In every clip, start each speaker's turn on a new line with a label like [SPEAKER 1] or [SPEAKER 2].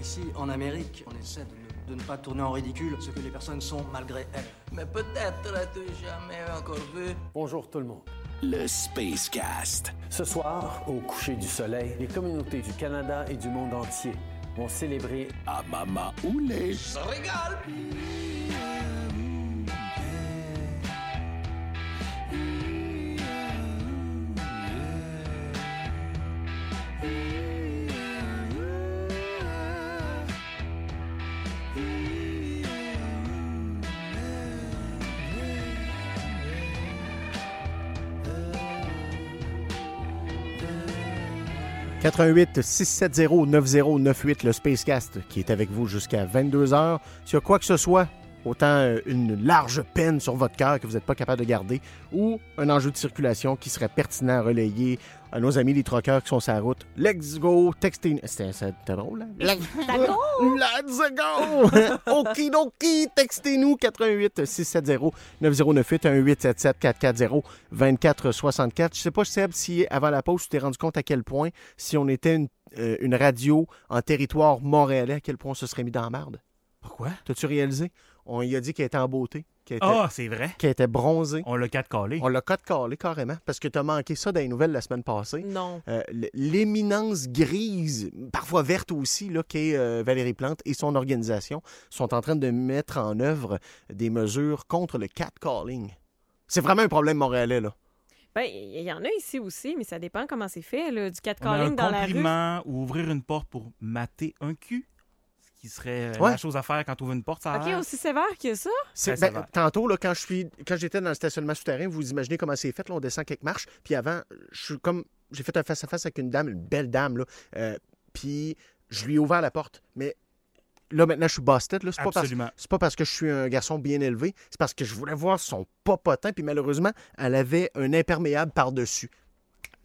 [SPEAKER 1] Ici, en Amérique, on essaie de ne, de ne pas tourner en ridicule ce que les personnes sont malgré elles.
[SPEAKER 2] Mais peut-être as-tu jamais encore vu.
[SPEAKER 3] Bonjour tout le monde.
[SPEAKER 4] Le Spacecast.
[SPEAKER 3] Ce soir, au coucher du soleil, les communautés du Canada et du monde entier vont célébrer
[SPEAKER 4] à Mama Oulé.
[SPEAKER 2] Ça régale!
[SPEAKER 5] « 88-670-9098, le Spacecast, qui est avec vous jusqu'à 22h. S'il y a quoi que ce soit, autant euh, une large peine sur votre cœur que vous n'êtes pas capable de garder, ou un enjeu de circulation qui serait pertinent à relayer à nos amis les troqueurs qui sont sur la route, let's go, textez... C'était c'était drôle, hein? Let's go! Okidoki, textez-nous 88 670 9098 1877 440 2464. Je sais pas, Seb, si avant la pause, tu t'es rendu compte à quel point, si on était une, euh, une radio en territoire montréalais, à quel point on se serait mis dans la marde.
[SPEAKER 6] Pourquoi?
[SPEAKER 5] T'as-tu réalisé? On lui a dit qu'elle était en beauté, qu'elle était,
[SPEAKER 6] Ah, c'est vrai.
[SPEAKER 5] qu'elle était bronzée.
[SPEAKER 6] On l'a quatre calé.
[SPEAKER 5] On l'a code-callé carrément, parce que t'as manqué ça dans les nouvelles la semaine passée.
[SPEAKER 7] Non.
[SPEAKER 5] Euh, l- l'éminence grise, parfois verte aussi, là, qu'est euh, Valérie Plante et son organisation sont en train de mettre en œuvre des mesures contre le catcalling. C'est vraiment un problème montréalais, là.
[SPEAKER 7] Ben, il y en a ici aussi, mais ça dépend comment c'est fait, là, du
[SPEAKER 6] On a un
[SPEAKER 7] catcalling dans la rue.
[SPEAKER 6] compliment ou ouvrir une porte pour mater un cul. Ce qui serait euh,
[SPEAKER 5] Ouais.
[SPEAKER 6] la chose à faire quand tu ouvres une porte, ça a
[SPEAKER 7] OK,
[SPEAKER 6] l'air.
[SPEAKER 7] aussi sévère que ça?
[SPEAKER 5] C'est-
[SPEAKER 6] ça
[SPEAKER 5] ben,
[SPEAKER 6] va.
[SPEAKER 5] tantôt, là, quand je suis, quand j'étais dans le stationnement souterrain, vous imaginez comment c'est fait. Là, on descend quelques marches. Puis avant, je suis comme, j'ai fait un face à face avec une dame, une belle dame là. euh, puis je lui ai ouvert la porte. Mais là, maintenant, je suis busted. Là, c'est pas parce
[SPEAKER 6] Absolument.
[SPEAKER 5] C'est pas parce que je suis un garçon bien élevé, c'est parce que je voulais voir son popotin, puis malheureusement, elle avait un imperméable par-dessus.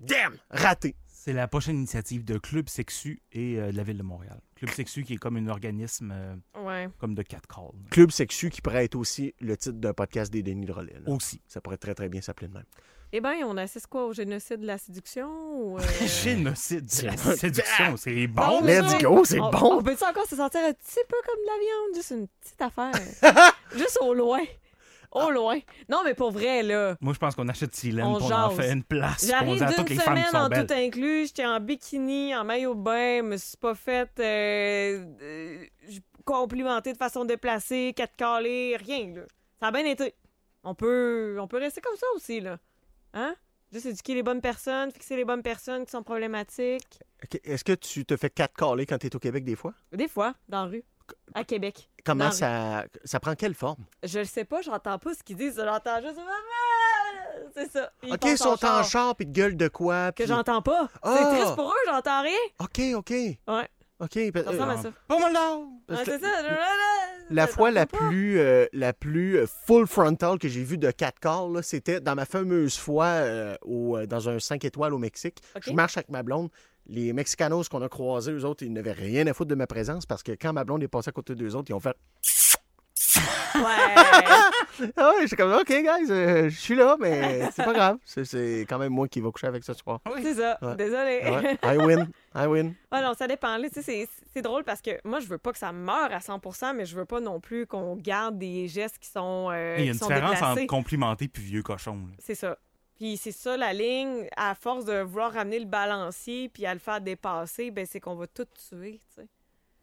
[SPEAKER 5] Damn! Raté!
[SPEAKER 6] C'est la prochaine initiative de Club Sexu et euh, de la Ville de Montréal. Club Sexu qui est comme un organisme euh,
[SPEAKER 7] Ouais.
[SPEAKER 6] comme de catcall. là.
[SPEAKER 5] Club Sexu qui pourrait être aussi le titre d'un podcast des Denis de Relais, là.
[SPEAKER 6] Aussi.
[SPEAKER 5] Ça pourrait très très bien s'appeler de même.
[SPEAKER 7] Eh ben, on assiste quoi au génocide de la séduction ou, euh,
[SPEAKER 6] Génocide, c'est la séduction, c'est bon.
[SPEAKER 7] Bon, Oh,
[SPEAKER 6] là.
[SPEAKER 5] Let's go, c'est
[SPEAKER 7] on,
[SPEAKER 5] bon!
[SPEAKER 7] On peut-tu encore se sentir un petit peu comme de la viande? Juste une petite affaire. Juste au loin.
[SPEAKER 6] Ah.
[SPEAKER 7] Au loin. Non, mais pour vrai, là.
[SPEAKER 6] Moi, je pense qu'on achète Silène
[SPEAKER 7] On
[SPEAKER 6] pour en
[SPEAKER 7] jase.
[SPEAKER 6] faire une place. puis On
[SPEAKER 7] J'arrive
[SPEAKER 6] dit à
[SPEAKER 7] d'une
[SPEAKER 6] toutes les femmes qui
[SPEAKER 7] semaine
[SPEAKER 6] sont
[SPEAKER 7] en
[SPEAKER 6] belles.
[SPEAKER 7] tout inclus. J'étais en bikini, en maillot de bain. me suis pas faite euh, euh, j- complimenter de façon déplacée, catcalée, rien. Là. Ça a bien été. On peut, on peut rester comme ça aussi, là. Hein? Juste éduquer les bonnes personnes, fixer les bonnes personnes qui sont problématiques.
[SPEAKER 5] Ok, Est-ce que tu te fais catcaller quand t'es au Québec des fois?
[SPEAKER 7] Des fois, dans la rue. À Québec.
[SPEAKER 5] Comment
[SPEAKER 7] Non,
[SPEAKER 5] ça. Ça prend quelle forme?
[SPEAKER 7] Je le sais pas, j'entends pas ce qu'ils disent. J'entends juste. Maman! C'est ça. Ils
[SPEAKER 5] ok,
[SPEAKER 7] passent
[SPEAKER 5] ils sont en
[SPEAKER 7] char.
[SPEAKER 5] char, puis ils gueulent de quoi?
[SPEAKER 7] Que
[SPEAKER 5] puis-
[SPEAKER 7] j'entends pas.
[SPEAKER 5] Ah!
[SPEAKER 7] C'est triste pour eux, j'entends rien.
[SPEAKER 5] Ok, ok.
[SPEAKER 7] Ouais.
[SPEAKER 5] Ok. parce-
[SPEAKER 7] Ça ressemble à
[SPEAKER 6] euh,
[SPEAKER 7] ça.
[SPEAKER 6] Oh mon lord!
[SPEAKER 5] parce
[SPEAKER 7] Ah,
[SPEAKER 5] que-
[SPEAKER 7] c'est ça. je-
[SPEAKER 5] La
[SPEAKER 7] je-
[SPEAKER 5] fois
[SPEAKER 7] je-
[SPEAKER 5] la
[SPEAKER 7] je-
[SPEAKER 5] plus, euh, la plus euh, full frontal que j'ai vue de catcall, là, c'était dans ma fameuse fois euh, au, euh, dans un 5 étoiles au Mexique.
[SPEAKER 7] Ok.
[SPEAKER 5] Je marche avec ma blonde. Les Mexicanos qu'on a croisés, eux autres, ils n'avaient rien à foutre de ma présence parce que quand ma blonde est passée à côté d'eux autres, ils ont fait
[SPEAKER 7] Ouais.
[SPEAKER 5] Ah ouais, j'étais comme OK, guys, euh, je suis là, mais c'est pas grave. C'est- C'est quand même moi qui vais coucher avec ce soir.
[SPEAKER 7] C'est ça.
[SPEAKER 5] Ouais.
[SPEAKER 7] Désolé.
[SPEAKER 5] Ah ouais, I win, I win.
[SPEAKER 7] Ah non, ça dépend. là, tu sais, C'est c'est drôle parce que moi, je veux pas que ça meure à 100 mais je veux pas non plus qu'on garde des gestes qui sont. euh,
[SPEAKER 6] Il y a une
[SPEAKER 7] qui sont
[SPEAKER 6] différence entre
[SPEAKER 7] déplacés.
[SPEAKER 6] complimenter puis vieux cochon. là.
[SPEAKER 7] C'est ça. Puis c'est ça la ligne. À force de vouloir ramener le balancier puis à le faire dépasser, ben c'est qu'on va tout tuer, tu sais.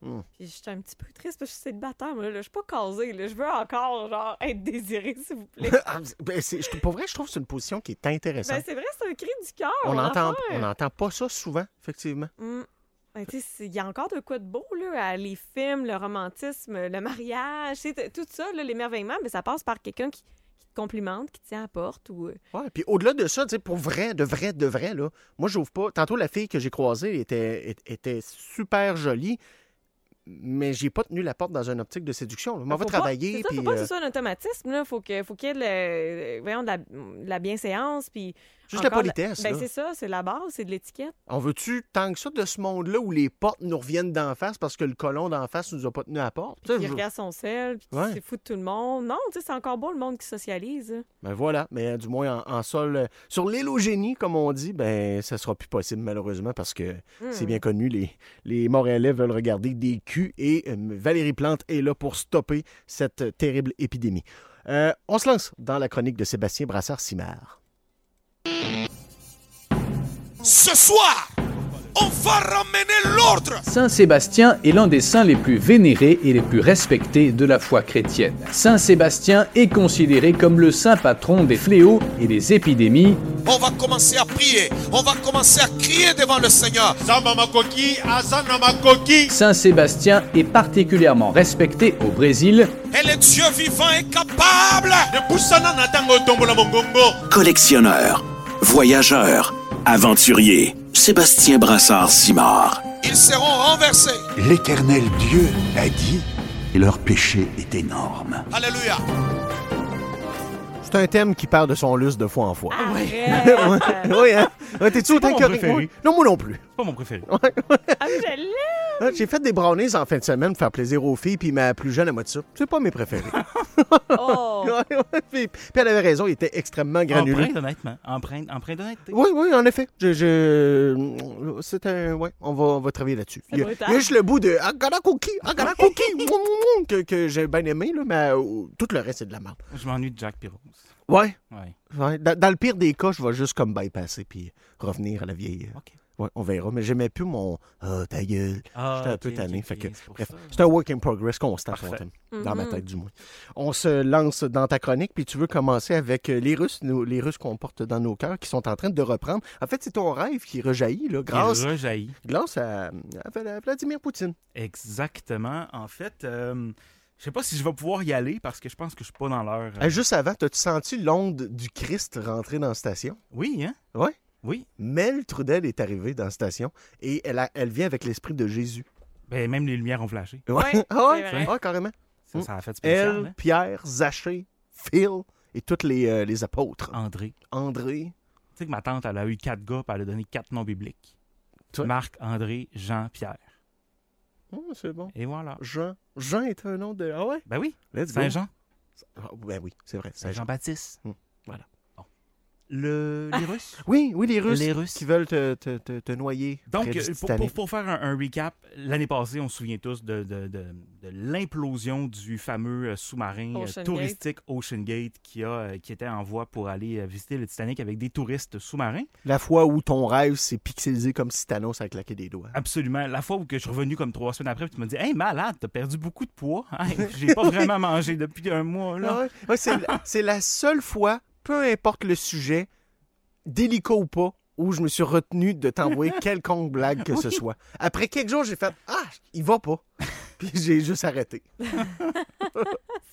[SPEAKER 5] Hmm.
[SPEAKER 7] Puis j'étais un petit peu triste parce que je suis célibataire, moi, là. Je suis pas casée, là. Je veux encore, genre, être désirée, s'il vous plaît.
[SPEAKER 5] Ah, ben, c'est- je- pour vrai, je trouve que c'est une position qui est
[SPEAKER 7] ben
[SPEAKER 5] intéressante.
[SPEAKER 7] c'est vrai, c'est un cri du cœur. hein.
[SPEAKER 5] on n'entend
[SPEAKER 7] l'affaire.
[SPEAKER 5] on entend pas ça souvent, effectivement.
[SPEAKER 7] Mm. Ben, tu sais, c'est- Il y a encore de quoi de beau, là, à les films, le romantisme, le mariage, tu sais, t- tout ça, là, l'émerveillement, mais ça passe par quelqu'un qui, qui te complimente, qui te tient à la porte. Ou... euh,
[SPEAKER 5] Ouais, puis au-delà de ça, tu sais, pour vrai, de vrai, de vrai, là, moi, j'ouvre pas. Tantôt, la fille que j'ai croisée était, est- était super jolie, mais j'ai pas tenu la porte dans une optique de séduction. là. Moi, on
[SPEAKER 7] faut
[SPEAKER 5] va
[SPEAKER 7] pas-
[SPEAKER 5] travailler,
[SPEAKER 7] c'est ça,
[SPEAKER 5] puis.
[SPEAKER 7] faut pas que
[SPEAKER 5] euh,
[SPEAKER 7] ce soit un automatisme, là. Faut que- faut qu'il y ait de, la- voyons, de la, de la bienséance, puis...
[SPEAKER 5] Juste la
[SPEAKER 7] encore de
[SPEAKER 5] politesse,
[SPEAKER 7] Ben,
[SPEAKER 5] là.
[SPEAKER 7] c'est ça, c'est la base, c'est de l'étiquette.
[SPEAKER 5] On veut-tu tant que ça de ce monde-là où les portes nous reviennent d'en face parce que le colon d'en face nous a pas tenu à la porte? Tu sais,
[SPEAKER 7] Puis il
[SPEAKER 5] je-
[SPEAKER 7] regarde son sel, puis
[SPEAKER 5] Ouais.
[SPEAKER 7] il se fout de tout le monde. Non, tu sais, c'est encore bon, le monde qui socialise. hein.
[SPEAKER 5] Ben voilà, mais euh, du moins en, en sol, euh, sur l'île au génie, comme on dit, ben ça sera plus possible malheureusement parce que
[SPEAKER 7] Hmm.
[SPEAKER 5] c'est bien connu, les, les Montréalais veulent regarder des culs vécu et euh, Valérie Plante est là pour stopper cette euh, terrible épidémie. Euh, on se lance dans la chronique de Sébastien Brassard-Simard.
[SPEAKER 8] Ce soir, on va ramener l'ordre
[SPEAKER 9] Saint Sébastien est l'un des saints les plus vénérés et les plus respectés de la foi chrétienne. Saint Sébastien est considéré comme le saint patron des fléaux et des épidémies.
[SPEAKER 8] On va commencer à prier, on va commencer à crier devant le Seigneur.
[SPEAKER 9] Saint Sébastien est particulièrement respecté au Brésil
[SPEAKER 8] Et le Dieu vivant est capable
[SPEAKER 4] Collectionneur, voyageur, aventurier, Sébastien Brassard-Simard.
[SPEAKER 8] Ils seront renversés.
[SPEAKER 10] L'Éternel Dieu l'a dit, et leur péché est énorme.
[SPEAKER 8] Alléluia.
[SPEAKER 5] C'est un thème qui parle de son lustre de fois en fois.
[SPEAKER 7] Arrête! Ah,
[SPEAKER 5] Ah. oui, hein? Ouais, T'es-tu
[SPEAKER 6] pas
[SPEAKER 5] autant
[SPEAKER 6] mon
[SPEAKER 5] correct?
[SPEAKER 6] préféré.
[SPEAKER 5] Oui. Non, moi non plus.
[SPEAKER 6] C'est pas mon préféré.
[SPEAKER 7] je l'aime!
[SPEAKER 5] Ah, J'ai fait des brownies en fin de semaine pour faire plaisir aux filles, puis ma plus jeune, elle m'a dit ça. C'est pas mes préférés.
[SPEAKER 7] Oh!
[SPEAKER 5] Ouais, ouais. puis, puis elle avait raison, il était extrêmement granuleux.
[SPEAKER 6] Empreinte d'honnêteté. Empreinte, empreinte d'honnêteté.
[SPEAKER 5] Oui, oui, en effet. Je, je- C'est un. Ouais, on va, on va travailler là-dessus. Il y, a,
[SPEAKER 7] doit être
[SPEAKER 5] il y a juste le bout de Agara Cookie, Agara Cookie, mou, mou, mou, que, que j'ai bien aimé, là, mais euh, tout le reste, c'est de la merde.
[SPEAKER 6] Je m'ennuie de Jack Pirose.
[SPEAKER 5] Ouais.
[SPEAKER 6] Ouais.
[SPEAKER 5] ouais. Dans, dans le pire des cas, je vais juste comme bypasser, puis revenir à la vieille. euh,
[SPEAKER 6] OK.
[SPEAKER 5] Ouais, on verra. Mais j'aimais plus mon. Ah, ta gueule.
[SPEAKER 6] Ah,
[SPEAKER 5] J'étais un peu
[SPEAKER 6] ok,
[SPEAKER 5] tanné.
[SPEAKER 6] ok,
[SPEAKER 5] fait que,
[SPEAKER 6] c'est pour
[SPEAKER 5] bref,
[SPEAKER 6] ça.
[SPEAKER 5] c'est un work in progress constant,
[SPEAKER 6] Parfait.
[SPEAKER 5] Fontaine. Dans ma
[SPEAKER 7] Mhm.
[SPEAKER 5] tête, du moins. On se lance dans ta chronique, puis tu veux commencer avec euh, les Russes, nos- les Russes qu'on porte dans nos cœurs, qui sont en train de reprendre. En fait, c'est ton rêve qui rejaillit, là, grâce,
[SPEAKER 6] Il rejaillit.
[SPEAKER 5] grâce à, à Vladimir Poutine.
[SPEAKER 6] Exactement. En fait, euh, je sais pas si je vais pouvoir y aller parce que je pense que je suis pas dans l'heure.
[SPEAKER 5] Euh, Juste avant, t'as-tu senti l'onde du Christ rentrer dans la station?
[SPEAKER 6] Oui, hein?
[SPEAKER 5] Ouais.
[SPEAKER 6] Oui.
[SPEAKER 5] Mel Trudel est arrivée dans la station et elle, a- elle vient avec l'esprit de Jésus.
[SPEAKER 6] Ben, même les lumières ont flashé.
[SPEAKER 7] Ouais,
[SPEAKER 5] Ah
[SPEAKER 7] c'est vrai.
[SPEAKER 5] Ouais, carrément.
[SPEAKER 6] Ça,
[SPEAKER 5] Mm.
[SPEAKER 6] ça a fait spécial.
[SPEAKER 5] Elle,
[SPEAKER 6] hein?
[SPEAKER 5] Pierre, Zachée, Phil et tous les, euh, les apôtres.
[SPEAKER 6] André.
[SPEAKER 5] André.
[SPEAKER 6] Tu sais que ma tante, elle a eu quatre gars, puis elle a donné quatre noms bibliques.
[SPEAKER 5] Toi?
[SPEAKER 6] Marc, André, Jean, Pierre.
[SPEAKER 5] Oh, c'est bon.
[SPEAKER 6] Et voilà.
[SPEAKER 5] Jean. Jean est un nom de. Ah ouais?
[SPEAKER 6] Ben oui,
[SPEAKER 5] Let's go.
[SPEAKER 6] Saint-Jean.
[SPEAKER 5] Ah, ben oui, c'est vrai. Saint-Jean.
[SPEAKER 6] Saint-Jean-Baptiste.
[SPEAKER 5] Hmm. Voilà.
[SPEAKER 6] Bon. Le... Les Russes.
[SPEAKER 5] Oui, oui, les Ah, Russes
[SPEAKER 6] Les Russes.
[SPEAKER 5] qui veulent te, te- te- te noyer.
[SPEAKER 6] Donc,
[SPEAKER 5] près du
[SPEAKER 6] euh, pour,
[SPEAKER 5] Titanic.
[SPEAKER 6] pour- pour faire un, un recap, l'année passée, on se souvient tous de, de- de- de l'implosion du fameux euh, sous-marin euh,
[SPEAKER 7] Ocean
[SPEAKER 6] touristique Ocean Gate qui, a, euh, qui était en voie pour aller euh, visiter le Titanic avec des touristes sous-marins.
[SPEAKER 5] La fois où ton rêve s'est pixelisé comme si Thanos a claqué des doigts.
[SPEAKER 6] Absolument. La fois où que je suis revenu comme trois semaines après, puis tu m'as dit Hey, malade, t'as perdu beaucoup de poids. Hey, J'ai pas vraiment mangé depuis un mois. Là.
[SPEAKER 5] Ah ouais. Ouais, c'est, c'est la seule fois, peu importe le sujet, délicat ou pas, où je me suis retenu de t'envoyer quelconque blague que ce
[SPEAKER 6] Oui.
[SPEAKER 5] soit. Après quelques jours, j'ai fait Ah, il va pas. Puis j'ai juste arrêté.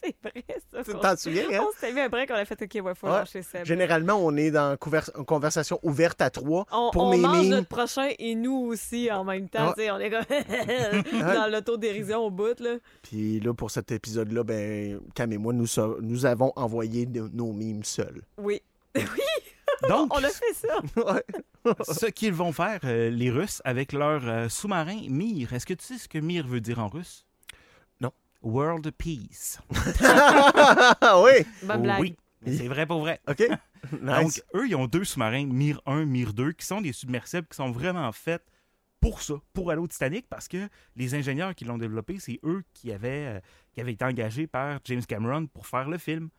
[SPEAKER 7] C'est vrai, ça.
[SPEAKER 5] Tu
[SPEAKER 7] Fontaine.
[SPEAKER 5] t'en souviens, hein?
[SPEAKER 7] On s'est vu après qu'on a fait OK, ouais, faut
[SPEAKER 5] Ouais.
[SPEAKER 7] lâcher Seb.
[SPEAKER 5] Généralement, on est dans conver- une conversation ouverte à trois
[SPEAKER 7] On,
[SPEAKER 5] pour
[SPEAKER 7] on
[SPEAKER 5] mes Ah.
[SPEAKER 7] mange
[SPEAKER 5] mimes.
[SPEAKER 7] notre prochain et nous aussi en même temps.
[SPEAKER 5] Ouais.
[SPEAKER 7] tu sais, On est comme dans l'autodérision au bout. Là.
[SPEAKER 5] Puis là, pour cet épisode-là, ben, Cam et moi, nous, so- nous avons envoyé de- nos mimes seuls.
[SPEAKER 7] Oui,
[SPEAKER 6] Donc,
[SPEAKER 7] on a fait ça.
[SPEAKER 5] Ouais.
[SPEAKER 6] ce qu'ils vont faire, euh, les Russes, avec leur euh, sous-marin Mir. Est-ce que tu sais ce que Mir veut dire en russe
[SPEAKER 5] Non.
[SPEAKER 6] World Peace.
[SPEAKER 5] Ah oui!
[SPEAKER 7] Bonne blague.
[SPEAKER 6] Oui, mais c'est vrai pour vrai.
[SPEAKER 5] OK. Nice.
[SPEAKER 6] Donc, eux, ils ont deux sous-marins, Mir 1, Mir 2, qui sont des submersibles qui sont vraiment faits pour ça, pour aller au Titanic, parce que les ingénieurs qui l'ont développé, c'est eux qui avaient, euh, qui avaient été engagés par James Cameron pour faire le film,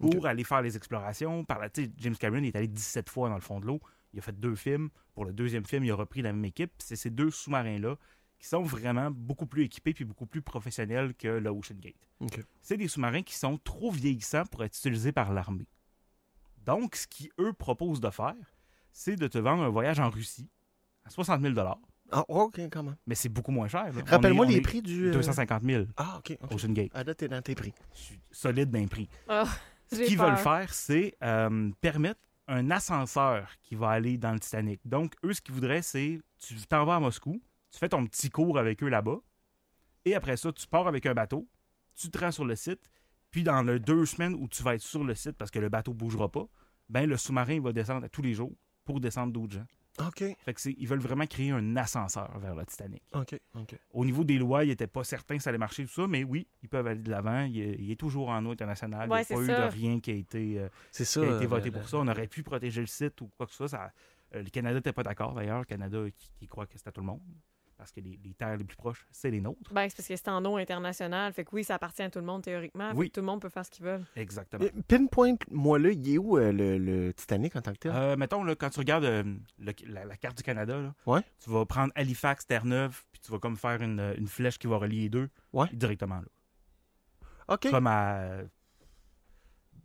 [SPEAKER 6] pour aller faire les explorations. Par la, tu sais, James Cameron est allé 17 fois dans le fond de l'eau. Il a fait deux films. Pour le deuxième film, il a repris la même équipe. Puis C'est ces deux sous-marins-là qui sont vraiment beaucoup plus équipés puis beaucoup plus professionnels que le Ocean Gate c'est des sous-marins qui sont trop vieillissants pour être utilisés par l'armée. Donc, ce qui eux proposent de faire, c'est de te vendre un voyage en Russie à 60 000
[SPEAKER 5] Ah, OK, quand même.
[SPEAKER 6] mais c'est beaucoup moins cher. là. On
[SPEAKER 5] Rappelle-moi
[SPEAKER 6] est- on
[SPEAKER 5] les
[SPEAKER 6] est
[SPEAKER 5] prix du. euh,
[SPEAKER 6] 250 000
[SPEAKER 5] Ah, OK. ok.
[SPEAKER 6] Ocean Gate.
[SPEAKER 5] À date, t'es dans tes prix.
[SPEAKER 6] Je suis solide d'un prix.
[SPEAKER 7] Ah,
[SPEAKER 6] Ce
[SPEAKER 7] j'ai
[SPEAKER 6] qu'ils
[SPEAKER 7] peur.
[SPEAKER 6] veulent faire, c'est euh, permettre un ascenseur qui va aller dans le Titanic. Donc, eux, ce qu'ils voudraient, c'est tu t'en vas à Moscou, tu fais ton petit cours avec eux là-bas, et après ça, tu pars avec un bateau, tu te rends sur le site, puis dans les deux semaines où tu vas être sur le site parce que le bateau bougera pas, ben le sous-marin va descendre à tous les jours pour descendre d'autres gens.
[SPEAKER 5] OK.
[SPEAKER 6] Fait que c'est- ils veulent vraiment créer un ascenseur vers le Titanic.
[SPEAKER 5] OK. OK.
[SPEAKER 6] Au niveau des lois, ils n'étaient pas certains que ça allait marcher, tout ça, mais oui, ils peuvent aller de l'avant. Il, est- il est toujours en eau internationale.
[SPEAKER 7] Ouais,
[SPEAKER 6] il n'y
[SPEAKER 7] c'est
[SPEAKER 6] a
[SPEAKER 7] ça.
[SPEAKER 6] pas eu de rien qui a été, euh,
[SPEAKER 5] C'est ça.
[SPEAKER 6] qui a été
[SPEAKER 5] euh,
[SPEAKER 6] voté
[SPEAKER 5] la-
[SPEAKER 6] pour ça. On aurait pu protéger le site ou quoi que ce soit. Ça- euh, le Canada n'était pas d'accord, d'ailleurs. Le Canada euh, qui, qui croit que c'est à tout le monde. parce que les, les terres les plus proches, c'est les nôtres.
[SPEAKER 7] Ben, c'est parce que c'est en nom international. Fait que oui, ça appartient à tout le monde théoriquement. Fait
[SPEAKER 6] Oui.
[SPEAKER 7] que tout le monde peut faire ce qu'il veut.
[SPEAKER 6] Exactement.
[SPEAKER 5] Euh, Pinpoint, moi là, il est où euh, le, le Titanic en tant que tel?
[SPEAKER 6] Euh, mettons, là, quand tu regardes euh, le- la, la carte du Canada, là,
[SPEAKER 5] Ouais.
[SPEAKER 6] tu vas prendre Halifax, Terre-Neuve, puis tu vas comme faire une, euh, une flèche qui va relier les deux
[SPEAKER 5] Ouais.
[SPEAKER 6] directement. Là.
[SPEAKER 5] OK.
[SPEAKER 6] Comme à, euh,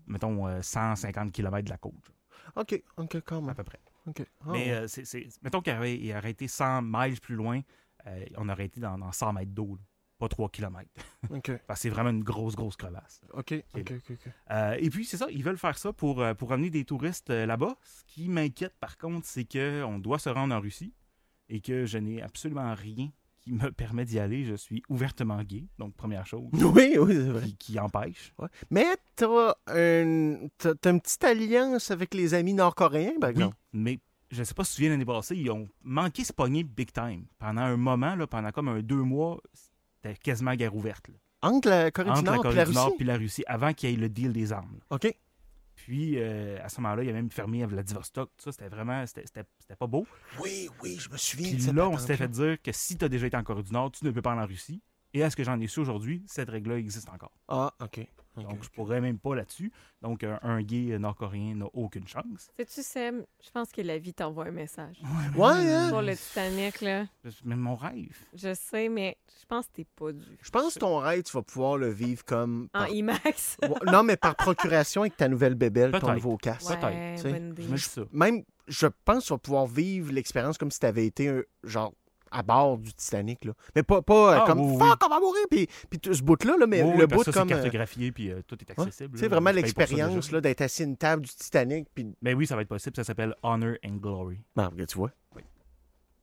[SPEAKER 6] mettons, euh, 150 km de la côte, genre,
[SPEAKER 5] OK, OK, quand
[SPEAKER 6] à
[SPEAKER 5] même.
[SPEAKER 6] peu près.
[SPEAKER 5] OK. Ah,
[SPEAKER 6] Mais
[SPEAKER 5] ouais.
[SPEAKER 6] euh, c'est- c'est- mettons qu'il aurait, il aurait été 100 miles plus loin, euh, on aurait été dans, dans 100 mètres d'eau, là, pas 3 km.
[SPEAKER 5] OK,
[SPEAKER 6] Parce que c'est vraiment une grosse, grosse crevasse.
[SPEAKER 5] OK, OK, OK. ok.
[SPEAKER 6] Euh, et puis, c'est ça, ils veulent faire ça pour, euh, pour amener des touristes euh, là-bas. Ce qui m'inquiète, par contre, c'est que on doit se rendre en Russie et que je n'ai absolument rien qui me permet d'y aller. Je suis ouvertement gay, donc première chose,
[SPEAKER 5] Oui, oui, c'est vrai.
[SPEAKER 6] qui, qui empêche.
[SPEAKER 5] Ouais. Mais t'as un, t'as- t'as une petite alliance avec les amis nord-coréens, Ben, par
[SPEAKER 6] Oui,
[SPEAKER 5] exemple.
[SPEAKER 6] mais je ne sais pas si tu te souviens l'année passée, ils ont manqué ce pogner big time. Pendant un moment, là, pendant comme un deux mois, c'était quasiment guerre ouverte. là.
[SPEAKER 5] Entre la Corée
[SPEAKER 6] entre
[SPEAKER 5] du Nord
[SPEAKER 6] la
[SPEAKER 5] et
[SPEAKER 6] Corée
[SPEAKER 5] la
[SPEAKER 6] du
[SPEAKER 5] Russie.
[SPEAKER 6] Nord puis la Russie, avant qu'il y ait le deal des armes. là.
[SPEAKER 5] OK.
[SPEAKER 6] Puis, euh, à ce moment-là, il y a même fermé à Vladivostok. Tout ça, c'était vraiment... C'était c'était- c'était pas beau.
[SPEAKER 5] Oui, oui, je me souviens
[SPEAKER 6] Puis
[SPEAKER 5] de cette
[SPEAKER 6] là, on
[SPEAKER 5] patente-là.
[SPEAKER 6] s'était fait dire que si tu as déjà été en Corée du Nord, tu ne peux pas aller en Russie. Et à ce que j'en ai su aujourd'hui, cette règle-là existe encore.
[SPEAKER 5] Ah, OK. ok.
[SPEAKER 6] Donc, je pourrais même pas là-dessus. Donc, un, un gay nord-coréen n'a aucune chance.
[SPEAKER 7] Sais-tu, Sam, je pense que la vie t'envoie un message.
[SPEAKER 5] Ouais, hein?
[SPEAKER 7] Pour le Titanic, là,
[SPEAKER 6] C'est même mon rêve.
[SPEAKER 7] je sais, mais je pense que t'es pas dû.
[SPEAKER 5] Je pense que ton Ah. rêve, tu vas pouvoir le vivre comme.
[SPEAKER 7] En
[SPEAKER 5] par-
[SPEAKER 7] IMAX.
[SPEAKER 5] Ouais, non, mais par procuration avec ta nouvelle bébelle, ton
[SPEAKER 6] Peut-être.
[SPEAKER 5] nouveau casque.
[SPEAKER 6] Peut-être,
[SPEAKER 7] Ouais,
[SPEAKER 5] tu sais.
[SPEAKER 7] bonne idée.
[SPEAKER 6] Je me dis ça.
[SPEAKER 5] Même, je pense, tu vas pouvoir vivre l'expérience comme si tu avais été, euh, genre, à bord du Titanic, là. Mais pas, pas euh,
[SPEAKER 6] Ah,
[SPEAKER 5] comme
[SPEAKER 6] oui, oui.
[SPEAKER 5] fuck, on va mourir, puis, puis tout ce bout-là, là, mais
[SPEAKER 6] Oui, oui,
[SPEAKER 5] le
[SPEAKER 6] parce
[SPEAKER 5] bout
[SPEAKER 6] que ça,
[SPEAKER 5] comme.
[SPEAKER 6] c'est
[SPEAKER 5] euh,
[SPEAKER 6] cartographié, puis euh, tout est
[SPEAKER 5] ouais,
[SPEAKER 6] accessible.
[SPEAKER 5] c'est
[SPEAKER 6] là.
[SPEAKER 5] vraiment
[SPEAKER 6] Je paye pour ça
[SPEAKER 5] l'expérience
[SPEAKER 6] déjà.
[SPEAKER 5] là, d'être assis à une table du Titanic, puis.
[SPEAKER 6] Mais oui, ça va être possible. Ça s'appelle Honor and Glory.
[SPEAKER 5] Non, regarde, tu vois.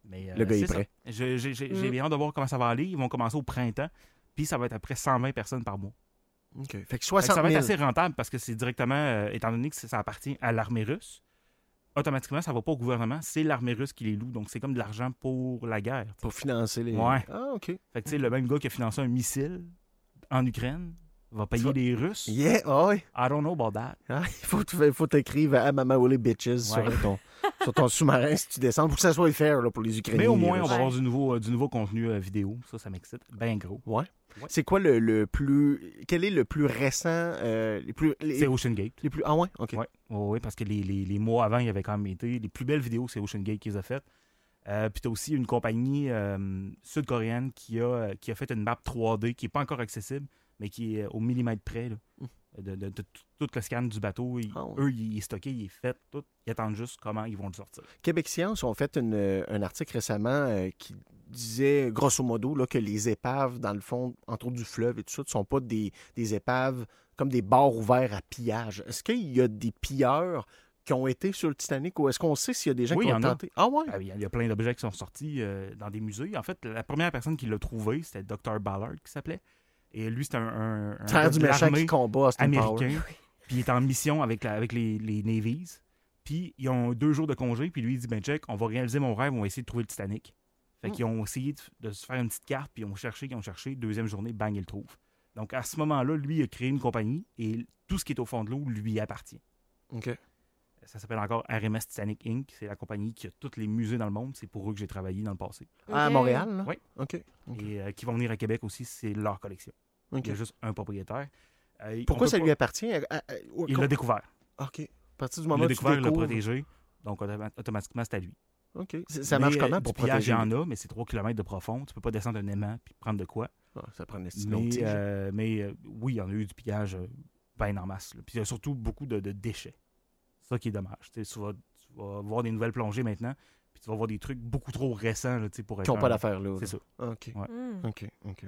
[SPEAKER 6] Mais, euh,
[SPEAKER 5] Le gars est
[SPEAKER 6] c'est ça.
[SPEAKER 5] prêt.
[SPEAKER 6] Je- J'ai j'ai- j'ai
[SPEAKER 7] Mm.
[SPEAKER 6] bien hâte de voir comment ça va aller. Ils vont commencer au printemps, puis ça va être après 120 personnes par mois.
[SPEAKER 5] OK. Fait que
[SPEAKER 6] Fait que
[SPEAKER 5] 60
[SPEAKER 6] ça va
[SPEAKER 5] 000.
[SPEAKER 6] être assez rentable parce que c'est directement, euh, étant donné que ça appartient à l'armée russe, automatiquement, ça va pas au gouvernement, c'est l'armée russe qui les loue. Donc, c'est comme de l'argent pour la guerre.
[SPEAKER 5] Pour financer les.
[SPEAKER 6] Ouais.
[SPEAKER 5] Ah, OK.
[SPEAKER 6] Fait que, tu sais, le même gars qui a financé un missile en Ukraine va payer
[SPEAKER 5] Ça-
[SPEAKER 6] les Russes.
[SPEAKER 5] Yeah, ah ouais.
[SPEAKER 6] I don't know about that.
[SPEAKER 5] Ah, il faut que faut t'écrire à Mama Willy Bitches
[SPEAKER 6] Ouais.
[SPEAKER 5] sur ton, sur ton sous-marin si tu descends pour que ça soit fair là, pour les Ukrainiens.
[SPEAKER 6] Mais au moins,
[SPEAKER 5] là.
[SPEAKER 6] on va
[SPEAKER 7] Ouais.
[SPEAKER 6] avoir du nouveau, euh, du nouveau contenu euh, vidéo. Ça, ça m'excite. Ben gros.
[SPEAKER 5] C'est quoi le, le plus. Quel est le plus récent. euh, les plus. Les,
[SPEAKER 6] C'est Ocean Gate.
[SPEAKER 5] les plus. Ah ouais, ok.
[SPEAKER 6] Ouais, ouais, ouais, parce que les, les- les mois avant, il y avait quand même été. Les plus belles vidéos, c'est Ocean Gate qui les a faites. Euh, puis t'as aussi une compagnie euh, sud-coréenne qui a, euh, qui a fait une map 3D qui n'est pas encore accessible, mais qui est au millimètre près là,
[SPEAKER 5] Mm.
[SPEAKER 6] de, de- de tout- tout le scan du bateau. Ils-
[SPEAKER 5] Ah ouais.
[SPEAKER 6] Eux, il est stocké, il est fait, tout. Ils attendent juste comment ils vont le sortir.
[SPEAKER 5] Québec Science ont fait une, euh, un article récemment euh, qui disait grosso modo là, que les épaves, dans le fond, entre autres du fleuve et tout ça, ne sont pas des, des épaves comme des bars ouverts à pillage. Est-ce qu'il y a des pilleurs qui ont été sur le Titanic ou est-ce qu'on sait s'il y a des gens
[SPEAKER 6] Oui,
[SPEAKER 5] qui
[SPEAKER 6] il y
[SPEAKER 5] ont
[SPEAKER 6] en a.
[SPEAKER 5] tenté? Ah ouais?
[SPEAKER 6] Ah, Il y a- il y a plein d'objets qui sont sortis euh, dans des musées. En fait, la première personne qui l'a trouvé, c'était Dr. Ballard qui s'appelait. Et lui, c'était un, un, un gars
[SPEAKER 5] Terre du
[SPEAKER 6] de
[SPEAKER 5] méchant
[SPEAKER 6] l'armée.
[SPEAKER 5] qui combat, Austin Powers.
[SPEAKER 6] américain, puis il est en mission avec, la- avec les, les Navies. Puis ils ont deux jours de congé, puis lui il dit Ben, check, on va réaliser mon rêve, on va essayer de trouver le Titanic. Fait
[SPEAKER 5] Mm.
[SPEAKER 6] qu'ils ont essayé de, de se faire une petite carte, puis ils ont cherché, ils ont cherché. Deuxième journée, bang, ils le trouvent. Donc à ce moment-là, lui, il a créé une compagnie et tout ce qui est au fond de l'eau lui appartient.
[SPEAKER 5] OK.
[SPEAKER 6] Ça s'appelle encore RMS Titanic Inc. C'est la compagnie qui a tous les musées dans le monde. C'est pour eux que j'ai travaillé dans le passé.
[SPEAKER 5] À
[SPEAKER 7] Ok.
[SPEAKER 5] Montréal, là?
[SPEAKER 6] Oui.
[SPEAKER 5] OK. OK.
[SPEAKER 6] Et euh, qui vont venir à Québec aussi, c'est leur collection.
[SPEAKER 5] OK.
[SPEAKER 6] Il y a juste un propriétaire. Euh, on
[SPEAKER 5] Pourquoi
[SPEAKER 6] peut
[SPEAKER 5] ça
[SPEAKER 6] pas-
[SPEAKER 5] lui appartient? à- à- à- au-
[SPEAKER 6] Il l'a découvert.
[SPEAKER 5] OK. À partir du
[SPEAKER 6] Il
[SPEAKER 5] moment
[SPEAKER 6] l'a
[SPEAKER 5] où tu
[SPEAKER 6] découvert, il l'a
[SPEAKER 5] découvres-
[SPEAKER 6] protégé. Donc, autom- automatiquement, c'est à lui.
[SPEAKER 5] OK. C'est- Ça
[SPEAKER 6] Mais,
[SPEAKER 5] marche
[SPEAKER 6] euh,
[SPEAKER 5] comment
[SPEAKER 6] du
[SPEAKER 5] pour
[SPEAKER 6] pillage,
[SPEAKER 5] protéger?
[SPEAKER 6] Il y en a, mais c'est 3 km de profond. Tu peux pas descendre un aimant puis prendre de quoi.
[SPEAKER 5] Ah, ça prend des petits longs
[SPEAKER 6] Mais,
[SPEAKER 5] tiges.
[SPEAKER 6] euh, mais, euh, oui, il y en a eu du pillage euh, ben en masse. là. Puis il y a surtout beaucoup de, de déchets. C'est ça qui est dommage. Tu sais, tu vas, tu vas voir des nouvelles plongées maintenant, puis tu vas voir des trucs beaucoup trop récents là, tu sais, pour être
[SPEAKER 5] Qui n'ont pas
[SPEAKER 6] un-
[SPEAKER 5] d'affaires là.
[SPEAKER 6] C'est
[SPEAKER 5] là.
[SPEAKER 6] ça.
[SPEAKER 5] OK.
[SPEAKER 7] Hmm.
[SPEAKER 5] OK. OK.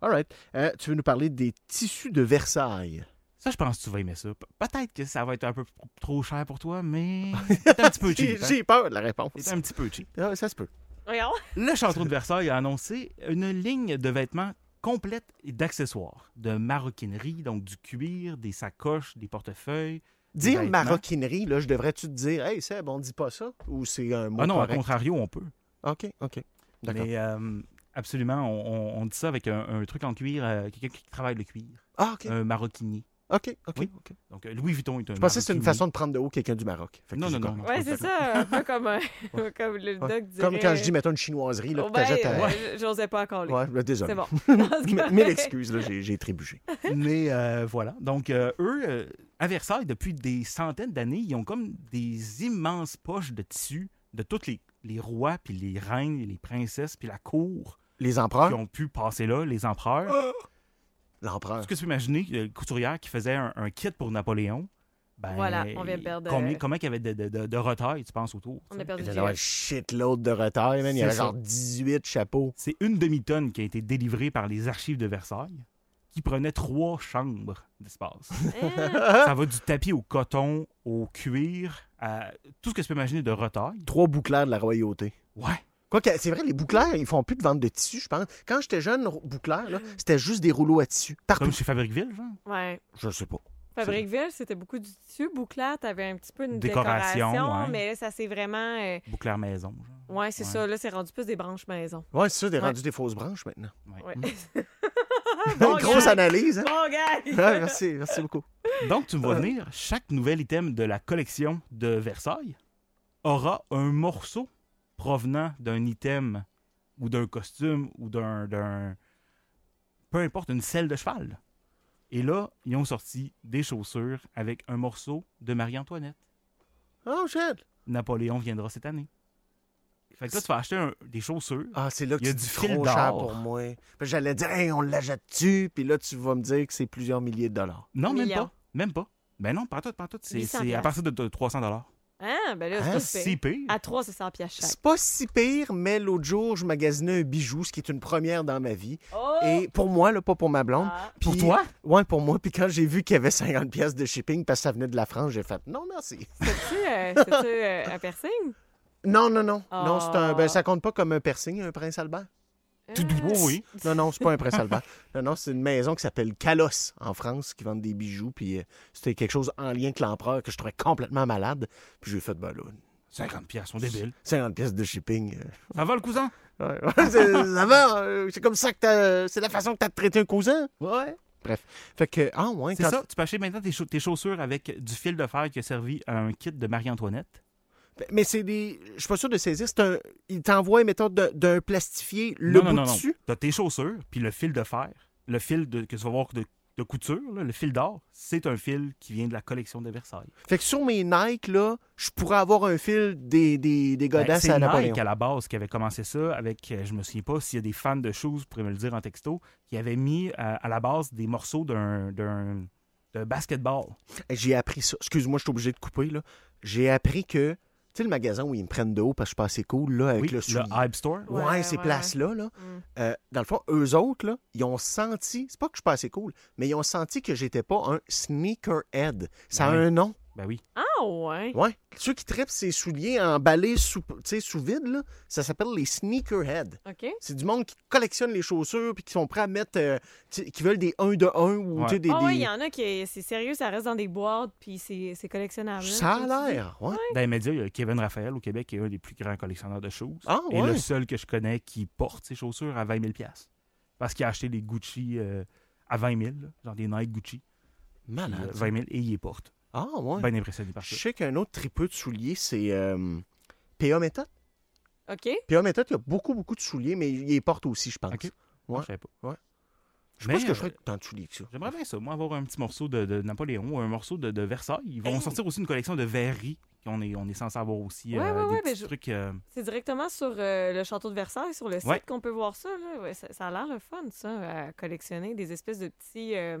[SPEAKER 5] All right. Euh, tu veux nous parler des tissus de Versailles.
[SPEAKER 6] Ça, je pense que tu vas aimer ça. Pe- Peut-être que ça va être un peu pro- trop cher pour toi, mais c'est un petit peu
[SPEAKER 5] J'ai
[SPEAKER 6] cheap. hein.
[SPEAKER 5] j'ai peur de la réponse.
[SPEAKER 6] C'est un petit peu cheap.
[SPEAKER 5] Ah, ça se peut.
[SPEAKER 7] Regarde.
[SPEAKER 6] Le château de Versailles a annoncé une ligne de vêtements complète et d'accessoires, de maroquinerie, donc du cuir, des sacoches, des portefeuilles.
[SPEAKER 5] Dire
[SPEAKER 6] Vêtements.
[SPEAKER 5] maroquinerie, là, je devrais-tu te dire, hey Seb, on dit pas ça? Ou c'est un mot
[SPEAKER 6] ah non, à
[SPEAKER 5] correct?
[SPEAKER 6] contrario, on peut.
[SPEAKER 5] OK. OK. D'accord.
[SPEAKER 6] Mais euh, absolument, on, on- on dit ça avec un, un truc en cuir, euh, quelqu'un qui travaille le cuir,
[SPEAKER 5] Ah, OK.
[SPEAKER 6] un maroquinier.
[SPEAKER 5] OK, OK.
[SPEAKER 6] Oui.
[SPEAKER 5] ok.
[SPEAKER 6] Donc, euh, Louis Vuitton est un.
[SPEAKER 5] Je pensais que c'était une
[SPEAKER 6] maroquinier.
[SPEAKER 5] façon de prendre de haut quelqu'un du Maroc. Fait que
[SPEAKER 6] Non,
[SPEAKER 5] j'ai
[SPEAKER 6] non,
[SPEAKER 5] comme-
[SPEAKER 6] non.
[SPEAKER 7] Ouais, c'est ça. Un peu comme, euh, comme le
[SPEAKER 5] Ouais.
[SPEAKER 7] doc dirait.
[SPEAKER 5] Comme quand je dis, mettons, une chinoiserie, là,
[SPEAKER 7] Oh,
[SPEAKER 5] que
[SPEAKER 7] ben,
[SPEAKER 5] t'achètes à...
[SPEAKER 7] euh, J'osais pas encore lire.
[SPEAKER 5] Ouais, ben, désolé.
[SPEAKER 7] C'est bon.
[SPEAKER 5] Mais- Mille excuses, là, j'ai j'ai trébuché.
[SPEAKER 6] Mais euh, voilà. Donc, euh, eux, euh, à Versailles, depuis des centaines d'années, ils ont comme des immenses poches de tissu de tous les, les rois, puis les reines, et les princesses, puis la cour
[SPEAKER 5] Les empereurs?
[SPEAKER 6] qui ont pu passer là, les empereurs.
[SPEAKER 5] L'empereur.
[SPEAKER 6] Est-ce que tu peux imaginer euh, le couturière qui faisait un, un kit pour Napoléon? Ben,
[SPEAKER 7] Voilà, on vient de perdre,
[SPEAKER 6] Combien,
[SPEAKER 7] euh,
[SPEAKER 6] comment il y avait de, de, de- de retard, tu penses, autour?
[SPEAKER 7] On a perdu
[SPEAKER 5] Il
[SPEAKER 7] le
[SPEAKER 5] y avait shitload de retard, man. Il y
[SPEAKER 6] C'est
[SPEAKER 5] avait
[SPEAKER 6] ça.
[SPEAKER 5] genre 18 chapeaux.
[SPEAKER 6] C'est une demi-tonne qui a été délivrée par les archives de Versailles, qui prenait trois chambres d'espace.
[SPEAKER 7] Ah,
[SPEAKER 6] Ça va du tapis au coton, au cuir, à tout ce que tu peux imaginer de retaille.
[SPEAKER 5] Trois bouclaires de la royauté.
[SPEAKER 6] Ouais.
[SPEAKER 5] Quoique, c'est vrai, les bouclaires, ils font plus de vente de tissu, je pense. Quand j'étais jeune, rou- bouclaires, là, c'était juste des rouleaux à tissu. Partout.
[SPEAKER 6] Comme chez Fabricville, genre.
[SPEAKER 7] ouais.
[SPEAKER 5] Je sais pas.
[SPEAKER 7] Fabricville, c'était beaucoup du tissu. Bouclard, t'avais un petit peu une
[SPEAKER 6] Décoration,
[SPEAKER 7] décoration,
[SPEAKER 6] ouais.
[SPEAKER 7] mais là, ça c'est vraiment. euh,
[SPEAKER 6] Bouclair maison, genre.
[SPEAKER 7] Ouais, c'est
[SPEAKER 6] Ouais.
[SPEAKER 7] ça. Là, c'est rendu plus des branches maison.
[SPEAKER 5] Ouais, c'est ça, des
[SPEAKER 7] Ouais.
[SPEAKER 5] rendus des fausses branches maintenant.
[SPEAKER 7] Ouais. Bon
[SPEAKER 5] Mm. Grosse
[SPEAKER 7] gag.
[SPEAKER 5] analyse, hein?
[SPEAKER 7] Bon gag!
[SPEAKER 5] Ouais, merci, merci beaucoup.
[SPEAKER 6] Donc, tu me vois venir, chaque nouvel item de la collection de Versailles aura un morceau provenant d'un item ou d'un costume ou d'un. d'un- peu importe, une selle de cheval. Et là, ils ont sorti des chaussures avec un morceau de Marie-Antoinette.
[SPEAKER 5] Oh, shit!
[SPEAKER 6] Napoléon viendra cette année. Fait que là, tu vas acheter un- des chaussures.
[SPEAKER 5] Ah, c'est là que
[SPEAKER 6] Il y a
[SPEAKER 5] tu
[SPEAKER 6] du
[SPEAKER 5] dis
[SPEAKER 6] fil
[SPEAKER 5] trop cher
[SPEAKER 6] d'or.
[SPEAKER 5] pour moi. Parce que J'allais dire, hey, on l'achète-tu? Puis là, tu vas me dire que c'est plusieurs milliers de dollars.
[SPEAKER 6] Non, même
[SPEAKER 7] Millions.
[SPEAKER 6] pas. Même pas. Ben non, pas tout, pas tout. C'est
[SPEAKER 7] 800
[SPEAKER 6] c'est à partir de t- 300 dollars.
[SPEAKER 7] Hein? Ben là,
[SPEAKER 5] Hein,
[SPEAKER 7] c'est
[SPEAKER 6] Si
[SPEAKER 7] pas
[SPEAKER 6] pire.
[SPEAKER 7] À 3, c'est 100 piastres chaque.
[SPEAKER 5] C'est pas si pire, mais l'autre jour, je magasinais un bijou, ce qui est une première dans ma vie.
[SPEAKER 7] Oh!
[SPEAKER 5] Et pour moi, là, pas pour ma blonde.
[SPEAKER 7] Ah.
[SPEAKER 5] Puis- Ouais, pour moi. Puis quand j'ai vu qu'il y avait 50 pièces de shipping parce que ça venait de la France, j'ai fait non, merci.
[SPEAKER 7] C'est-tu euh, c'est-tu, euh, un piercing?
[SPEAKER 5] Non, non, non.
[SPEAKER 7] Ah.
[SPEAKER 5] Non, c'est un. Ben, ça compte pas comme un piercing, un prince Albert.
[SPEAKER 7] Ah.
[SPEAKER 6] Oui, oui.
[SPEAKER 5] Non, non, c'est pas un prince Albert. Non, non, c'est une maison qui s'appelle Calos en France qui vend des bijoux. Puis euh, c'était quelque chose en lien avec l'empereur que je trouvais complètement malade. Puis j'ai fait, ben là,
[SPEAKER 6] 50 pièces, sont débiles.
[SPEAKER 5] 50 pièces de shipping. euh,
[SPEAKER 6] Ça va, le cousin?
[SPEAKER 5] Ouais, ouais, c'est- ça va, euh, c'est comme ça que t'as. C'est la façon que t'as traité un cousin. Ouais. Bref. Fait que, ah, ouais,
[SPEAKER 6] C'est
[SPEAKER 5] quand-
[SPEAKER 6] ça. Tu peux acheter maintenant tes, chau- tes chaussures avec du fil de fer qui a servi à un kit de Marie-Antoinette.
[SPEAKER 5] Ben, Mais c'est des. Je suis pas sûr de saisir. C'est un. Il t'envoie, mettons, d'un- d'un plastifié le
[SPEAKER 6] non,
[SPEAKER 5] bout
[SPEAKER 6] non, non, non.
[SPEAKER 5] dessus.
[SPEAKER 6] T'as tes chaussures, puis le fil de fer, le fil de, que tu vas voir de, de couture, là, le fil d'or, c'est un fil qui vient de la collection de Versailles.
[SPEAKER 5] Fait que sur mes Nike, là, je pourrais avoir un fil des, des, des godasses
[SPEAKER 6] Ben, c'est
[SPEAKER 5] à
[SPEAKER 6] Nike
[SPEAKER 5] Napoléon.
[SPEAKER 6] à la base qui avait commencé ça avec, euh, je me souviens pas s'il y a des fans de shoes, vous pourrez me le dire en texto, qui avaient mis euh, à la base des morceaux d'un d'un- d'un basketball.
[SPEAKER 5] J'ai appris ça. Excuse-moi, je suis obligé de couper, là. J'ai appris que. Tu sais, le magasin où ils me prennent de haut parce que je suis pas assez cool, là, avec
[SPEAKER 6] Oui,
[SPEAKER 5] le soulier.
[SPEAKER 6] Hype Store.
[SPEAKER 5] Ouais,
[SPEAKER 7] Ouais,
[SPEAKER 5] ces
[SPEAKER 7] ouais,
[SPEAKER 5] places-là, là.
[SPEAKER 7] Mm.
[SPEAKER 5] Euh, dans le fond, eux autres, là, ils ont senti. C'est pas que je suis pas assez cool, mais ils ont senti que j'étais pas un sneakerhead. Ça a
[SPEAKER 6] Ouais.
[SPEAKER 5] un nom.
[SPEAKER 6] Ben oui.
[SPEAKER 7] Ah, ouais.
[SPEAKER 5] Ouais. Ceux qui tripent ces souliers emballés sous, tu sais, sous vide, là, ça s'appelle les sneakerheads.
[SPEAKER 7] OK.
[SPEAKER 5] C'est du monde qui collectionne les chaussures puis qui sont prêts à mettre. euh, tu sais, qui veulent des 1 de 1 ou tu sais,
[SPEAKER 6] Ouais.
[SPEAKER 5] des.
[SPEAKER 7] Ah, ouais,
[SPEAKER 5] des-
[SPEAKER 7] il y en a qui. C'est sérieux, ça reste dans des boîtes, puis c'est c'est collectionnable. là,
[SPEAKER 5] Ça
[SPEAKER 7] tu
[SPEAKER 5] a
[SPEAKER 7] sais.
[SPEAKER 5] l'air, ouais.
[SPEAKER 6] Dans les médias, il y a Kevin Raphaël au Québec qui est un des plus grands collectionneurs de shoes.
[SPEAKER 5] Ah,
[SPEAKER 6] Et
[SPEAKER 5] ouais.
[SPEAKER 6] le seul que je connais qui porte ses chaussures à 20 000 piastres. Parce qu'il a acheté des Gucci euh, à 20 000, là, genre des Nike Gucci. puis, euh,
[SPEAKER 5] Malade.
[SPEAKER 6] 20 000 et il les porte.
[SPEAKER 5] Ah, ouais.
[SPEAKER 6] Bien impressionné par
[SPEAKER 5] je
[SPEAKER 6] ça.
[SPEAKER 5] sais qu'un autre tripeux de souliers, c'est. euh, PA Method.
[SPEAKER 7] OK.
[SPEAKER 5] PA Method, il y a beaucoup, beaucoup de souliers, mais il les porte aussi, je pense.
[SPEAKER 6] Ok.
[SPEAKER 5] Ouais.
[SPEAKER 6] Je savais pas.
[SPEAKER 5] Je pense
[SPEAKER 6] Mais,
[SPEAKER 5] que je ferais
[SPEAKER 6] euh,
[SPEAKER 5] tant de souliers que ça.
[SPEAKER 6] J'aimerais bien ça, moi, avoir un petit morceau de, de Napoléon ou un morceau de, de Versailles. Ils vont sortir aussi une collection de verreries. On est, on est censé avoir aussi
[SPEAKER 7] Ouais,
[SPEAKER 6] euh,
[SPEAKER 7] ouais,
[SPEAKER 6] des
[SPEAKER 7] ouais,
[SPEAKER 6] petits
[SPEAKER 7] mais je-
[SPEAKER 6] trucs. euh,
[SPEAKER 7] C'est directement sur euh, le château de Versailles, sur le site
[SPEAKER 6] Ouais.
[SPEAKER 7] qu'on peut voir ça. Là. Ouais, ça, ça a l'air le fun, ça, à collectionner des espèces de petits, euh,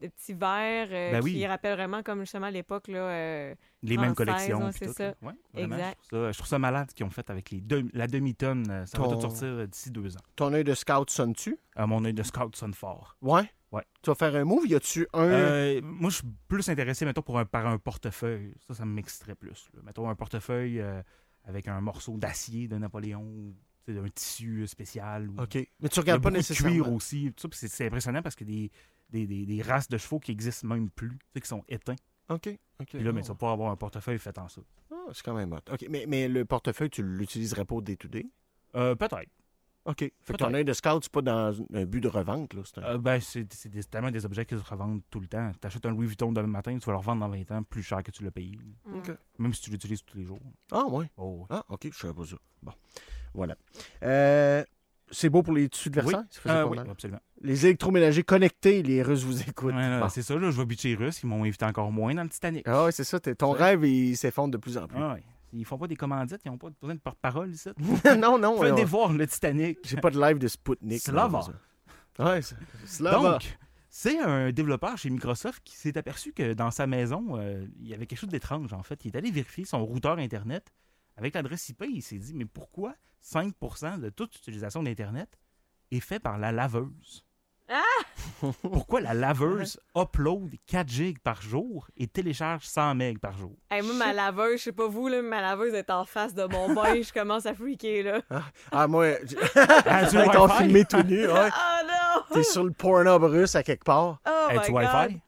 [SPEAKER 7] de petits verres euh,
[SPEAKER 6] Ben
[SPEAKER 7] qui
[SPEAKER 6] oui.
[SPEAKER 7] rappellent vraiment comme justement à l'époque. là, euh,
[SPEAKER 6] les mêmes
[SPEAKER 7] Française,
[SPEAKER 6] collections.
[SPEAKER 7] ouais,
[SPEAKER 6] puis
[SPEAKER 7] c'est
[SPEAKER 6] tout,
[SPEAKER 7] ça.
[SPEAKER 6] là. Ouais, vraiment,
[SPEAKER 7] Exact.
[SPEAKER 6] Je, trouve ça, je trouve ça malade ce qu'ils ont fait avec les deux- la demi-tonne. euh, Ça va
[SPEAKER 5] Ton-
[SPEAKER 6] tout sortir euh, d'ici deux ans.
[SPEAKER 5] Ton œil de scout sonne-tu?
[SPEAKER 6] Euh, mon œil de scout sonne fort.
[SPEAKER 5] Ouais.
[SPEAKER 6] Ouais.
[SPEAKER 5] Tu vas faire un move, y a-tu un.
[SPEAKER 6] Euh, moi, je suis plus intéressé, mettons, pour un, par un portefeuille. Ça, ça m'extrait plus. là. Mettons un portefeuille euh, avec un morceau d'acier de Napoléon, ou, tu sais, d'un tissu euh, spécial. Ou...
[SPEAKER 5] OK. Mais tu
[SPEAKER 6] Il y a
[SPEAKER 5] regardes pas
[SPEAKER 6] beaucoup de
[SPEAKER 5] nécessairement.
[SPEAKER 6] cuir aussi. tout ça, puis c'est- C'est impressionnant parce que des, des, des- des races de chevaux qui existent même plus, tu sais, qui sont éteints.
[SPEAKER 5] OK. OK.
[SPEAKER 6] Puis là, mais
[SPEAKER 5] Oh.
[SPEAKER 6] tu vas pouvoir avoir un portefeuille fait en ça.
[SPEAKER 5] Ah, c'est quand même hot. OK. Mais, mais le portefeuille, tu l'utiliserais pas au day-to-day?
[SPEAKER 6] Euh, Peut-être.
[SPEAKER 5] OK. Fait que ton œil de scout, c'est pas dans un but de revente, là. c'est un-
[SPEAKER 6] Euh, ben, c'est c'est des- tellement des objets qui se revendent tout le temps. T'achètes un Louis Vuitton demain matin, tu vas le revendre dans 20 ans plus cher que tu l'as payé.
[SPEAKER 5] Ok.
[SPEAKER 6] Même si tu l'utilises tous les jours.
[SPEAKER 5] Ah, ouais.
[SPEAKER 6] Oh,
[SPEAKER 5] Ah, OK, je savais pas ça. Bon. Voilà. Euh, c'est beau pour les tissus de
[SPEAKER 6] oui.
[SPEAKER 5] Versailles? ça faisait
[SPEAKER 6] Euh,
[SPEAKER 5] pas
[SPEAKER 6] oui,
[SPEAKER 5] mal.
[SPEAKER 6] absolument.
[SPEAKER 5] Les électroménagers connectés, les Russes vous écoutent.
[SPEAKER 6] Ouais, là,
[SPEAKER 5] Bon.
[SPEAKER 6] C'est ça, là, je vais butcher les Russes, ils m'ont invité encore moins dans le Titanic.
[SPEAKER 5] Ah ouais, c'est ça. t'es- Ton rêve, il s'effondre de plus en plus.
[SPEAKER 6] Ah ouais. Ils font pas des commandites, ils n'ont pas besoin de porte-parole ici.
[SPEAKER 5] non, non.
[SPEAKER 6] Venez
[SPEAKER 5] on-
[SPEAKER 6] voir le Titanic.
[SPEAKER 5] J'ai pas de live de Spoutnik.
[SPEAKER 6] Slava.
[SPEAKER 5] malheureusement. Ouais, c'est- Slava.
[SPEAKER 6] Donc, c'est un développeur chez Microsoft qui s'est aperçu que dans sa maison, euh, il y avait quelque chose d'étrange, en fait. Il est allé vérifier son routeur Internet avec l'adresse IP. Il s'est dit, mais pourquoi 5% de toute utilisation d'Internet est fait par la laveuse?
[SPEAKER 7] Ah!
[SPEAKER 6] Pourquoi la laveuse upload 4 gigs par jour et télécharge 100 MB par jour?
[SPEAKER 7] Hey, moi, ma laveuse, je sais pas vous, là, mais ma laveuse est en face de mon bain, je commence à freaker, là.
[SPEAKER 5] Ah, moi, j'ai-
[SPEAKER 6] Ah, tu le
[SPEAKER 5] t'en
[SPEAKER 6] Wi-Fi? Ah.
[SPEAKER 5] filmé tout nu. Ouais.
[SPEAKER 7] Oh non!
[SPEAKER 5] T'es sur le Pornhub russe à quelque part.
[SPEAKER 7] Oh
[SPEAKER 6] Hey,
[SPEAKER 7] my
[SPEAKER 6] tu
[SPEAKER 7] god!
[SPEAKER 6] Wi-Fi?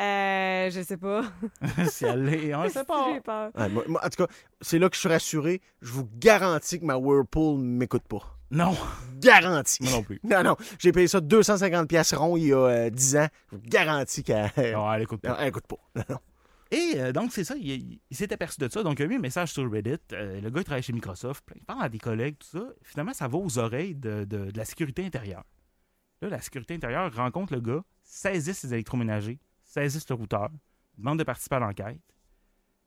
[SPEAKER 7] Euh, je sais pas.
[SPEAKER 6] si elle l'est, hein? on le sait pas.
[SPEAKER 7] J'ai peur.
[SPEAKER 5] Ouais, moi- moi, en tout cas, c'est là que je suis rassuré. Je vous garantis que ma Whirlpool m'écoute pas.
[SPEAKER 6] Non,
[SPEAKER 5] Garantie.
[SPEAKER 6] moi non plus.
[SPEAKER 5] Non, non. J'ai payé ça 250 pièces rond il y a euh, 10 ans. Je vous garantis qu'elle non,
[SPEAKER 6] Non, elle écoute pas.
[SPEAKER 5] elle écoute pas. Non, non.
[SPEAKER 6] Et euh, donc, c'est ça, il, il- il s'est aperçu de ça. Donc, il a mis un message sur Reddit. Euh, le gars, il travaille chez Microsoft. Il parle à des collègues, tout ça. Finalement, ça va aux oreilles de, de- de la sécurité intérieure. Là, la sécurité intérieure rencontre le gars, saisit ses électroménagers, saisit le routeur, demande de participer à l'enquête.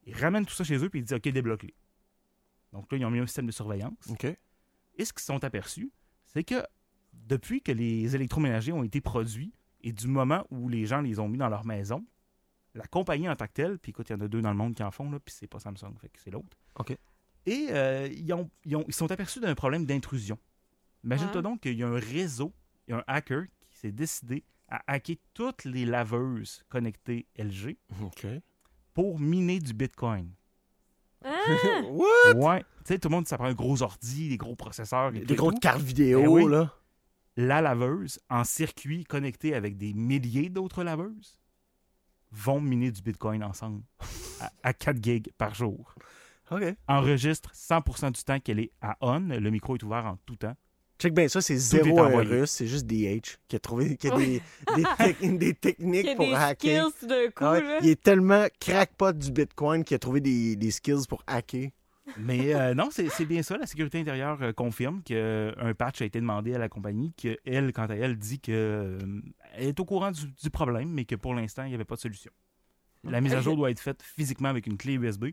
[SPEAKER 6] Il ramène tout ça chez eux, puis il dit OK, débloque-les. Donc, là, ils ont mis un système de surveillance.
[SPEAKER 5] OK.
[SPEAKER 6] Et ce qu'ils se sont aperçus, c'est que depuis que les électroménagers ont été produits et du moment où les gens les ont mis dans leur maison, la compagnie en tant que telle, puis écoute, il y en a deux dans le monde qui en font, là, puis c'est pas Samsung, fait que c'est l'autre.
[SPEAKER 5] OK.
[SPEAKER 6] Et euh, ils, ont, ils, ont- ils sont aperçus d'un problème d'intrusion. Imagine-toi
[SPEAKER 5] Ah.
[SPEAKER 7] Ouais.
[SPEAKER 6] donc qu'il y a un réseau, il y a un hacker qui s'est décidé à hacker toutes les laveuses connectées LG
[SPEAKER 5] OK.
[SPEAKER 6] pour miner du Bitcoin.
[SPEAKER 7] Ah!
[SPEAKER 5] What?
[SPEAKER 6] Ouais. Tu sais, tout le monde, ça prend un gros ordi, des gros processeurs. et tout
[SPEAKER 5] Des
[SPEAKER 6] et
[SPEAKER 5] grosses
[SPEAKER 6] tout.
[SPEAKER 5] cartes vidéo,
[SPEAKER 6] Ben oui.
[SPEAKER 5] là.
[SPEAKER 6] la laveuse en circuit connecté avec des milliers d'autres laveuses vont miner du Bitcoin ensemble à, à 4 gigs par jour.
[SPEAKER 5] OK.
[SPEAKER 6] Enregistre 100% du temps qu'elle est à on. Le micro est ouvert en tout temps.
[SPEAKER 5] Check bien ça, c'est
[SPEAKER 6] est
[SPEAKER 5] zéro un
[SPEAKER 6] envoyé.
[SPEAKER 5] russe, c'est juste DH qui a trouvé qui a des, des, tec- des
[SPEAKER 7] Il y a
[SPEAKER 5] techniques pour
[SPEAKER 7] des
[SPEAKER 5] hacker.
[SPEAKER 7] skills hein. de coup,
[SPEAKER 5] Ah ouais,
[SPEAKER 7] là.
[SPEAKER 5] il est tellement crackpot du Bitcoin qu'il a trouvé des, des skills pour hacker.
[SPEAKER 6] Mais euh, non, c'est c'est bien ça. La sécurité intérieure euh, confirme qu'un patch a été demandé à la compagnie, qu'elle, quant à elle, dit qu'elle est au courant du, du problème, mais que pour l'instant, il n'y avait pas de solution. La mise à jour doit être faite physiquement avec une clé USB.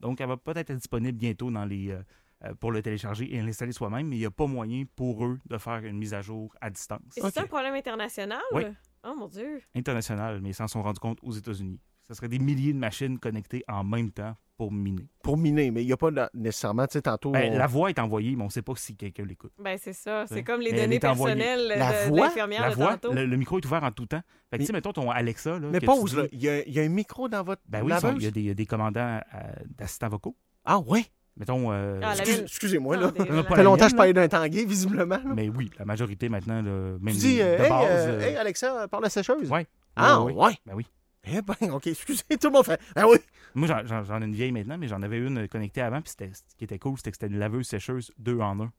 [SPEAKER 6] Donc, elle va peut-être être disponible bientôt dans les, euh, euh, pour le télécharger et l'installer soi-même, mais il n'y a pas moyen pour eux de faire une mise à jour à distance
[SPEAKER 7] C'est
[SPEAKER 5] Ok.
[SPEAKER 7] un problème international?
[SPEAKER 6] Oui.
[SPEAKER 7] Oh mon dieu.
[SPEAKER 6] internationale, mais ils s'en sont rendus compte aux États-Unis. Ce serait des milliers de machines connectées en même temps pour miner.
[SPEAKER 5] Pour miner, mais il n'y a pas na- nécessairement, tu sais, tantôt.
[SPEAKER 6] Ben,
[SPEAKER 5] on-
[SPEAKER 6] la voix est envoyée, mais on ne sait pas si quelqu'un l'écoute.
[SPEAKER 7] Ben, c'est ça. C'est
[SPEAKER 6] Ouais.
[SPEAKER 7] comme les
[SPEAKER 6] Mais elle
[SPEAKER 7] données
[SPEAKER 6] est envoyée.
[SPEAKER 7] personnelles
[SPEAKER 5] La
[SPEAKER 7] de, de
[SPEAKER 5] voix?
[SPEAKER 7] l'infirmière
[SPEAKER 6] La
[SPEAKER 7] de
[SPEAKER 6] voix,
[SPEAKER 7] tantôt. Ah,
[SPEAKER 6] le, le micro est ouvert en tout temps. Fait que, tu sais, mettons ton Alexa. Là,
[SPEAKER 5] Mais
[SPEAKER 6] que tu
[SPEAKER 5] pause,
[SPEAKER 6] dis-
[SPEAKER 5] là. Il y, a- il y a un micro dans votre
[SPEAKER 6] Ben oui, ils sont-
[SPEAKER 5] laveuse?
[SPEAKER 6] il y a des, il y a des commandants euh, d'assistants vocaux.
[SPEAKER 5] Ah ouais?
[SPEAKER 6] Mettons. euh,
[SPEAKER 7] Ah, la
[SPEAKER 5] Excuse-
[SPEAKER 7] mienne-
[SPEAKER 5] Excusez-moi,
[SPEAKER 7] Non,
[SPEAKER 5] là.
[SPEAKER 7] des-
[SPEAKER 6] Ça
[SPEAKER 7] la-
[SPEAKER 6] va
[SPEAKER 5] Ça
[SPEAKER 6] pas
[SPEAKER 5] fait
[SPEAKER 6] la
[SPEAKER 5] longtemps que je
[SPEAKER 6] mienne,
[SPEAKER 5] parlais d'un tanguay, visiblement. là.
[SPEAKER 6] Mais oui, la majorité maintenant, là, même
[SPEAKER 5] Tu dis,
[SPEAKER 6] de
[SPEAKER 5] euh, hey,
[SPEAKER 6] base.
[SPEAKER 5] euh,
[SPEAKER 6] euh,
[SPEAKER 5] hey, Alexa, parle à sécheuse.
[SPEAKER 6] Ouais.
[SPEAKER 5] Ah,
[SPEAKER 6] Ouais, ouais,
[SPEAKER 5] ouais.
[SPEAKER 6] Ben oui.
[SPEAKER 5] Eh ben, OK, excusez, tout le monde fait. Ah oui.
[SPEAKER 6] Moi, j'en- j'en j'en ai une vieille maintenant, mais j'en avais une connectée avant. Puis c'était- ce qui était cool, c'était que c'était une laveuse sécheuse deux en un. Tu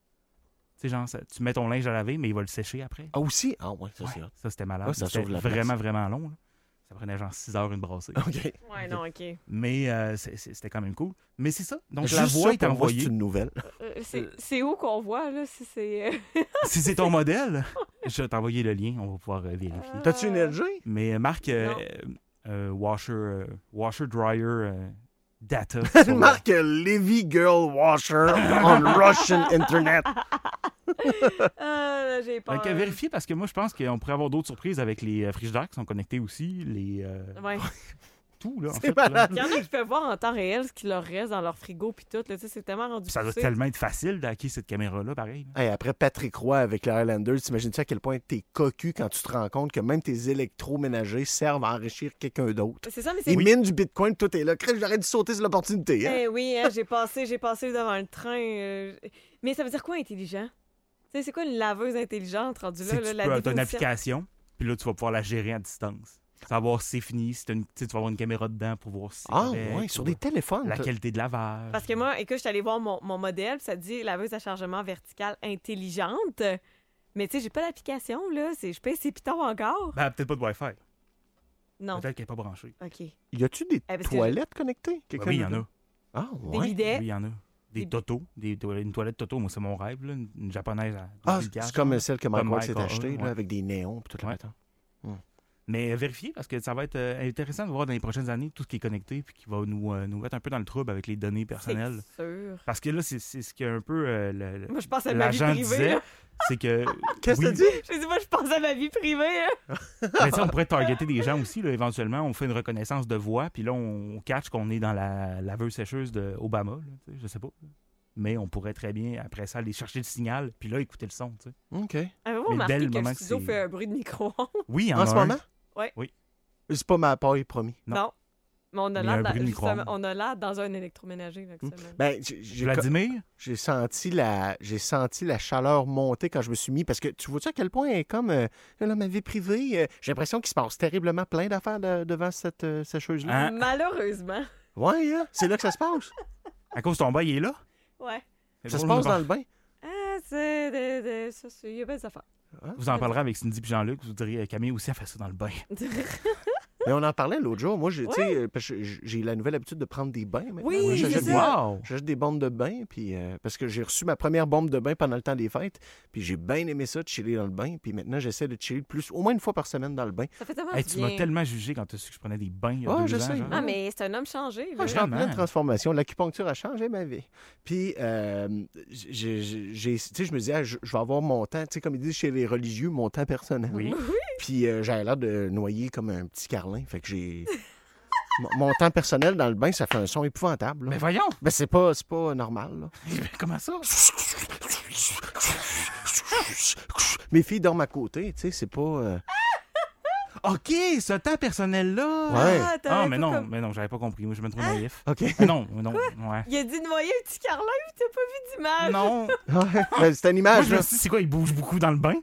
[SPEAKER 6] sais, genre, ça- tu mets ton linge à laver, mais il va le sécher après.
[SPEAKER 5] Ah aussi? Ah ouais, ça c'est
[SPEAKER 6] Ouais, ça, c'était malade.
[SPEAKER 5] Ouais, ça
[SPEAKER 6] C'était
[SPEAKER 5] sauve la place.
[SPEAKER 6] vraiment, vraiment long. là. Ça prenait genre 6 heures une brassée.
[SPEAKER 5] hot. OK.
[SPEAKER 7] Ouais, non, OK.
[SPEAKER 6] Mais euh, c'est- c'est- c'était quand même cool. Mais c'est ça. Donc
[SPEAKER 5] Juste
[SPEAKER 6] la
[SPEAKER 5] ça,
[SPEAKER 6] voix est
[SPEAKER 5] pour moi,
[SPEAKER 6] envoyée.
[SPEAKER 5] C'est une nouvelle.
[SPEAKER 7] Euh, c'est- C'est où qu'on voit, là? Si c'est... euh,
[SPEAKER 6] si c'est ton modèle, je vais t'envoyer le lien, on va pouvoir euh, vérifier.
[SPEAKER 5] T'as-tu une LG?
[SPEAKER 6] Mais euh, Marc, euh,
[SPEAKER 7] Non.
[SPEAKER 6] euh, washer, euh, washer dryer euh, data.
[SPEAKER 5] Une marque euh, Levy Girl Washer on Russian Internet.
[SPEAKER 7] Ah, là, j'ai peur.
[SPEAKER 6] Donc, à vérifier parce que moi, je pense qu'on pourrait avoir d'autres surprises avec les euh, frigidaires qui sont connectés aussi, les euh,
[SPEAKER 7] Ouais.
[SPEAKER 6] tout là. En
[SPEAKER 5] C'est
[SPEAKER 6] fait, là.
[SPEAKER 5] malade.
[SPEAKER 7] Il y en a qui peuvent voir en temps réel ce qui leur reste dans leur frigo puis tout. Là, tu sais, c'est tellement rendu
[SPEAKER 6] Puis Ça doit
[SPEAKER 7] poussé.
[SPEAKER 6] tellement être facile d'hacker cette caméra là, pareil. là.
[SPEAKER 5] Hey, après Patrick Roy avec les Highlanders, t'imagines-tu à quel point t'es cocu quand tu te rends compte que même tes électroménagers servent à enrichir quelqu'un d'autre?
[SPEAKER 7] C'est ça, mais c'est...
[SPEAKER 5] Ils minent du bitcoin, tout est là. Crève, j'aurais dû sauter sur l'opportunité. hein?
[SPEAKER 7] Eh oui, hein, j'ai passé, j'ai passé devant le train. euh, Mais ça veut dire quoi, intelligent? Tu sais, c'est quoi une laveuse intelligente rendue
[SPEAKER 6] C'est
[SPEAKER 7] là?
[SPEAKER 6] que
[SPEAKER 7] là,
[SPEAKER 6] tu
[SPEAKER 7] la
[SPEAKER 6] peux avoir ton
[SPEAKER 7] définition?
[SPEAKER 6] application, puis là, tu vas pouvoir la gérer à distance. savoir si c'est fini, si t'as une- tu sais, tu vas avoir une caméra dedans pour voir si c'est
[SPEAKER 5] Ah,
[SPEAKER 6] correct,
[SPEAKER 5] ouais, sur
[SPEAKER 6] ou euh,
[SPEAKER 5] des téléphones.
[SPEAKER 6] ben, la
[SPEAKER 5] t'as-
[SPEAKER 6] qualité de lavage.
[SPEAKER 7] Parce que moi, écoute, je suis allée voir mon, mon modèle, puis ça dit laveuse à chargement vertical intelligente. Mais tu sais, j'ai pas l'application, là. C'est, je paye ses pitons encore.
[SPEAKER 6] Ben, peut-être pas de Wi-Fi.
[SPEAKER 7] Non.
[SPEAKER 6] Peut-être qu'elle n'est pas branchée.
[SPEAKER 7] OK.
[SPEAKER 5] Y a-tu des
[SPEAKER 7] Eh, parce que
[SPEAKER 5] toilettes connectées?
[SPEAKER 6] Ben
[SPEAKER 5] Quelqu'un
[SPEAKER 6] oui, il y en
[SPEAKER 5] nous-
[SPEAKER 6] a.
[SPEAKER 5] Ah,
[SPEAKER 7] Des
[SPEAKER 5] ouais.
[SPEAKER 6] Oui,
[SPEAKER 7] bidets.
[SPEAKER 6] il y en a.
[SPEAKER 7] Des-
[SPEAKER 6] Des totos. Des to- une toilette toto, moi, c'est mon rêve, là, une une japonaise à
[SPEAKER 5] Ah,
[SPEAKER 6] 2000
[SPEAKER 5] c'est comme celle que Mike
[SPEAKER 6] Comme
[SPEAKER 5] Ward s'est
[SPEAKER 6] Mike,
[SPEAKER 5] achetée,
[SPEAKER 6] ouais.
[SPEAKER 5] là, avec des néons et tout le
[SPEAKER 6] Ouais.
[SPEAKER 5] temps.
[SPEAKER 6] Mais euh, vérifiez, parce que ça va être euh, intéressant de voir dans les prochaines années tout ce qui est connecté puis qui va nous, euh, nous mettre un peu dans le trouble avec les données personnelles.
[SPEAKER 7] C'est sûr.
[SPEAKER 6] Parce que là, c'est c'est ce que un peu euh, le- le-
[SPEAKER 7] Moi, je pense à ma vie
[SPEAKER 6] l'agent
[SPEAKER 7] privée.
[SPEAKER 6] disait,
[SPEAKER 7] là.
[SPEAKER 6] c'est que...
[SPEAKER 5] Qu'est-ce que t'as
[SPEAKER 6] oui,
[SPEAKER 5] dit?
[SPEAKER 7] Je dis, moi, je pense à ma vie privée. Là.
[SPEAKER 6] Ben, tu sais, on pourrait targeter des gens aussi, là, éventuellement. On fait une reconnaissance de voix, puis là, on, on catch qu'on est dans la laveuse sécheuse d'Obama. Je sais pas. Mais on pourrait très bien, après ça, aller chercher le signal, puis là, écouter le son. tu sais.
[SPEAKER 5] OK.
[SPEAKER 7] Avez-vous
[SPEAKER 6] Mais dès
[SPEAKER 7] remarqué
[SPEAKER 6] le
[SPEAKER 7] que
[SPEAKER 6] moment
[SPEAKER 7] le
[SPEAKER 6] que
[SPEAKER 7] studio
[SPEAKER 6] c'est-
[SPEAKER 7] fait un bruit de micro
[SPEAKER 6] Oui, il y en
[SPEAKER 5] En ce
[SPEAKER 6] a un.
[SPEAKER 5] moment?
[SPEAKER 7] Ouais.
[SPEAKER 6] Oui.
[SPEAKER 5] C'est pas ma paille, promis.
[SPEAKER 6] Non.
[SPEAKER 7] Mais on a
[SPEAKER 6] Mais un
[SPEAKER 7] l'air
[SPEAKER 6] bruit
[SPEAKER 7] dans,
[SPEAKER 6] de
[SPEAKER 7] justement,
[SPEAKER 6] micro-ondes.
[SPEAKER 7] on a l'air dans un électroménager. là, actuellement.
[SPEAKER 5] Ben, j'ai- j'ai co-
[SPEAKER 6] Vladimir?
[SPEAKER 5] j'ai senti la j'ai senti la chaleur monter quand je me suis mis parce que tu vois tu à quel point elle est comme euh, là ma vie privée euh, j'ai l'impression qu'il se passe terriblement plein d'affaires de- devant cette euh, sécheuse là.
[SPEAKER 6] Hein?
[SPEAKER 7] Malheureusement.
[SPEAKER 6] Ah.
[SPEAKER 5] Ouais, hein? c'est là que ça se passe.
[SPEAKER 6] À cause de ton bail, il est là?
[SPEAKER 7] Ouais.
[SPEAKER 5] Ça se
[SPEAKER 6] Bon,
[SPEAKER 5] passe
[SPEAKER 6] je-
[SPEAKER 5] dans le bain.
[SPEAKER 7] Ah, c'est. de- de- ça, c'est- Il y a des affaires.
[SPEAKER 6] Vous en parlerez avec Cindy et Jean-Luc. Vous direz, euh, Camille aussi a fait ça dans le bain.
[SPEAKER 5] Mais on en parlait l'autre jour. Moi, j'ai tu
[SPEAKER 7] Ouais.
[SPEAKER 5] sais, euh, parce que j'ai- j'ai la nouvelle habitude de prendre des bains. maintenant.
[SPEAKER 7] Oui,
[SPEAKER 5] Moi,
[SPEAKER 7] c'est
[SPEAKER 5] j'achète
[SPEAKER 7] ça.
[SPEAKER 5] des-
[SPEAKER 6] Wow!
[SPEAKER 5] J'achète des bombes de bain, puis euh, parce que j'ai reçu ma première bombe de bain pendant le temps des fêtes, puis j'ai bien aimé ça de chiller dans le bain, puis maintenant j'essaie de chiller le plus, au moins une fois par semaine dans le bain.
[SPEAKER 7] Ça fait tellement
[SPEAKER 6] Hey,
[SPEAKER 7] du
[SPEAKER 6] tu m'as
[SPEAKER 7] bien.
[SPEAKER 6] tellement jugé quand tu as su que Oh, je prenais des bains il y a
[SPEAKER 5] Ouais,
[SPEAKER 6] deux
[SPEAKER 5] je
[SPEAKER 6] ans,
[SPEAKER 5] sais.
[SPEAKER 6] genre.
[SPEAKER 7] Ah, mais c'est un homme changé.
[SPEAKER 5] Ah,
[SPEAKER 7] là.
[SPEAKER 5] je suis en pleine
[SPEAKER 6] Vraiment.
[SPEAKER 5] transformation. L'acupuncture a changé ma vie. Puis, euh, j'ai- j'ai- j'ai- tu sais, je me disais, ah, je, je vais avoir mon temps, tu sais, comme ils disent chez les religieux, mon temps personnel.
[SPEAKER 6] Oui.
[SPEAKER 5] Puis, euh, j'avais l'air de noyer comme un petit carlin. Fait que j'ai. mon, mon temps personnel dans le bain, ça fait un son épouvantable. là.
[SPEAKER 6] Mais voyons!
[SPEAKER 5] Ben, c'est pas, c'est pas normal. là.
[SPEAKER 6] Comment ça?
[SPEAKER 5] Mes filles dorment à côté, tu sais, c'est pas. euh,
[SPEAKER 6] OK, ce temps personnel-là!
[SPEAKER 5] Ouais.
[SPEAKER 7] Ah, t'as
[SPEAKER 6] Ah,
[SPEAKER 7] un
[SPEAKER 6] mais
[SPEAKER 7] peu
[SPEAKER 6] non,
[SPEAKER 7] comme-
[SPEAKER 6] mais non, j'avais pas compris. Moi, je me trop naïf.
[SPEAKER 5] OK.
[SPEAKER 6] Ah Non, non, ouais.
[SPEAKER 7] Il a dit de noyer un petit carlin, puis t'as pas vu d'image.
[SPEAKER 6] Non.
[SPEAKER 5] Ouais, ben, c'est une
[SPEAKER 6] Moi,
[SPEAKER 5] image,
[SPEAKER 6] je me
[SPEAKER 5] là.
[SPEAKER 6] suis dit, c'est quoi, il bouge beaucoup dans le bain?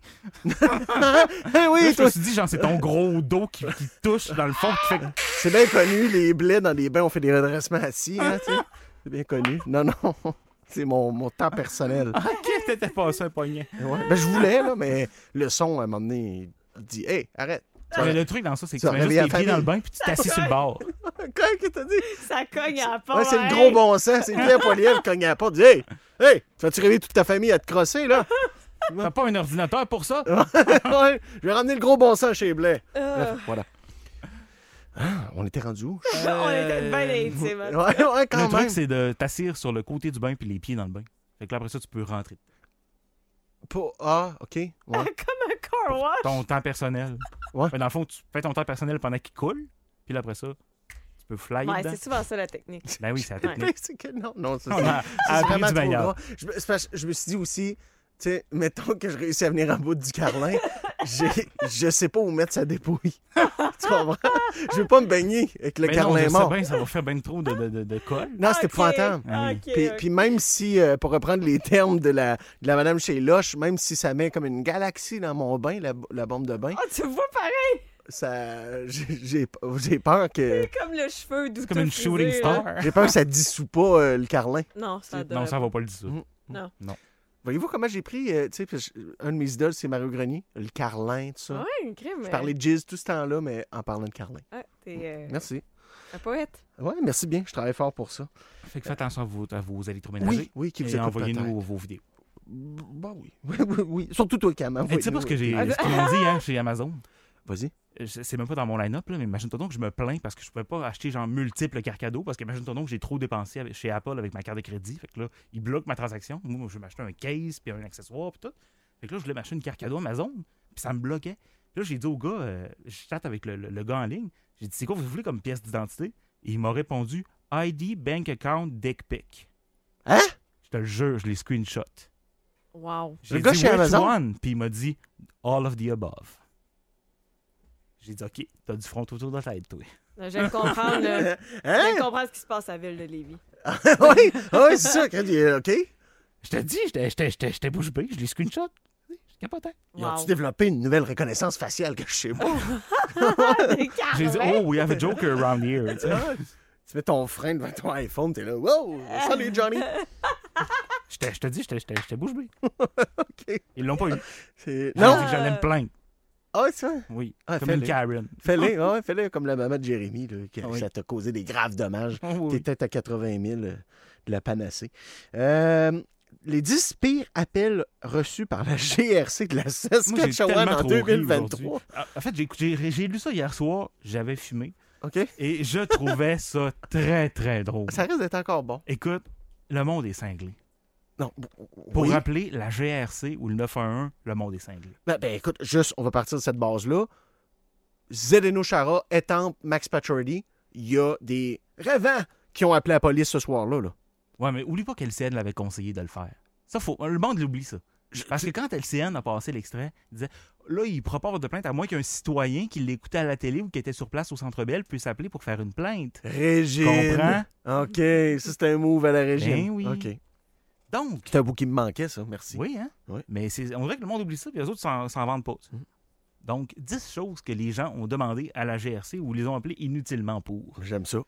[SPEAKER 5] Eh
[SPEAKER 6] Là,
[SPEAKER 5] oui,
[SPEAKER 6] je
[SPEAKER 5] toi,
[SPEAKER 6] me suis dit, genre, c'est ton gros dos qui, qui touche dans le fond, qui fait que-
[SPEAKER 5] c'est bien connu, les blés dans les bains, on fait des redressements assis, hein, tu sais. C'est bien connu. Non, non, c'est mon, mon temps personnel.
[SPEAKER 6] OK, t'étais passé un poignet.
[SPEAKER 5] Ouais. Ben, je voulais, là, mais le son, à un moment donné, il dit Hey, arrête.
[SPEAKER 6] Mais le truc dans ça, c'est que
[SPEAKER 5] Ça
[SPEAKER 6] tu mets juste
[SPEAKER 5] réveille
[SPEAKER 6] tes
[SPEAKER 5] la
[SPEAKER 6] pieds
[SPEAKER 5] famille.
[SPEAKER 6] dans le bain, puis tu t'assis sur le bord.
[SPEAKER 5] Quoi que t'as dit
[SPEAKER 7] Ça cogne à la porte.
[SPEAKER 5] Ouais, c'est le gros bon sens. C'est bien Poiliev qui cogne à la porte. dit Hey, hey, vas-tu réveiller toute ta famille à te crosser, là
[SPEAKER 6] T'as pas un ordinateur pour ça?
[SPEAKER 5] Ouais, Je vais ramener le gros bon sens chez Blais.
[SPEAKER 7] Euh,
[SPEAKER 5] Voilà. Ah, on était rendu où
[SPEAKER 7] on était bien
[SPEAKER 6] Euh,
[SPEAKER 7] intimes.
[SPEAKER 5] Ouais,
[SPEAKER 7] hein.
[SPEAKER 5] ouais, quand
[SPEAKER 6] le
[SPEAKER 5] même.
[SPEAKER 6] truc, c'est de t'assir sur le côté du bain, puis les pieds dans le bain. Fait que là, après ça, tu peux rentrer.
[SPEAKER 5] Pas- Ah, OK. ouais.
[SPEAKER 7] Comme un car wash.
[SPEAKER 6] Ton temps personnel.
[SPEAKER 5] Ah. Ouais.
[SPEAKER 6] Mais dans le fond, tu fais ton temps personnel pendant qu'il coule, puis là, après ça, tu peux flyer
[SPEAKER 7] Ouais,
[SPEAKER 6] dedans.
[SPEAKER 7] c'est souvent ça la technique.
[SPEAKER 6] Ben oui, c'est la technique.
[SPEAKER 5] Mais c'est que non, non, ça,
[SPEAKER 6] On
[SPEAKER 5] c'est-
[SPEAKER 6] a
[SPEAKER 5] c'est
[SPEAKER 6] appris
[SPEAKER 5] vraiment
[SPEAKER 6] du
[SPEAKER 5] trop
[SPEAKER 6] meilleur.
[SPEAKER 5] gras. Je, me- c'est parce que je me suis dit aussi, tu sais, mettons que je réussis à venir en bout du carlin, j'ai- je sais pas où mettre sa dépouille. tu comprends? Je veux pas me baigner avec le
[SPEAKER 6] Mais non,
[SPEAKER 5] carlin
[SPEAKER 6] je
[SPEAKER 5] mort.
[SPEAKER 6] sais bien, ça va faire bien trop de, de, de, de colle.
[SPEAKER 5] Non, c'était
[SPEAKER 7] Ok,
[SPEAKER 5] épouvantable.
[SPEAKER 6] Ah
[SPEAKER 7] ok,
[SPEAKER 5] Puis,
[SPEAKER 7] ok.
[SPEAKER 5] puis même si, euh, pour reprendre les termes de la, de la madame chez Loche, même si ça met comme une galaxie dans mon bain, la, la bombe de bain,
[SPEAKER 7] Ah, tu vois pareil,
[SPEAKER 5] ça, j'ai, j'ai- j'ai peur que
[SPEAKER 7] comme le cheveu douteux
[SPEAKER 6] C'est comme une
[SPEAKER 7] frisé,
[SPEAKER 6] shooting
[SPEAKER 7] là.
[SPEAKER 6] star.
[SPEAKER 5] j'ai peur que ça dissout pas euh, le carlin.
[SPEAKER 7] Non, ça
[SPEAKER 6] Non,
[SPEAKER 7] donne.
[SPEAKER 6] ça va pas le dire.
[SPEAKER 5] Voyez-vous comment j'ai pris, euh, tu sais, parce que un de mes idoles, c'est Mario Grenier, le carlin, tout ça.
[SPEAKER 7] Ouais, une crime.
[SPEAKER 5] Je parlais de jizz tout ce temps-là, mais en parlant de Carlin.
[SPEAKER 7] Ah, t'es euh,
[SPEAKER 5] Merci.
[SPEAKER 7] un poète.
[SPEAKER 5] Ouais, merci bien. Je travaille fort pour ça.
[SPEAKER 6] Fait que faites attention à vos, à vos électroménagers.
[SPEAKER 5] Oui, oui, qui vous
[SPEAKER 6] Et
[SPEAKER 5] écoute peut-être.
[SPEAKER 6] envoyez-nous vos, vos vidéos.
[SPEAKER 5] Bah oui. oui, oui, oui. Surtout toi, Cam.
[SPEAKER 6] Hey, Eh, tu sais pas
[SPEAKER 5] envoie-nous.
[SPEAKER 6] ce que j'ai,
[SPEAKER 5] Ah,
[SPEAKER 6] ce qu'ils m'ont dit hein, chez Amazon?
[SPEAKER 5] Vas-y.
[SPEAKER 6] Euh, je- C'est même pas dans mon line-up, là, mais imagine-toi donc que je me plains parce que je pouvais pas acheter genre multiples carcadeaux parce qu'imagine-toi donc que j'ai trop dépensé avec- chez Apple avec ma carte de crédit. Fait que là, ils bloquent ma transaction. Moi, moi, je vais m'acheter un case puis un accessoire puis tout. Fait que là, je voulais m'acheter une carte cadeau Amazon puis ça me bloquait. Puis là, j'ai dit au gars, euh, je chatte avec le, le- le gars en ligne, j'ai dit, c'est quoi vous voulez comme pièce d'identité? Et il m'a répondu, ID, bank account, dick pic.
[SPEAKER 5] Hein?
[SPEAKER 6] Je te le jure, je l'ai screenshot.
[SPEAKER 7] Wow.
[SPEAKER 6] J'ai
[SPEAKER 5] gars
[SPEAKER 6] dit,
[SPEAKER 5] chez
[SPEAKER 6] Which
[SPEAKER 5] Amazon?
[SPEAKER 6] one? Puis il m'a dit All of the above. J'ai dit OK, t'as du front autour de la tête, toi.
[SPEAKER 7] J'aime comprendre, là. J'aime
[SPEAKER 5] Hein?
[SPEAKER 7] comprendre ce qui se passe à la ville de Lévis.
[SPEAKER 5] oui, oui c'est ça. Quand il est- OK.
[SPEAKER 6] Je te dis, j'étais- j'étais j'étais- j'étais bouche bée, je l'ai screenshot. Je Capotin.
[SPEAKER 5] Ils ont-tu développé une nouvelle reconnaissance faciale que je sais pas?
[SPEAKER 7] Des
[SPEAKER 5] Ah,
[SPEAKER 7] cartes,
[SPEAKER 6] J'ai dit,
[SPEAKER 7] hein?
[SPEAKER 6] oh, we have a joker around here. tu sais.
[SPEAKER 5] tu mets ton frein devant ton iPhone, t'es là, wow, salut Johnny!
[SPEAKER 6] J'étais- Je te dis, j'étais- j'étais j'étais bouche bée.
[SPEAKER 5] OK.
[SPEAKER 6] Ils l'ont pas eu.
[SPEAKER 5] C'est-
[SPEAKER 6] Non.
[SPEAKER 5] Non?
[SPEAKER 6] J'allais me plaindre.
[SPEAKER 5] Ah, ouais, Ah. c'est vrai?
[SPEAKER 6] Oui.
[SPEAKER 5] Ah,
[SPEAKER 6] comme une
[SPEAKER 5] fais-le.
[SPEAKER 6] Karen.
[SPEAKER 5] Fais-le, ouais, fais-le comme la maman de Jérémy, là, que
[SPEAKER 6] Ah oui.
[SPEAKER 5] ça t'a causé des graves dommages.
[SPEAKER 6] Oh, oui.
[SPEAKER 5] T'étais à 80 000 euh, de la panacée. Euh, les 10 pires appels reçus par la GRC de la
[SPEAKER 6] Moi, j'ai
[SPEAKER 5] Saskatchewan
[SPEAKER 6] tellement
[SPEAKER 5] en
[SPEAKER 6] trop ri aujourd'hui.
[SPEAKER 5] 2023.
[SPEAKER 6] Ah, En fait, j'ai écouté- j'ai j'ai lu ça hier soir, j'avais fumé,
[SPEAKER 5] OK?
[SPEAKER 6] et je trouvais ça très, très drôle.
[SPEAKER 5] Ça risque d'être encore bon.
[SPEAKER 6] Écoute, le monde est cinglé.
[SPEAKER 5] Non.
[SPEAKER 6] Pour
[SPEAKER 5] oui.
[SPEAKER 6] rappeler la GRC ou le 911, le monde est cinglé.
[SPEAKER 5] Ben, ben, écoute, juste, on va partir de cette base-là. Zdeno Chara, Étampe, Max Pacioretty, il y a des rêvants qui ont appelé la police ce soir-là. là.
[SPEAKER 6] Ouais, mais oublie pas qu'LCN l'avait conseillé de le faire. Ça, faut, le monde l'oublie, ça. Parce que quand LCN a passé l'extrait, il disait Là, il propose de plainte à moins qu'un citoyen qui l'écoutait à la télé ou qui était sur place au centre Bell puisse appeler pour faire une plainte.
[SPEAKER 5] Régime. OK, ça c'est un move à la régime.
[SPEAKER 6] Ben oui.
[SPEAKER 5] OK.
[SPEAKER 6] Donc,
[SPEAKER 5] C'est un bout qui me manquait, ça. Merci.
[SPEAKER 6] oui, hein?
[SPEAKER 5] Oui. Mm.
[SPEAKER 6] Mais c'est- on dirait que le monde oublie ça, puis les autres s'en s'en vendent pas. Donc, 10 choses que les gens ont demandé à la GRC ou les ont appelés inutilement pour.
[SPEAKER 5] J'aime ça.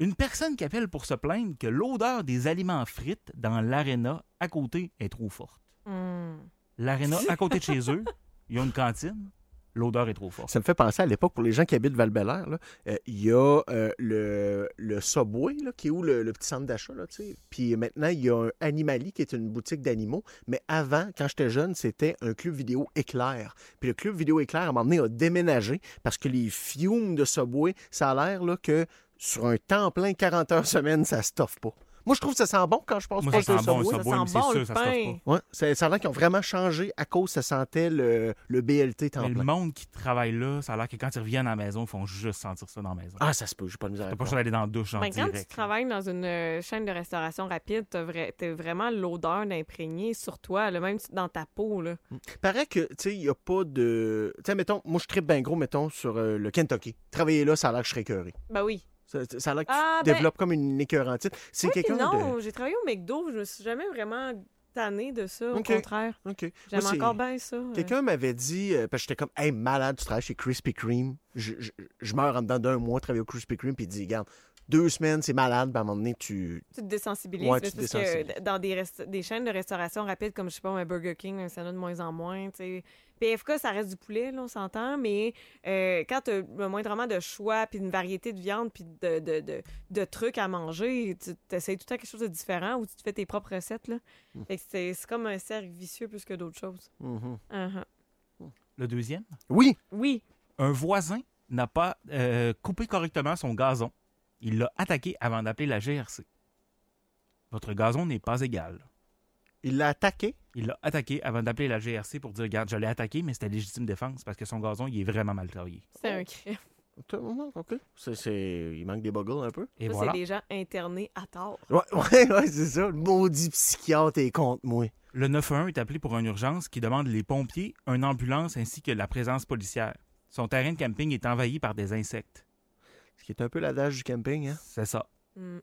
[SPEAKER 6] Une personne qui appelle pour se plaindre que l'odeur des aliments frites dans l'aréna à côté est trop forte.
[SPEAKER 7] Hmm.
[SPEAKER 6] L'aréna à côté de chez eux, ils ont une cantine, l'odeur est trop forte.
[SPEAKER 5] Ça me fait penser à l'époque, pour les gens qui habitent val là, euh, il y a euh, le, le Subway, là, qui est où le, le petit centre d'achat, là, tu sais. Puis maintenant, il y a un Animali, qui est une boutique d'animaux. Mais avant, quand j'étais jeune, c'était un club vidéo éclair. Puis le club vidéo éclair, à un moment donné, a déménagé parce que les fumes de Subway, ça a l'air là, que sur un temps plein, 40 heures semaine, ça se toffe pas. Moi, je trouve que ça sent bon quand je passe
[SPEAKER 6] Moi,
[SPEAKER 5] proche
[SPEAKER 6] ça
[SPEAKER 5] de
[SPEAKER 6] sent bon,
[SPEAKER 5] Subway.
[SPEAKER 6] un Subway, mais
[SPEAKER 7] Ça sent
[SPEAKER 6] c'est
[SPEAKER 7] bon,
[SPEAKER 6] sûr,
[SPEAKER 7] le
[SPEAKER 6] ça se passe
[SPEAKER 7] pain.
[SPEAKER 6] pas.
[SPEAKER 5] Ouais, ça, ça a l'air qu'ils ont vraiment changé à cause ça sentait le, le BLT temps
[SPEAKER 6] Mais
[SPEAKER 5] plein.
[SPEAKER 6] le monde qui travaille là, ça a l'air que quand ils reviennent à la maison, ils font juste sentir ça dans la maison.
[SPEAKER 5] Ah, ça se peut, j'ai pas de misère.
[SPEAKER 6] T'as
[SPEAKER 5] avec
[SPEAKER 6] pas le
[SPEAKER 5] ça.
[SPEAKER 6] choix d'aller dans la douche en
[SPEAKER 7] Ben, quand tu
[SPEAKER 6] direct.
[SPEAKER 7] travailles dans une euh, chaîne de restauration rapide, t'as vrai- t'as vraiment l'odeur d'imprégnée sur toi, là, même dans ta peau. Là.
[SPEAKER 5] Paraît que, tu sais, il n'y a pas de. Tu sais, mettons, moi, je tripe bien gros, mettons, sur euh, le Kentucky. Travailler là, ça a l'air que je serais écœuré.
[SPEAKER 7] Ben oui.
[SPEAKER 5] Ça, ça a l'air que
[SPEAKER 7] Ah,
[SPEAKER 5] tu
[SPEAKER 7] ben-
[SPEAKER 5] développes comme une écœurantite. C'est
[SPEAKER 7] Oui, puis
[SPEAKER 5] quelqu'un
[SPEAKER 7] non,
[SPEAKER 5] de.
[SPEAKER 7] j'ai travaillé au McDo, je me suis jamais vraiment tannée de ça.
[SPEAKER 5] Ok.
[SPEAKER 7] Au contraire,
[SPEAKER 5] OK. Moi,
[SPEAKER 7] j'aime
[SPEAKER 5] c'est-
[SPEAKER 7] encore bien ça. euh.
[SPEAKER 5] Quelqu'un m'avait dit, euh, parce que j'étais comme, hey, malade, tu travailles chez Krispy Kreme. Je, je- je meurs en dedans d'un mois, travailler au Krispy Kreme, puis il dit, regarde, deux semaines, c'est malade, puis à un moment donné, tu.
[SPEAKER 7] Tu te désensibilises.
[SPEAKER 5] Ouais,
[SPEAKER 7] là,
[SPEAKER 5] tu te
[SPEAKER 7] parce que
[SPEAKER 5] désensibilises.
[SPEAKER 7] d- dans des, resta- des chaînes de restauration rapide, comme je sais pas, un Burger King, là, ça en a de moins en moins. tu sais. PFK, ça reste du poulet, là, on s'entend, mais euh, quand tu as le moindrement de choix, puis une variété de viande, puis de, de, de, de trucs à manger, tu essayes tout le temps quelque chose de différent ou tu te fais tes propres recettes. Là.
[SPEAKER 5] Hmm.
[SPEAKER 7] Fait que c'est c'est comme un cercle vicieux plus que d'autres choses.
[SPEAKER 5] Mhm.
[SPEAKER 7] Uh-huh.
[SPEAKER 6] Le deuxième,
[SPEAKER 5] Oui!
[SPEAKER 7] Oui,
[SPEAKER 6] un voisin n'a pas euh, coupé correctement son gazon. Il l'a attaqué avant d'appeler la GRC. Votre gazon n'est pas égal.
[SPEAKER 5] Il l'a attaqué.
[SPEAKER 6] Il l'a attaqué avant d'appeler la GRC pour dire Regarde, je l'ai attaqué, mais c'était légitime défense parce que son gazon, il est vraiment mal travaillé.
[SPEAKER 7] c'est
[SPEAKER 5] Oh.
[SPEAKER 7] un crime.
[SPEAKER 5] OK. C'est- c'est- Il manque des buggles un peu.
[SPEAKER 6] Et
[SPEAKER 7] Ça,
[SPEAKER 6] voilà.
[SPEAKER 7] c'est des gens internés à tort.
[SPEAKER 5] Ouais, ouais, ouais, c'est ça. Le maudit psychiatre est contre moi.
[SPEAKER 6] Le 911 est appelé pour une urgence qui demande les pompiers, une ambulance ainsi que la présence policière. Son terrain de camping est envahi par des insectes.
[SPEAKER 5] Ce qui est un peu l'adage du camping, hein?
[SPEAKER 6] C'est ça.
[SPEAKER 7] Mm.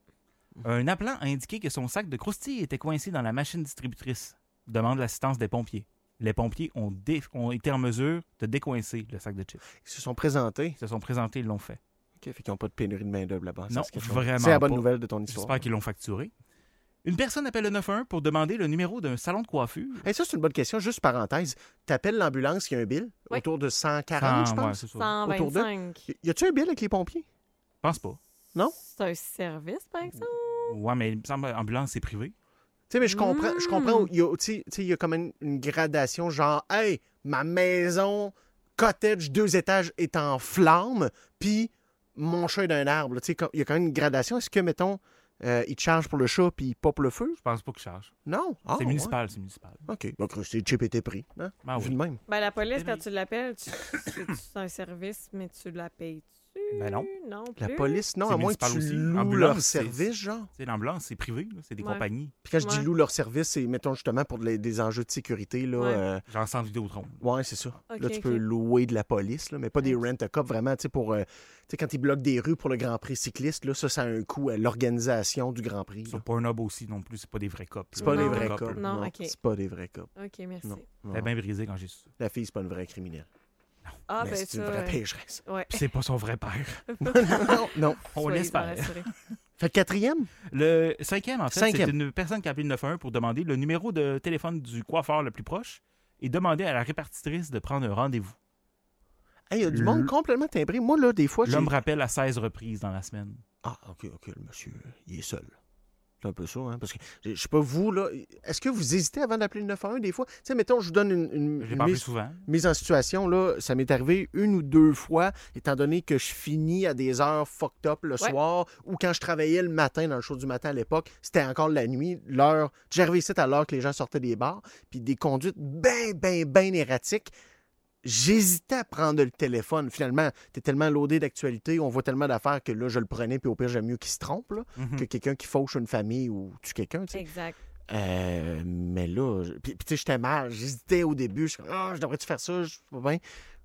[SPEAKER 6] Un appelant a indiqué que son sac de croustilles était coincé dans la machine distributrice. Demande l'assistance des pompiers. Les pompiers ont, dé- ont été en mesure de décoincer le sac de chips.
[SPEAKER 5] Ils se sont présentés.
[SPEAKER 6] Ils se sont présentés, ils l'ont fait.
[SPEAKER 5] OK, fait qu'ils n'ont pas de pénurie de main-d'œuvre là-bas. C'est
[SPEAKER 6] Non,
[SPEAKER 5] ce qu'ils font.
[SPEAKER 6] vraiment
[SPEAKER 5] C'est la bonne
[SPEAKER 6] pas.
[SPEAKER 5] nouvelle de ton histoire.
[SPEAKER 6] J'espère qu'ils l'ont facturé. Une personne appelle le 911 pour demander le numéro d'un salon de coiffure.
[SPEAKER 5] Hey, ça, c'est une bonne question. Juste parenthèse. T'appelles l'ambulance, il y a un bill
[SPEAKER 7] Oui.
[SPEAKER 5] autour de 140, je
[SPEAKER 6] Sans- ouais,
[SPEAKER 5] pense.
[SPEAKER 6] c'est ça.
[SPEAKER 5] Autour d'eux?
[SPEAKER 7] 125.
[SPEAKER 5] Y- Y a-tu un bill avec les pompiers?
[SPEAKER 6] Je pense pas.
[SPEAKER 7] C'est un service, par
[SPEAKER 5] Ben,
[SPEAKER 7] exemple?
[SPEAKER 6] Ouais, mais il me semble ambulance, c'est privé.
[SPEAKER 5] Tu sais, mais je comprends. Je comprends.
[SPEAKER 7] Mm.
[SPEAKER 5] où
[SPEAKER 6] Hmm.
[SPEAKER 5] Il y a, tu sais- tu sais, il y a comme une, une gradation genre, hey, ma maison, cottage, deux étages est en flammes, puis mon chat est d'un arbre. là. Tu sais, comme- il y a quand même une gradation. Est-ce que, mettons, euh, ils te chargent pour le chat puis ils popent le feu?
[SPEAKER 6] Je pense pas que je charge.
[SPEAKER 5] Non. Ah,
[SPEAKER 6] c'est
[SPEAKER 5] ouais.
[SPEAKER 6] municipal, c'est municipal.
[SPEAKER 5] OK. Bah, Donc, c'est cheap et t'es pris. Hein?
[SPEAKER 6] Ah
[SPEAKER 5] Vu
[SPEAKER 6] oui.
[SPEAKER 5] de même.
[SPEAKER 7] Ben, la police,
[SPEAKER 6] Mais
[SPEAKER 7] quand
[SPEAKER 6] oui.
[SPEAKER 7] tu l'appelles, tu- c'est c'est un service, mais tu la payes-tu?
[SPEAKER 6] Ben non.
[SPEAKER 7] Non plus.
[SPEAKER 5] La police, non,
[SPEAKER 6] C'est
[SPEAKER 5] à moins que tu
[SPEAKER 6] municipal aussi.
[SPEAKER 5] loues
[SPEAKER 6] Ambulance,
[SPEAKER 5] leur
[SPEAKER 6] c'est-
[SPEAKER 5] service, genre.
[SPEAKER 6] C'est l'ambulance, c'est privé, là, c'est des
[SPEAKER 7] Ouais.
[SPEAKER 6] compagnies.
[SPEAKER 5] Puis quand je dis
[SPEAKER 7] Ouais.
[SPEAKER 5] loue leur service, c'est, mettons, justement, pour les- des enjeux de sécurité, là.
[SPEAKER 7] Ouais.
[SPEAKER 5] euh,
[SPEAKER 6] Genre sans Vidéotron.
[SPEAKER 5] Ouais, c'est ça.
[SPEAKER 7] Ok,
[SPEAKER 5] là, tu
[SPEAKER 7] ok.
[SPEAKER 5] peux louer de la police, là, mais pas des
[SPEAKER 7] Ok.
[SPEAKER 5] rent-a-cop, vraiment, tu sais, pour... euh, tu sais, quand ils bloquent des rues pour le Grand Prix cycliste, là, ça, ça a un coût à l'organisation du Grand Prix. là.
[SPEAKER 6] Sur Pornhub aussi non plus, c'est pas des vrais cops.
[SPEAKER 5] C'est pas
[SPEAKER 7] Non.
[SPEAKER 5] des vrais
[SPEAKER 7] Non,
[SPEAKER 5] cops.
[SPEAKER 7] non,
[SPEAKER 5] Non,
[SPEAKER 7] ok.
[SPEAKER 5] c'est pas des vrais cops.
[SPEAKER 7] OK, merci.
[SPEAKER 5] Non. Non.
[SPEAKER 6] J'ai bien brisé quand j'ai su ça.
[SPEAKER 5] La fille, c'est pas une vraie criminelle.
[SPEAKER 7] Ah,
[SPEAKER 5] mais
[SPEAKER 7] ben
[SPEAKER 5] c'est
[SPEAKER 7] ça.
[SPEAKER 5] une vraie
[SPEAKER 7] euh,
[SPEAKER 5] pécheresse.
[SPEAKER 7] ouais.
[SPEAKER 6] Puis c'est pas son vrai père.
[SPEAKER 5] non, non.
[SPEAKER 6] On
[SPEAKER 7] Soyez
[SPEAKER 6] l'espère.
[SPEAKER 7] rassurés.
[SPEAKER 5] Fait le quatrième?
[SPEAKER 6] Le cinquième, en fait, c'est
[SPEAKER 5] Cinquième.
[SPEAKER 6] une personne qui a appelé le 911 pour demander le numéro de téléphone du coiffeur le plus proche et demander à la répartitrice de prendre un rendez-vous.
[SPEAKER 5] Il y a du
[SPEAKER 6] Le-
[SPEAKER 5] monde complètement timbré. Moi, là, des fois, j'ai...
[SPEAKER 6] L'homme rappelle à 16 reprises dans la semaine.
[SPEAKER 5] Ah, ok, ok, le monsieur, il est seul. C'est un peu ça, hein? Parce que je je sais pas, vous, là, est-ce que vous hésitez avant d'appeler le 911 des fois? Tu sais, mettons, je vous donne une, une-
[SPEAKER 6] J'ai
[SPEAKER 5] une
[SPEAKER 6] parlé
[SPEAKER 5] mise,
[SPEAKER 6] souvent.
[SPEAKER 5] mise en situation, là, ça m'est arrivé une ou deux fois, étant donné que je finis à des heures fucked up le
[SPEAKER 7] Ouais.
[SPEAKER 5] soir, ou quand je travaillais le matin dans le show du matin à l'époque, c'était encore la nuit, l'heure. J'arrivais ici à l'heure que les gens sortaient des bars, puis des conduites bien, bien, bien erratiques. J'hésitais à prendre le téléphone. Finalement, t'es tellement loadé d'actualité, on voit tellement d'affaires que là, je le prenais, puis au pire, j'aime mieux qu'il se trompe, là,
[SPEAKER 6] Mhm.
[SPEAKER 5] que quelqu'un qui fauche une famille ou tue quelqu'un, tu sais.
[SPEAKER 7] Exact.
[SPEAKER 5] Euh, mais là, je- puis, puis tu sais, j'étais mal, j'hésitais au début, je suis comme, ah, je devrais-tu faire ça, je sais pas bien.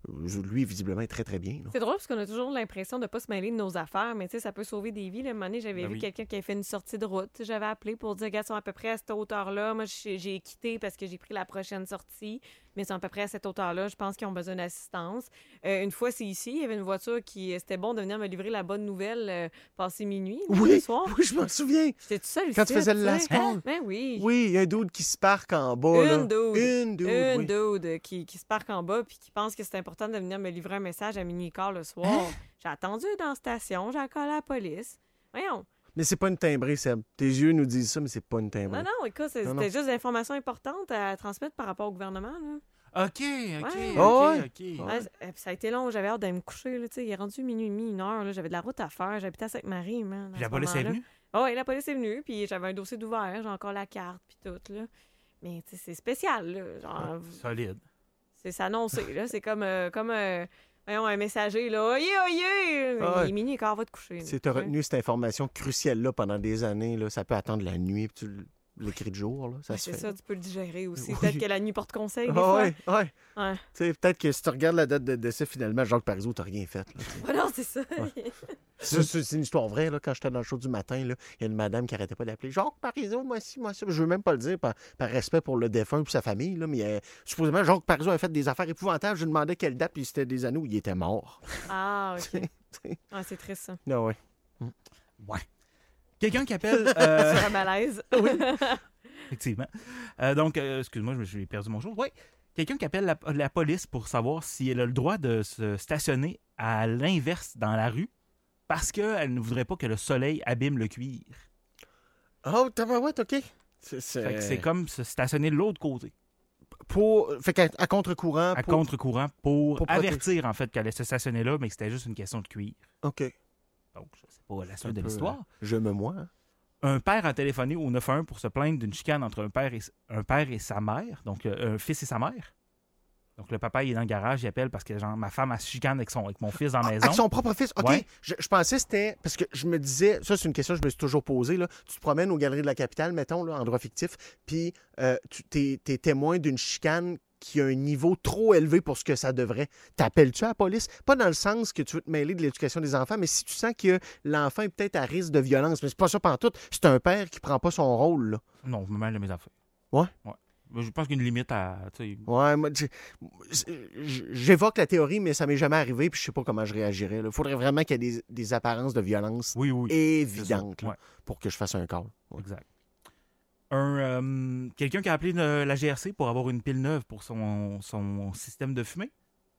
[SPEAKER 5] Euh, Lui, visiblement, est très très bien. là.
[SPEAKER 7] C'est drôle parce qu'on a toujours l'impression de ne pas se mêler de nos affaires, mais tu sais, ça peut sauver des vies. Là, un moment donné, j'avais
[SPEAKER 6] Ben
[SPEAKER 7] vu
[SPEAKER 6] oui.
[SPEAKER 7] quelqu'un qui avait fait une sortie de route. J'avais appelé pour dire, gars, ils sont à peu près à cette hauteur-là. Moi, j'ai j'ai quitté parce que j'ai pris la prochaine sortie, mais ils sont à peu près à cette hauteur-là. Je pense qu'ils ont besoin d'assistance. Euh, une fois, c'est ici. Il y avait une voiture qui. euh, C'était bon de venir me livrer la bonne nouvelle euh, passé minuit, le
[SPEAKER 5] Oui,
[SPEAKER 7] soir.
[SPEAKER 5] oui, je m'en souviens.
[SPEAKER 7] J'étais tout seul.
[SPEAKER 5] Quand tu
[SPEAKER 7] ici,
[SPEAKER 5] faisais le
[SPEAKER 7] sais.
[SPEAKER 5] last call.
[SPEAKER 7] Ben oui.
[SPEAKER 5] Oui, il y a un dude qui se parque en bas. là.
[SPEAKER 7] Une dude.
[SPEAKER 5] Une dude.
[SPEAKER 7] Une
[SPEAKER 5] oui.
[SPEAKER 7] dude qui, qui se parque en bas puis qui pense que c'est important de venir me livrer un message à minuit quart le soir.
[SPEAKER 5] Hein?
[SPEAKER 7] J'ai attendu dans la station, j'ai collé à la police. Voyons.
[SPEAKER 5] Mais c'est pas une timbrée, Seb. Tes yeux nous disent ça, mais c'est pas une timbrée.
[SPEAKER 7] Non, non, écoute, c'est-
[SPEAKER 5] Non, non.
[SPEAKER 7] c'était juste des informations importantes à transmettre par rapport au gouvernement. là.
[SPEAKER 6] OK, OK,
[SPEAKER 7] Ouais.
[SPEAKER 5] Ah
[SPEAKER 6] OK, OK.
[SPEAKER 7] Ouais, c'est- euh, puis ça a été long, j'avais hâte de me coucher. Là, tu sais, il est rendu minuit, et demi, une heure. là, J'avais de la route à faire, j'habitais à Sainte-Marie. man, à
[SPEAKER 6] Puis la
[SPEAKER 7] ce
[SPEAKER 6] police est
[SPEAKER 7] moment-là.
[SPEAKER 6] venue.
[SPEAKER 7] Ah ouais, la police est venue, puis j'avais un dossier d'ouvert, j'ai encore la carte, puis tout. Là. Mais tu sais, c'est spécial. Là, genre,
[SPEAKER 6] Solide.
[SPEAKER 7] C'est s'annoncer, là. C'est comme, euh, comme euh, voyons, un messager, là. Oye, oye!
[SPEAKER 5] Ah ouais.
[SPEAKER 7] Il est minuit et quart, va te coucher. là,
[SPEAKER 5] Tu
[SPEAKER 7] tu
[SPEAKER 5] as
[SPEAKER 7] sais.
[SPEAKER 5] retenu cette information cruciale-là pendant des années. Là. Ça peut attendre la nuit, puis tu l- l'écris de jour. Là. Ça
[SPEAKER 7] Ouais,
[SPEAKER 5] se
[SPEAKER 7] C'est
[SPEAKER 5] fait.
[SPEAKER 7] ça, tu peux le digérer aussi.
[SPEAKER 5] Oui.
[SPEAKER 7] Peut-être que la nuit porte conseil, des
[SPEAKER 5] Ah
[SPEAKER 7] fois.
[SPEAKER 5] ouais, ouais.
[SPEAKER 7] Ouais.
[SPEAKER 5] Tu sais, Peut-être que si tu regardes la date de décès, finalement, Jacques Parizeau, t'as rien fait. là.
[SPEAKER 7] Ouais, non, c'est ça.
[SPEAKER 5] Ça, C'est c'est une histoire vraie. Là. Quand j'étais dans le show du matin, là, il y a une madame qui arrêtait pas d'appeler Jacques Parizeau, moi ci, moi ça. Je veux même pas le dire par, par respect pour le défunt et sa famille. Là, mais euh, supposément, Jacques Parizeau a fait des affaires épouvantables. Je lui demandais quelle date, puis c'était des années où il était mort.
[SPEAKER 7] Ah, OK. Ah, c'est triste, ça.
[SPEAKER 5] Non, ouais.
[SPEAKER 6] Ouais. Quelqu'un qui appelle. euh,
[SPEAKER 7] Sur un malaise.
[SPEAKER 6] Effectivement. Euh, donc, euh, excuse-moi, je me suis perdu mon jour. Oui. Quelqu'un qui appelle la, la police pour savoir si elle a le droit de se stationner à l'inverse dans la rue parce qu'elle ne voudrait pas que le soleil abîme le cuir.
[SPEAKER 5] Oh, tabarouette, OK. C'est-
[SPEAKER 6] Fait
[SPEAKER 5] C'est
[SPEAKER 6] que c'est comme se stationner de l'autre côté,
[SPEAKER 5] pour... Fait qu'à à contre-courant.
[SPEAKER 6] à
[SPEAKER 5] pour-
[SPEAKER 6] contre-courant, Ah, pour,
[SPEAKER 5] Pour protéger.
[SPEAKER 6] avertir en fait qu'elle allait se stationner là, mais que c'était juste une question de cuir.
[SPEAKER 5] OK.
[SPEAKER 6] Donc, je sais pas la suite
[SPEAKER 5] un
[SPEAKER 6] de
[SPEAKER 5] peu,
[SPEAKER 6] l'histoire.
[SPEAKER 5] Je me moi. hein.
[SPEAKER 6] Un père a téléphoné au 911 pour se plaindre d'une chicane entre un père et, un père et sa mère, donc euh, un fils et sa mère. Donc le papa il est dans le garage, il appelle parce que genre ma femme a se chicane avec, son, avec mon fils dans la
[SPEAKER 5] Ah,
[SPEAKER 6] maison.
[SPEAKER 5] Avec son propre fils. OK.
[SPEAKER 6] Ouais.
[SPEAKER 5] Je, je pensais que c'était. Parce que je me disais. Ça, c'est une question que je me suis toujours posée. Là. Tu te promènes aux galeries de la capitale, mettons, là, endroit fictif, puis euh, tu es, témoin d'une chicane qui a un niveau trop élevé pour ce que ça devrait. T'appelles-tu à la police? Pas dans le sens que tu veux te mêler de l'éducation des enfants, mais si tu sens que l'enfant est peut-être à risque de violence, mais c'est pas ça pantoute, c'est un père qui prend pas son rôle. Là.
[SPEAKER 6] Non, je me mêle de mes affaires.
[SPEAKER 5] Ouais?
[SPEAKER 6] Mais Je pense qu'il y a une limite à. tu sais,
[SPEAKER 5] Ouais, moi, j'ai- j'ai- j'évoque la théorie, mais ça m'est jamais arrivé, puis je sais pas comment je réagirais. Il faudrait vraiment qu'il y ait des, des apparences de violence
[SPEAKER 6] Oui, oui. c'est ça.
[SPEAKER 5] évidente là,
[SPEAKER 6] Ouais,
[SPEAKER 5] pour que je fasse un call. Ouais.
[SPEAKER 6] exact. Un, euh, Quelqu'un qui a appelé euh, la GRC pour avoir une pile neuve pour son, son système de fumée.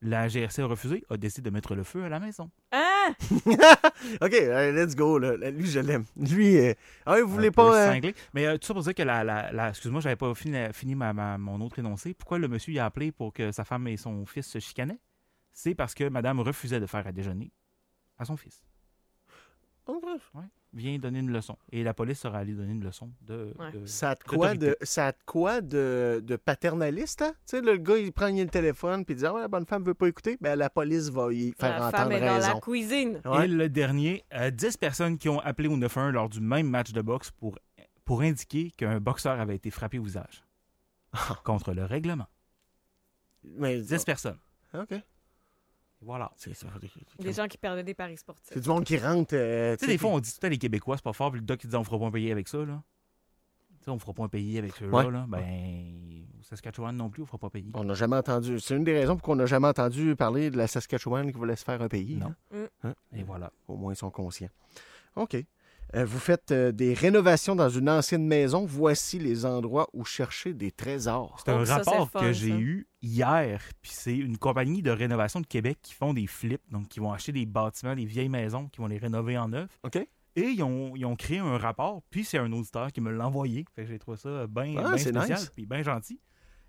[SPEAKER 6] La GRC a refusé, a décidé de mettre le feu à la maison.
[SPEAKER 7] Hein?
[SPEAKER 5] OK, euh, let's go. Là. Lui, je l'aime. Lui, euh, ah, vous
[SPEAKER 6] Un
[SPEAKER 5] voulez
[SPEAKER 6] peu
[SPEAKER 5] pas. euh,
[SPEAKER 6] cinglé. Mais euh, tout ça pour dire que la. la- la- Excuse-moi, j'avais pas fini, la- fini ma, ma- mon autre énoncé. Pourquoi le monsieur y a appelé pour que sa femme et son fils se chicanaient C'est parce que madame refusait de faire à déjeuner à son fils.
[SPEAKER 5] on va-
[SPEAKER 6] Ouais. viens donner une leçon. Et la police sera allée donner une leçon de.
[SPEAKER 7] Ouais.
[SPEAKER 6] de-
[SPEAKER 5] Ça a de quoi de,
[SPEAKER 6] d'autorité.
[SPEAKER 5] ça a de quoi de, de paternaliste, hein? Tu sais, le gars, il prend le téléphone puis il dit Ah ouais, la bonne femme veut pas écouter. Ben, la police va y faire
[SPEAKER 7] La
[SPEAKER 5] entendre
[SPEAKER 7] femme est dans la
[SPEAKER 5] raison.
[SPEAKER 7] cuisine.
[SPEAKER 5] Ouais.
[SPEAKER 6] Et le dernier, euh, 10 personnes qui ont appelé au 9-1 lors du même match de boxe pour, pour indiquer qu'un boxeur avait été frappé au visage.
[SPEAKER 5] Ah.
[SPEAKER 6] Contre le règlement.
[SPEAKER 5] Mais,
[SPEAKER 6] 10 personnes.
[SPEAKER 5] OK.
[SPEAKER 6] Voilà.
[SPEAKER 5] C'est ça.
[SPEAKER 7] Des gens qui perdaient des paris sportifs.
[SPEAKER 5] C'est du monde qui rentre. euh,
[SPEAKER 6] Tu sais, des fois, on dit tout à les Québécois, c'est pas fort, puis le doc, il dit on fera pas un pays avec ça, là. Tu sais, on fera pas un pays avec ceux-là,
[SPEAKER 5] Ouais.
[SPEAKER 6] là. Ben, au Saskatchewan non plus, on fera pas un pays.
[SPEAKER 5] On n'a jamais entendu. C'est une des raisons pour qu'on n'a jamais entendu parler de la Saskatchewan qui voulait se faire un pays.
[SPEAKER 6] Non.
[SPEAKER 7] Mm.
[SPEAKER 5] Hein?
[SPEAKER 6] Et voilà.
[SPEAKER 5] Au moins, ils sont conscients. OK. Euh, vous faites euh, des rénovations dans une ancienne maison. Voici les endroits où chercher des trésors.
[SPEAKER 6] C'est un
[SPEAKER 7] Donc, ça, c'est
[SPEAKER 6] rapport
[SPEAKER 7] fun,
[SPEAKER 6] que
[SPEAKER 7] ça.
[SPEAKER 6] j'ai eu hier, puis c'est une compagnie de rénovation de Québec qui font des flips, donc qui vont acheter des bâtiments, des vieilles maisons, qui vont les rénover en neuf.
[SPEAKER 5] OK.
[SPEAKER 6] Et ils ont, ils ont créé un rapport, puis c'est un auditeur qui me l'a envoyé. Fait que j'ai trouvé ça bien
[SPEAKER 5] Ah, c'est
[SPEAKER 6] spécial,
[SPEAKER 5] nice.
[SPEAKER 6] puis bien gentil.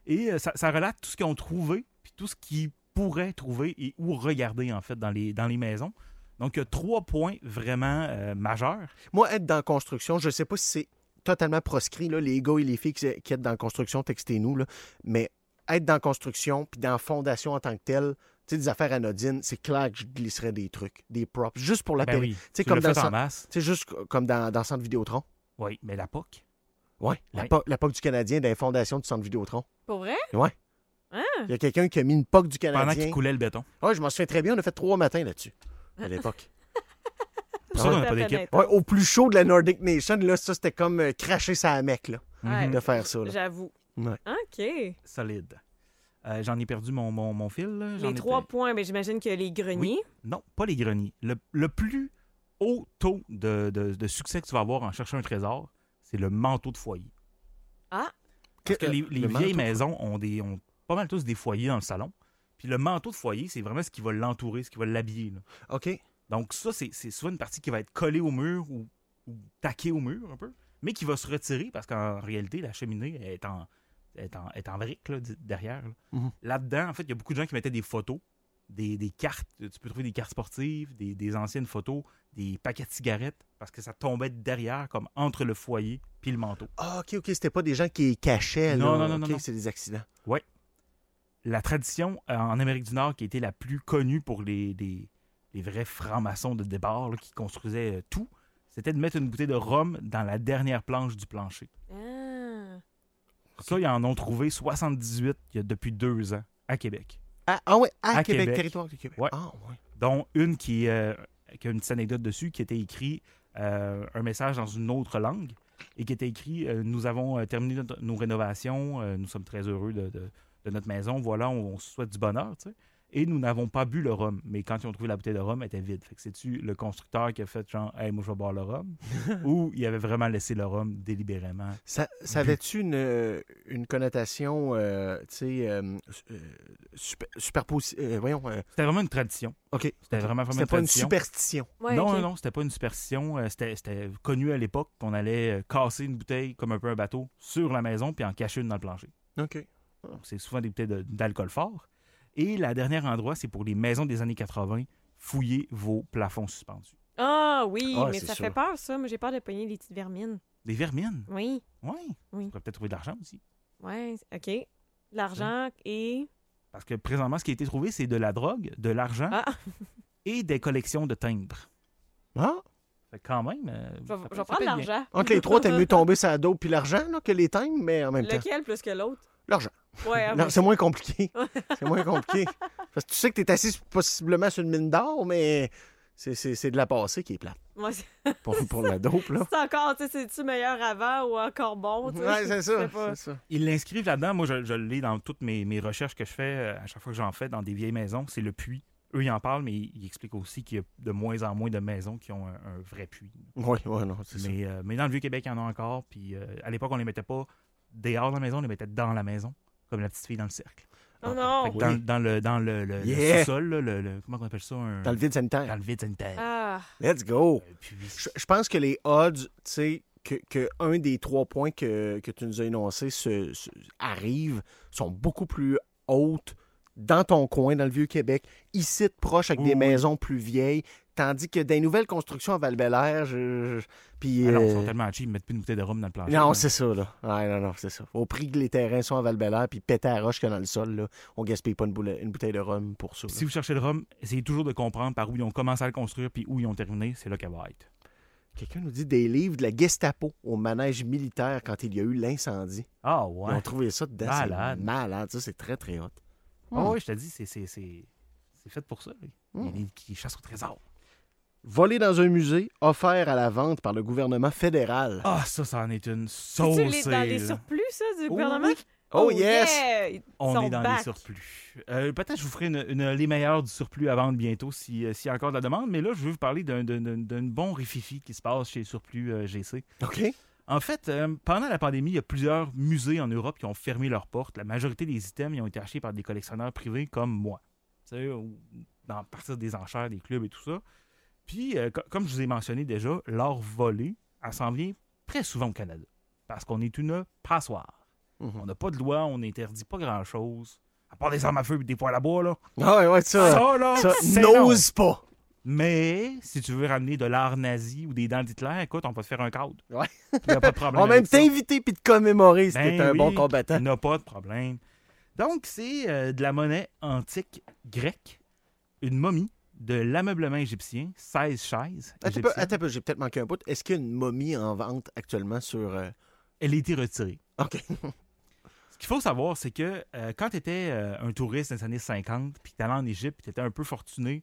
[SPEAKER 6] Et euh, ça, ça relate tout ce qu'ils ont trouvé, puis tout ce qu'ils pourraient trouver et ou regarder, en fait, dans les, dans les maisons. Donc, il y a trois points vraiment euh, majeurs.
[SPEAKER 5] Moi, être dans la construction, je sais pas si c'est totalement proscrit, là, les gars et les filles qui, qui êtes dans la construction, textez-nous, là, mais être dans la construction, puis dans la fondation en tant que telle, tu sais, des affaires anodines, c'est clair que je glisserais des trucs, des props, juste pour la
[SPEAKER 6] Ben
[SPEAKER 5] péri-
[SPEAKER 6] oui,
[SPEAKER 5] sais,
[SPEAKER 6] tu
[SPEAKER 5] comme
[SPEAKER 6] l'as
[SPEAKER 5] dans
[SPEAKER 6] fait
[SPEAKER 5] le
[SPEAKER 6] en masse.
[SPEAKER 5] Tu sais, juste co- comme dans, dans le Centre Vidéotron.
[SPEAKER 6] Oui, mais la POC.
[SPEAKER 5] Ouais, la,
[SPEAKER 6] Ouais.
[SPEAKER 5] POC, la POC du Canadien, dans les fondations du Centre Vidéotron.
[SPEAKER 7] Pour vrai?
[SPEAKER 5] Ouais.
[SPEAKER 7] Hein?
[SPEAKER 5] Il y a quelqu'un qui a mis une POC du
[SPEAKER 6] Ah. Pendant
[SPEAKER 5] Canadien.
[SPEAKER 6] qu'il coulait le béton.
[SPEAKER 5] Ouais, je m'en souviens très bien, on a fait trois matins là-dessus, à l'époque.
[SPEAKER 6] Pour ça, on n'a
[SPEAKER 7] Tout à
[SPEAKER 6] pas
[SPEAKER 7] fait
[SPEAKER 6] d'équipe.
[SPEAKER 7] net.
[SPEAKER 5] Ouais, au plus chaud de la Nordic Nation, là, ça, c'était comme euh, cracher sa mec, là,
[SPEAKER 7] Ouais.
[SPEAKER 5] de faire ça, là.
[SPEAKER 7] J'avoue.
[SPEAKER 5] Ouais.
[SPEAKER 7] OK.
[SPEAKER 6] Solide. Euh, J'en ai perdu mon, mon, mon fil. là. J'en
[SPEAKER 7] Les
[SPEAKER 6] ai
[SPEAKER 7] trois
[SPEAKER 6] per-
[SPEAKER 7] points, mais j'imagine que les greniers.
[SPEAKER 6] Non, pas les greniers. Le, le plus haut taux de, de- de succès que tu vas avoir en cherchant un trésor, c'est le manteau de foyer. Parce que les, les
[SPEAKER 5] Le
[SPEAKER 6] vieilles
[SPEAKER 5] manteau.
[SPEAKER 6] maisons ont, des, ont pas mal tous des foyers dans le salon. Puis le manteau de foyer, c'est vraiment ce qui va l'entourer, ce qui va l'habiller. là.
[SPEAKER 5] euh, OK.
[SPEAKER 6] Donc ça, c'est c'est souvent une partie qui va être collée au mur ou, ou taquée au mur un peu, mais qui va se retirer parce qu'en réalité, la cheminée est en, est en, est en brique là, d- derrière. là.
[SPEAKER 5] Mhm.
[SPEAKER 6] Là-dedans, en fait, il y a beaucoup de gens qui mettaient des photos, des, des cartes. Tu peux trouver des cartes sportives, des, des anciennes photos, des paquets de cigarettes, parce que ça tombait derrière, comme entre le foyer puis le manteau.
[SPEAKER 5] Ah, OK, OK. C'était pas des gens qui cachaient.
[SPEAKER 6] Non,
[SPEAKER 5] là.
[SPEAKER 6] non, non,
[SPEAKER 5] OK,
[SPEAKER 6] non, non.
[SPEAKER 5] C'est des accidents.
[SPEAKER 6] la tradition euh, en Amérique du Nord qui était la plus connue pour les, les- les vrais francs-maçons de départ là, qui construisaient euh, tout, c'était de mettre une bouteille de rhum dans la dernière planche du plancher.
[SPEAKER 7] Ah.
[SPEAKER 6] Ça, ils en ont trouvé 78 il y a- depuis deux ans à Québec.
[SPEAKER 5] Ah, ah ouais, à,
[SPEAKER 6] À
[SPEAKER 5] Québec,
[SPEAKER 6] Québec.
[SPEAKER 5] territoire du Québec.
[SPEAKER 6] Ouais.
[SPEAKER 5] Ah, ouais.
[SPEAKER 6] Dont une qui, euh, qui a une petite anecdote dessus qui était écrit euh, un message dans une autre langue et qui était écrit euh, Nous avons euh, terminé notre- nos rénovations, euh, nous sommes très heureux de, de- de notre maison, voilà, on, on se souhaite du bonheur, tu sais. Et nous n'avons pas bu le rhum, mais quand ils ont trouvé la bouteille de rhum, elle était vide. Fait que c'est-tu le constructeur qui a fait genre, hey, moi je vais boire le rhum Ou il avait vraiment laissé le rhum délibérément
[SPEAKER 5] Ça, ça avait-tu une, euh, une connotation, euh, tu sais, euh, euh, super, superposi- euh, voyons, euh,
[SPEAKER 6] C'était vraiment une tradition.
[SPEAKER 5] OK.
[SPEAKER 6] C'était vraiment, vraiment
[SPEAKER 5] C'était
[SPEAKER 6] une
[SPEAKER 5] pas une
[SPEAKER 6] tradition.
[SPEAKER 5] superstition.
[SPEAKER 7] Ouais,
[SPEAKER 6] non,
[SPEAKER 7] Ah, ok.
[SPEAKER 6] non, non, c'était pas une superstition. Euh, C'était c'était connu à l'époque qu'on allait euh, casser une bouteille comme un peu un bateau sur la maison puis en cacher une dans le plancher.
[SPEAKER 5] OK.
[SPEAKER 6] Donc, C'est souvent des bouteilles de- d'alcool fort. Et la dernière endroit, c'est pour les maisons des années 80. Fouillez vos plafonds suspendus.
[SPEAKER 7] Ah oui,
[SPEAKER 5] Ah,
[SPEAKER 7] mais
[SPEAKER 5] c'est
[SPEAKER 7] ça
[SPEAKER 5] sûr.
[SPEAKER 7] fait peur, ça. Moi, j'ai peur de pogner les petites vermines.
[SPEAKER 6] Des vermines.
[SPEAKER 7] Oui,
[SPEAKER 6] Ouais.
[SPEAKER 7] Oui.
[SPEAKER 6] On pourrait peut-être trouver de l'argent aussi.
[SPEAKER 7] ouais, OK.
[SPEAKER 5] Hein?
[SPEAKER 7] L'argent et...
[SPEAKER 6] Parce que présentement, ce qui a été trouvé, c'est de la drogue, de l'argent
[SPEAKER 7] Ah,
[SPEAKER 6] et des collections de timbres.
[SPEAKER 5] Ah?
[SPEAKER 6] Fait que quand même. euh,
[SPEAKER 7] je
[SPEAKER 6] ça
[SPEAKER 7] vais
[SPEAKER 6] peut-
[SPEAKER 7] je vais
[SPEAKER 6] ça
[SPEAKER 7] prendre
[SPEAKER 6] peut être bien.
[SPEAKER 7] l'argent.
[SPEAKER 5] Entre les trois, t'aimes mieux tomber sur la dope puis l'argent là, que les timbres, mais en même temps.
[SPEAKER 7] Lequel plus que l'autre?
[SPEAKER 5] L'argent.
[SPEAKER 7] Ouais, ah,
[SPEAKER 5] Non,
[SPEAKER 7] oui.
[SPEAKER 5] c'est moins compliqué. c'est moins compliqué. Parce que tu sais que t'es assis possiblement sur une mine d'or, mais c'est- c'est c'est de la passée qui est plate
[SPEAKER 7] Moi, c'est
[SPEAKER 5] pour, pour la dope, là.
[SPEAKER 7] c'est encore, tu sais, c'est-tu meilleur avant ou encore bon? tu sais?
[SPEAKER 5] Ouais, c'est
[SPEAKER 7] Je
[SPEAKER 5] ça.
[SPEAKER 7] sais pas.
[SPEAKER 5] c'est ça.
[SPEAKER 6] Ils l'inscrivent là-dedans. Moi, je, je l'ai dans toutes mes, mes recherches que je fais, euh, à chaque fois que j'en fais, dans des vieilles maisons. C'est le puits. Eux, ils en parlent, mais ils ils expliquent aussi qu'il y a de moins en moins de maisons qui ont un, un vrai puits.
[SPEAKER 5] Oui, oui, non, c'est ça.
[SPEAKER 6] Mais, euh, mais dans le Vieux-Québec, il y en a encore. Puis euh, à l'époque, on les mettait pas dehors de la maison, on les mettait dans la maison, comme la petite fille dans le cercle. Ah,
[SPEAKER 7] Oh non!
[SPEAKER 6] Fait que dans, dans le, dans le, le- le
[SPEAKER 5] Yeah.
[SPEAKER 6] sous-sol, là, le, le- comment on appelle ça? un-
[SPEAKER 5] Dans le vide sanitaire.
[SPEAKER 6] dans le vide sanitaire. Euh,
[SPEAKER 7] Ah,
[SPEAKER 5] Let's go!
[SPEAKER 6] Un puits.
[SPEAKER 5] Je, je pense que les odds, tu sais, que, que un des trois points que, que tu nous as énoncés se, se- arrive sont beaucoup plus hautes dans ton coin, dans le Vieux Québec, ici de proche avec
[SPEAKER 6] Oui,
[SPEAKER 5] des
[SPEAKER 6] oui.
[SPEAKER 5] maisons plus vieilles. Tandis que des nouvelles constructions à val je, je- puis,
[SPEAKER 6] Alors,
[SPEAKER 5] euh,
[SPEAKER 6] Ah ils sont tellement cheap, ils mettent plus une bouteille de rhum dans le plancher.
[SPEAKER 5] non, c'est ça, là. Ouais, non, non, c'est ça. Au prix que les terrains sont à val puis pété à roche que dans le sol, là, on gaspille pas une, boule- une bouteille de rhum pour ça.
[SPEAKER 6] Puis
[SPEAKER 5] là.
[SPEAKER 6] Si vous cherchez le rhum, essayez toujours de comprendre par où ils ont commencé à le construire puis où ils ont terminé. C'est là qu'elle va être.
[SPEAKER 5] Quelqu'un nous dit des livres de la Gestapo au manège militaire quand il y a eu l'incendie.
[SPEAKER 6] Ah
[SPEAKER 5] Ils
[SPEAKER 6] ouais.
[SPEAKER 5] ont trouvé ça dedans. c'est
[SPEAKER 6] Malade.
[SPEAKER 5] malade. Ça, c'est très, très hot.
[SPEAKER 7] Hmm.
[SPEAKER 6] Ah ouais, je te dis, c'est, c'est, c'est, c'est fait pour ça. là. Il y a des qui chassent au trésor.
[SPEAKER 5] Volé dans un musée, offert à la vente par le gouvernement fédéral.
[SPEAKER 6] Ah, ça, ça en est une
[SPEAKER 7] C'est-tu
[SPEAKER 6] sauce.
[SPEAKER 7] les- dans les surplus, ça, du gouvernement?
[SPEAKER 5] Oh, yes!
[SPEAKER 7] yeah! Ils
[SPEAKER 6] On
[SPEAKER 7] sont
[SPEAKER 6] est dans
[SPEAKER 7] back.
[SPEAKER 6] les surplus. Euh, peut-être je vous ferai une, une- les meilleurs du surplus à vendre bientôt si, euh, s'il y a encore de la demande, mais là, je veux vous parler d'un, d'un, d'un- d'un bon rififi qui se passe chez Surplus euh, GC.
[SPEAKER 5] OK.
[SPEAKER 6] En fait, euh, pendant la pandémie, il y a plusieurs musées en Europe qui ont fermé leurs portes. La majorité des items ils ont été achetés par des collectionneurs privés comme moi. Tu sais, ou- dans à partir des enchères, des clubs et tout ça. Puis, euh, co- comme je vous ai mentionné déjà, l'art volé, elle s'en vient très souvent au Canada. Parce qu'on est une passoire.
[SPEAKER 5] Mhm.
[SPEAKER 6] On n'a pas de loi, on n'interdit pas grand-chose. À part des armes à feu et des poils à bois, là.
[SPEAKER 5] Ah ouais, ouais, ça.
[SPEAKER 6] ça, là,
[SPEAKER 5] Ça,
[SPEAKER 6] c'est non.
[SPEAKER 5] n'ose pas.
[SPEAKER 6] Mais si tu veux ramener de l'art nazi ou des dents d'Hitler, écoute, on peut te faire un cadre.
[SPEAKER 5] Ouais.
[SPEAKER 6] Il n'y a pas de problème.
[SPEAKER 5] On va même
[SPEAKER 6] avec Ah, ben, ça.
[SPEAKER 5] t'inviter puis te commémorer si
[SPEAKER 6] Ben
[SPEAKER 5] t'es un bon
[SPEAKER 6] oui,
[SPEAKER 5] combattant.
[SPEAKER 6] N'a pas de problème. Donc, c'est euh, de la monnaie antique grecque, une momie de l'ameublement égyptien, 16 chaises.
[SPEAKER 5] Attends, un peu,
[SPEAKER 6] égyptiennes.
[SPEAKER 5] attends un peu, j'ai peut-être manqué un bout. Est-ce qu'il y a une momie en vente actuellement sur. euh,
[SPEAKER 6] Elle a été retirée.
[SPEAKER 5] OK.
[SPEAKER 6] Ce qu'il faut savoir, c'est que euh, quand tu étais un touriste dans les années 50, puis que tu allais en Égypte, puis tu étais un peu fortuné,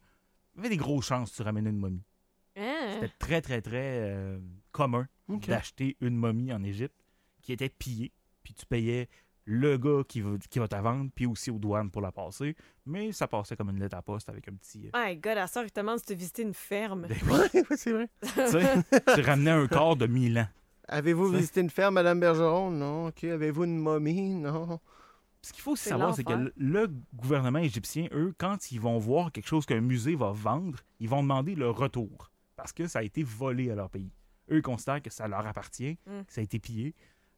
[SPEAKER 6] il y avait des grosses chances que tu ramenais une momie.
[SPEAKER 7] Hein?
[SPEAKER 6] C'était très, très, très euh, commun
[SPEAKER 5] OK.
[SPEAKER 6] d'acheter une momie en Égypte qui était pillée, puis tu payais le gars qui va, qui va te la vendre, puis aussi aux douanes pour la passer, mais ça passait comme une lettre à poste avec un petit... euh,
[SPEAKER 7] My God, la soeur, il te demande si tu visitais une ferme.
[SPEAKER 6] ben oui,
[SPEAKER 5] Ouais, ouais, c'est vrai.
[SPEAKER 6] tu sais, tu ramenais un corps de Milan.
[SPEAKER 5] Avez-vous
[SPEAKER 6] Ça-
[SPEAKER 5] visité une ferme, Madame Bergeron? Non. OK. Avez-vous une momie? Non.
[SPEAKER 6] Ce qu'il faut aussi
[SPEAKER 7] C'est
[SPEAKER 6] savoir, c'est que
[SPEAKER 7] l'enfer.
[SPEAKER 6] le- le gouvernement égyptien, eux, quand ils vont voir quelque chose qu'un musée va vendre, ils vont demander le retour parce que ça a été volé à leur pays. Eux ils considèrent que ça leur appartient,
[SPEAKER 7] Mm.
[SPEAKER 6] que ça a été pillé.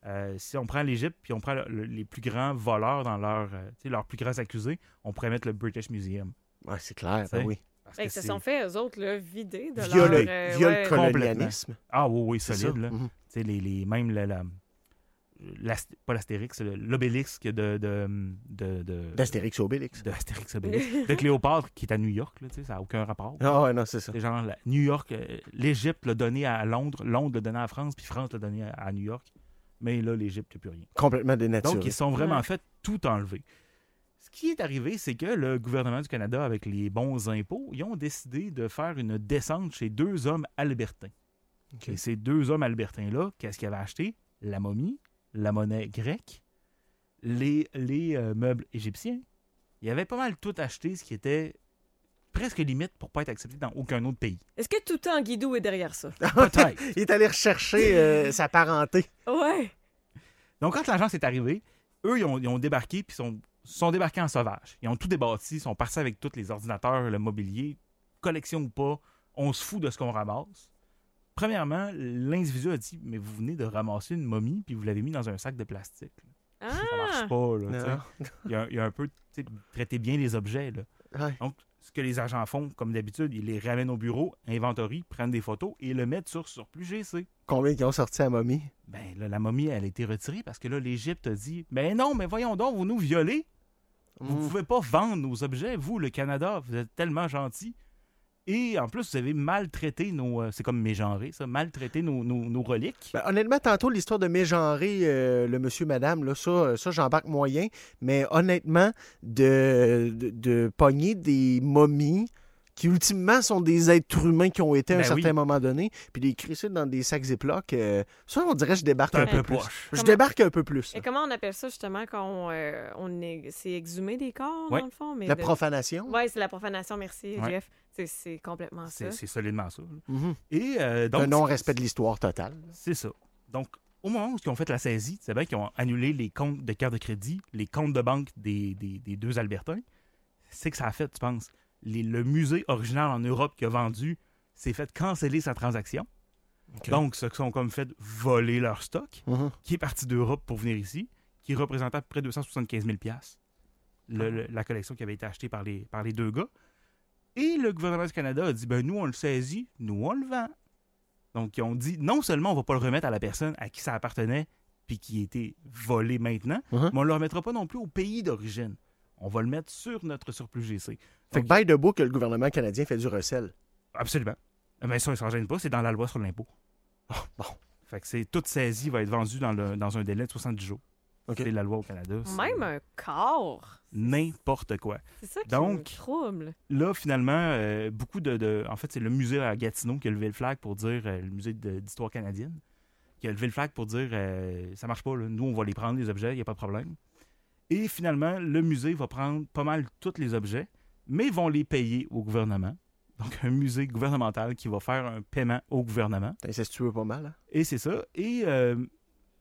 [SPEAKER 6] Euh, si on prend l'Égypte, puis on prend le- le- les plus grands voleurs dans leur, euh, tu sais, leurs plus grands accusés, on pourrait mettre le British Museum.
[SPEAKER 5] Ouais, c'est clair.
[SPEAKER 6] C'est-
[SPEAKER 5] Ben oui.
[SPEAKER 6] Parce
[SPEAKER 7] Hey,
[SPEAKER 6] que
[SPEAKER 7] se
[SPEAKER 6] c'est-
[SPEAKER 7] sont fait, eux autres, là, vider de
[SPEAKER 5] Via le,
[SPEAKER 7] leur... euh,
[SPEAKER 5] via le
[SPEAKER 7] ouais.
[SPEAKER 5] colonialisme.
[SPEAKER 6] Ah oui, oui,
[SPEAKER 5] C'est
[SPEAKER 6] solide.
[SPEAKER 5] ça.
[SPEAKER 6] là.
[SPEAKER 5] Mhm.
[SPEAKER 6] Tu sais, les, les- même la, la- l'ast- pas l'Astérix, le- l'obélisque de, de, de, de-
[SPEAKER 5] D'Astérix et Obélix.
[SPEAKER 6] de Astérix Obélix. de Cléopâtre qui est à New York, là, tu sais, ça n'a aucun rapport.
[SPEAKER 5] Ah ouais, non, c'est ça.
[SPEAKER 6] C'est genre la- New York, euh, l'Égypte l'a donné à Londres, Londres l'a donné à France, puis France l'a donné à, à New York. Mais là, l'Égypte, il n'y a plus rien.
[SPEAKER 5] Complètement
[SPEAKER 6] Donc,
[SPEAKER 5] dénaturé.
[SPEAKER 6] ils sont vraiment
[SPEAKER 7] Ouais.
[SPEAKER 6] fait tout enlever. Ce qui est arrivé, c'est que le gouvernement du Canada, avec les bons impôts, ils ont décidé de faire une descente chez deux hommes albertains.
[SPEAKER 5] Ok.
[SPEAKER 6] Et ces deux hommes albertains-là, qu'est-ce qu'ils avaient acheté? La momie, la monnaie grecque, les, les euh, meubles égyptiens. Ils avaient pas mal tout acheté, ce qui était presque limite pour pas être accepté dans aucun autre pays.
[SPEAKER 7] Est-ce que tout en guidou est derrière ça?
[SPEAKER 6] Peut-être.
[SPEAKER 5] Il est allé rechercher euh, sa parenté.
[SPEAKER 7] Ouais.
[SPEAKER 6] Donc, quand l'agence est arrivée, eux, ils ont, ils ont débarqué puis sont, sont débarqués en sauvage. Ils ont tout débattu, ils sont partis avec tous les ordinateurs, le mobilier, collection ou pas, on se fout de ce qu'on ramasse. Premièrement, l'individu a dit Mais vous venez de ramasser une momie puis vous l'avez mis dans un sac de plastique.
[SPEAKER 7] Ah!
[SPEAKER 6] Ça marche pas, là. tu sais.
[SPEAKER 5] Non.
[SPEAKER 6] Il y, a, il y a un peu, tu sais, traiter bien les objets, là.
[SPEAKER 5] Ouais.
[SPEAKER 6] Donc, ce que les agents font, comme d'habitude, ils les ramènent au bureau, inventorient, prennent des photos et le mettent sur Surplus GC.
[SPEAKER 5] Combien qui ont sorti à momie?
[SPEAKER 6] Ben là, la momie, elle a été retirée parce que là, l'Égypte a dit Ben non, mais voyons donc, vous nous violez. Vous
[SPEAKER 5] Mm.
[SPEAKER 6] pouvez pas vendre nos objets. Vous, le Canada, vous êtes tellement gentil. Et en plus, vous avez maltraité nos. euh, c'est comme mégenré, ça, maltraité nos, nos, nos reliques.
[SPEAKER 5] Ben, honnêtement, tantôt, l'histoire de mégenrer euh, le monsieur, madame, là, ça, euh, ça j'embarque moyen. Mais honnêtement, de, de, de pogner des momies qui, ultimement, sont des êtres humains qui ont été à un
[SPEAKER 6] Ben oui.
[SPEAKER 5] certain moment donné, puis les crisser dans des sacs Ziploc, euh, ça, on dirait que je débarque
[SPEAKER 6] C'est
[SPEAKER 5] un,
[SPEAKER 6] un
[SPEAKER 5] peu
[SPEAKER 6] peu
[SPEAKER 5] plus.
[SPEAKER 6] poche.
[SPEAKER 5] Je
[SPEAKER 7] Comment-
[SPEAKER 5] débarque un peu plus. là.
[SPEAKER 7] Et comment on appelle ça, justement, quand on, euh, on est... C'est exhumé des corps,
[SPEAKER 6] Ouais.
[SPEAKER 7] dans le fond? Mais
[SPEAKER 5] La
[SPEAKER 7] de-
[SPEAKER 5] profanation.
[SPEAKER 7] Ouais, c'est la profanation, merci,
[SPEAKER 6] Ouais.
[SPEAKER 7] Jeff. C'est- C'est complètement ça.
[SPEAKER 6] C'est c'est solidement ça. là.
[SPEAKER 5] Mhm.
[SPEAKER 6] Et euh, donc.
[SPEAKER 5] un non-respect de l'histoire totale.
[SPEAKER 6] C'est ça. Donc, au moment où ils ont fait la saisie, c'est bien qu'ils ont annulé les comptes de carte de crédit, les comptes de banque des, des- des deux Albertains. C'est que ça a fait, tu penses. Les- le musée original en Europe qui a vendu s'est fait canceller sa transaction. Donc, ceux qui sont comme fait voler leur stock,
[SPEAKER 5] Mhm.
[SPEAKER 6] qui est parti d'Europe pour venir ici, qui représentait à peu près 275 000 le- le- La collection qui avait été achetée par les, par les deux gars. Et le gouvernement du Canada a dit ben nous on le saisit, nous on le vend. Donc ils ont dit non seulement on va pas le remettre à la personne à qui ça appartenait puis qui était volé maintenant,
[SPEAKER 5] Mhm.
[SPEAKER 6] mais on le remettra pas non plus au pays d'origine. On va le mettre sur notre surplus GC.
[SPEAKER 5] Fait que by the book, le gouvernement canadien fait du recel.
[SPEAKER 6] Absolument. Mais ça, ils s'en gênent pas, c'est dans la loi sur l'impôt.
[SPEAKER 5] Oh,
[SPEAKER 6] bon. Fait que c'est toute saisie va être vendue dans, le- dans un délai de 70 jours.
[SPEAKER 5] OK.
[SPEAKER 6] C'est la loi au Canada. c'est
[SPEAKER 7] Même un corps.
[SPEAKER 6] N'importe quoi.
[SPEAKER 7] C'est ça qui
[SPEAKER 6] Donc-
[SPEAKER 7] me trouble.
[SPEAKER 6] Là, finalement, euh, beaucoup de, de- En fait, c'est le musée à Gatineau qui a levé le flag pour dire. euh, le musée de- d'histoire canadienne. Qui a levé le flag pour dire euh, ça marche pas, là. nous, on va les prendre, les objets, il n'y a pas de problème. Et finalement, le musée va prendre pas mal tous les objets, mais vont les payer au gouvernement. Donc, un musée gouvernemental qui va faire un paiement au gouvernement.
[SPEAKER 5] Putain, Ça se tue pas mal. hein?
[SPEAKER 6] Et c'est ça. Et euh,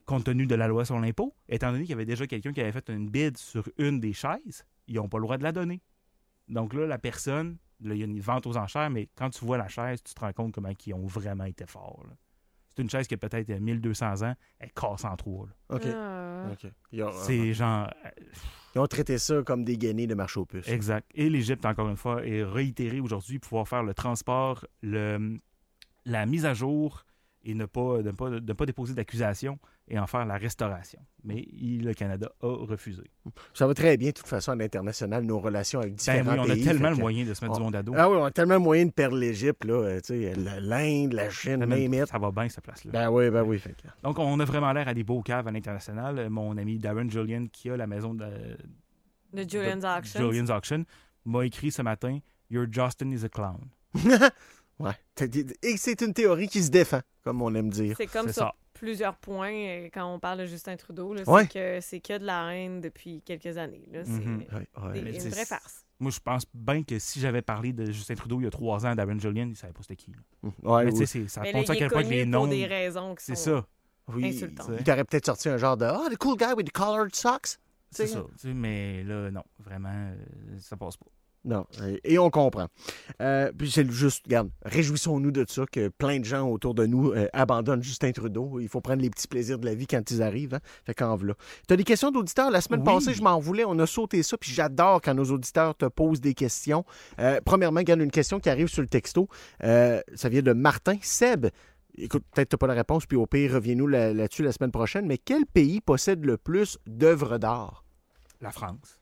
[SPEAKER 6] compte tenu de la loi sur l'impôt, étant donné qu'il y avait déjà quelqu'un qui avait fait une bide sur une des chaises, ils n'ont pas le droit de la donner. Donc là, la personne, là, il y a une vente aux enchères, mais quand tu vois la chaise, tu te rends compte comment ils ont vraiment été forts. là. C'est une chaise qui a peut-être euh, 1200 ans, elle casse en trois. là.
[SPEAKER 5] OK.
[SPEAKER 7] Ah.
[SPEAKER 6] Euh,
[SPEAKER 5] OK. Ils ont,
[SPEAKER 6] C'est genre... euh,
[SPEAKER 5] ils ont traité ça comme des gainés de marche aux puces.
[SPEAKER 6] Exact. Et l'Égypte, encore une fois, est réitérée aujourd'hui pour pouvoir faire le transport, le, la mise à jour et ne pas, ne pas, ne pas déposer d'accusation et en faire la restauration. Mais il- le Canada a refusé.
[SPEAKER 5] Ça va très bien, de toute façon, à l'international, nos relations avec différents
[SPEAKER 6] Ben oui, on
[SPEAKER 5] pays,
[SPEAKER 6] a tellement
[SPEAKER 5] fait
[SPEAKER 6] le
[SPEAKER 5] que-
[SPEAKER 6] moyen de se mettre
[SPEAKER 5] on-
[SPEAKER 6] du monde à dos.
[SPEAKER 5] Ah oui, on a tellement moyen de perdre l'Égypte, là. euh, tu sais, la- l'Inde, la Chine,
[SPEAKER 6] Ça,
[SPEAKER 5] même it.
[SPEAKER 6] ça va bien, cette place-là.
[SPEAKER 5] Ben oui, ben oui. fait que-
[SPEAKER 6] Donc, on a vraiment l'air à des beaux caves à l'international. Euh, Mon ami Darren Julian, qui a la maison de,
[SPEAKER 7] De Julian's
[SPEAKER 6] de-
[SPEAKER 7] Auction.
[SPEAKER 6] Julian's Auction, m'a écrit ce matin « Your Justin is a clown
[SPEAKER 5] ouais. T'as dit- Et c'est une théorie qui se défend, comme on aime dire.
[SPEAKER 7] C'est comme
[SPEAKER 6] C'est
[SPEAKER 7] sur
[SPEAKER 6] ça.
[SPEAKER 7] plusieurs points euh, quand on parle de Justin Trudeau. là,
[SPEAKER 5] Ouais.
[SPEAKER 7] C'est que c'est que de la haine depuis quelques années. là. C'est
[SPEAKER 6] Mhm.
[SPEAKER 5] Ouais, ouais.
[SPEAKER 7] des-
[SPEAKER 6] mais
[SPEAKER 7] une
[SPEAKER 6] c'est-
[SPEAKER 7] vraie farce. ».
[SPEAKER 6] Moi, je pense bien que si j'avais parlé de Justin Trudeau il y a trois ans, Darren Julian, il savait pas c'était qui. là.
[SPEAKER 5] Ouais,
[SPEAKER 6] Mais
[SPEAKER 5] oui.
[SPEAKER 6] tu sais, c'est- ça
[SPEAKER 7] Mais là,
[SPEAKER 6] montre à
[SPEAKER 7] il est
[SPEAKER 6] quel point que
[SPEAKER 7] connu
[SPEAKER 6] les
[SPEAKER 7] pour
[SPEAKER 6] noms.
[SPEAKER 7] des raisons qui sont...
[SPEAKER 6] C'est ça,
[SPEAKER 5] Oui,
[SPEAKER 7] insultant.
[SPEAKER 5] Il t'aurait peut-être sorti un genre de Ah, the cool guy with the colored socks.
[SPEAKER 6] c'est
[SPEAKER 5] Tu sais,
[SPEAKER 6] ça. Tu sais, mais là, non, vraiment, euh, ça passe pas.
[SPEAKER 5] Non, et- et on comprend. Euh, puis c'est juste, regarde, réjouissons-nous de ça, que plein de gens autour de nous euh, abandonnent Justin Trudeau. Il faut prendre les petits plaisirs de la vie quand ils arrivent. Hein? Fait qu'en voilà. T'as des questions d'auditeurs? La semaine
[SPEAKER 6] Oui.
[SPEAKER 5] passée, je m'en voulais, on a sauté ça, puis j'adore quand nos auditeurs te posent des questions. Euh, premièrement, regarde, une question qui arrive sur le texto. Euh, ça vient de Martin Seb. Écoute, peut-être t'as pas la réponse, puis au pire, reviens-nous là- là-dessus la semaine prochaine, mais quel pays possède le plus d'œuvres d'art?
[SPEAKER 6] La France.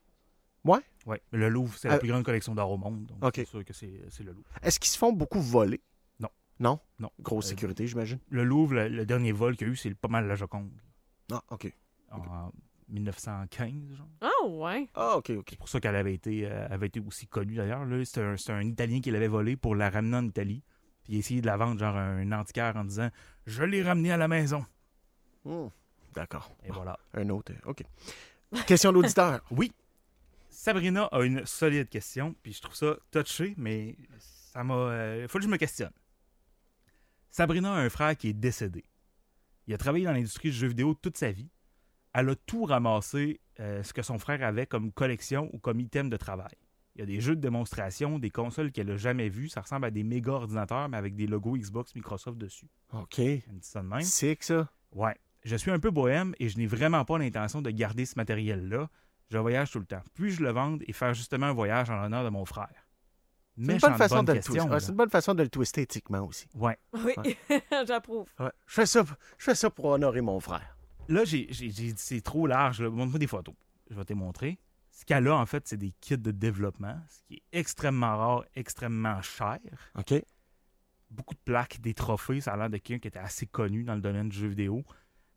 [SPEAKER 5] Ouais?
[SPEAKER 6] Ouais. mais Le Louvre, c'est
[SPEAKER 5] Ah.
[SPEAKER 6] la plus grande collection d'art au monde. Donc,
[SPEAKER 5] Ok.
[SPEAKER 6] c'est sûr que c'est c'est le Louvre.
[SPEAKER 5] Est-ce qu'ils se font beaucoup voler?
[SPEAKER 6] Non.
[SPEAKER 5] Non?
[SPEAKER 6] Non.
[SPEAKER 5] Grosse
[SPEAKER 6] Euh,
[SPEAKER 5] sécurité, j'imagine.
[SPEAKER 6] Le Louvre, le, le dernier vol qu'il y a eu, c'est pas mal la Joconde.
[SPEAKER 5] Ah, OK. Ok.
[SPEAKER 6] En 1915, genre.
[SPEAKER 7] Ah ouais?
[SPEAKER 5] Ah, OK, OK.
[SPEAKER 6] C'est pour ça qu'elle avait été, euh, avait été aussi connue d'ailleurs. là. C'est un, c'est un Italien qui l'avait volée pour la ramener en Italie. Puis il a essayé de la vendre, genre, à un antiquaire en disant Je l'ai ramenée à la maison.
[SPEAKER 5] Hmm. D'accord.
[SPEAKER 6] Et voilà.
[SPEAKER 5] Un autre. euh, OK. Question d'auditeur.
[SPEAKER 6] Oui. Sabrina a une solide question, puis je trouve ça touché, mais ça m'a. euh, faut que je me questionne. Sabrina a un frère qui est décédé. Il a travaillé dans l'industrie du jeu vidéo toute sa vie. Elle a tout ramassé euh, ce que son frère avait comme collection ou comme item de travail. Il y a des jeux de démonstration, des consoles qu'elle n'a jamais vues. Ça ressemble à des méga ordinateurs, mais avec des logos Xbox, Microsoft dessus.
[SPEAKER 5] OK.
[SPEAKER 6] Elle me dit ça de même.
[SPEAKER 5] C'est que ça.
[SPEAKER 6] Ouais, je suis un peu bohème et je n'ai vraiment pas l'intention de garder ce matériel-là. Je voyage tout le temps. Puis-je le vendre et faire justement un voyage en l'honneur de mon frère?
[SPEAKER 5] C'est une
[SPEAKER 6] Mais
[SPEAKER 5] bonne façon de le
[SPEAKER 6] question.
[SPEAKER 5] twister. Ouais,
[SPEAKER 6] là.
[SPEAKER 5] c'est une bonne façon de le twister éthiquement aussi.
[SPEAKER 6] Ouais.
[SPEAKER 7] Oui, j'approuve.
[SPEAKER 5] Ouais. Je, fais ça, je fais ça pour honorer mon frère.
[SPEAKER 6] Là, j'ai j'ai- j'ai dit c'est trop large. là. Montre-moi des photos. Je vais te les montrer. Ce qu'elle a, en fait, c'est des kits de développement, ce qui est extrêmement rare, extrêmement cher.
[SPEAKER 5] OK.
[SPEAKER 6] Beaucoup de plaques, des trophées, ça a l'air de quelqu'un qui était assez connu dans le domaine du jeu vidéo.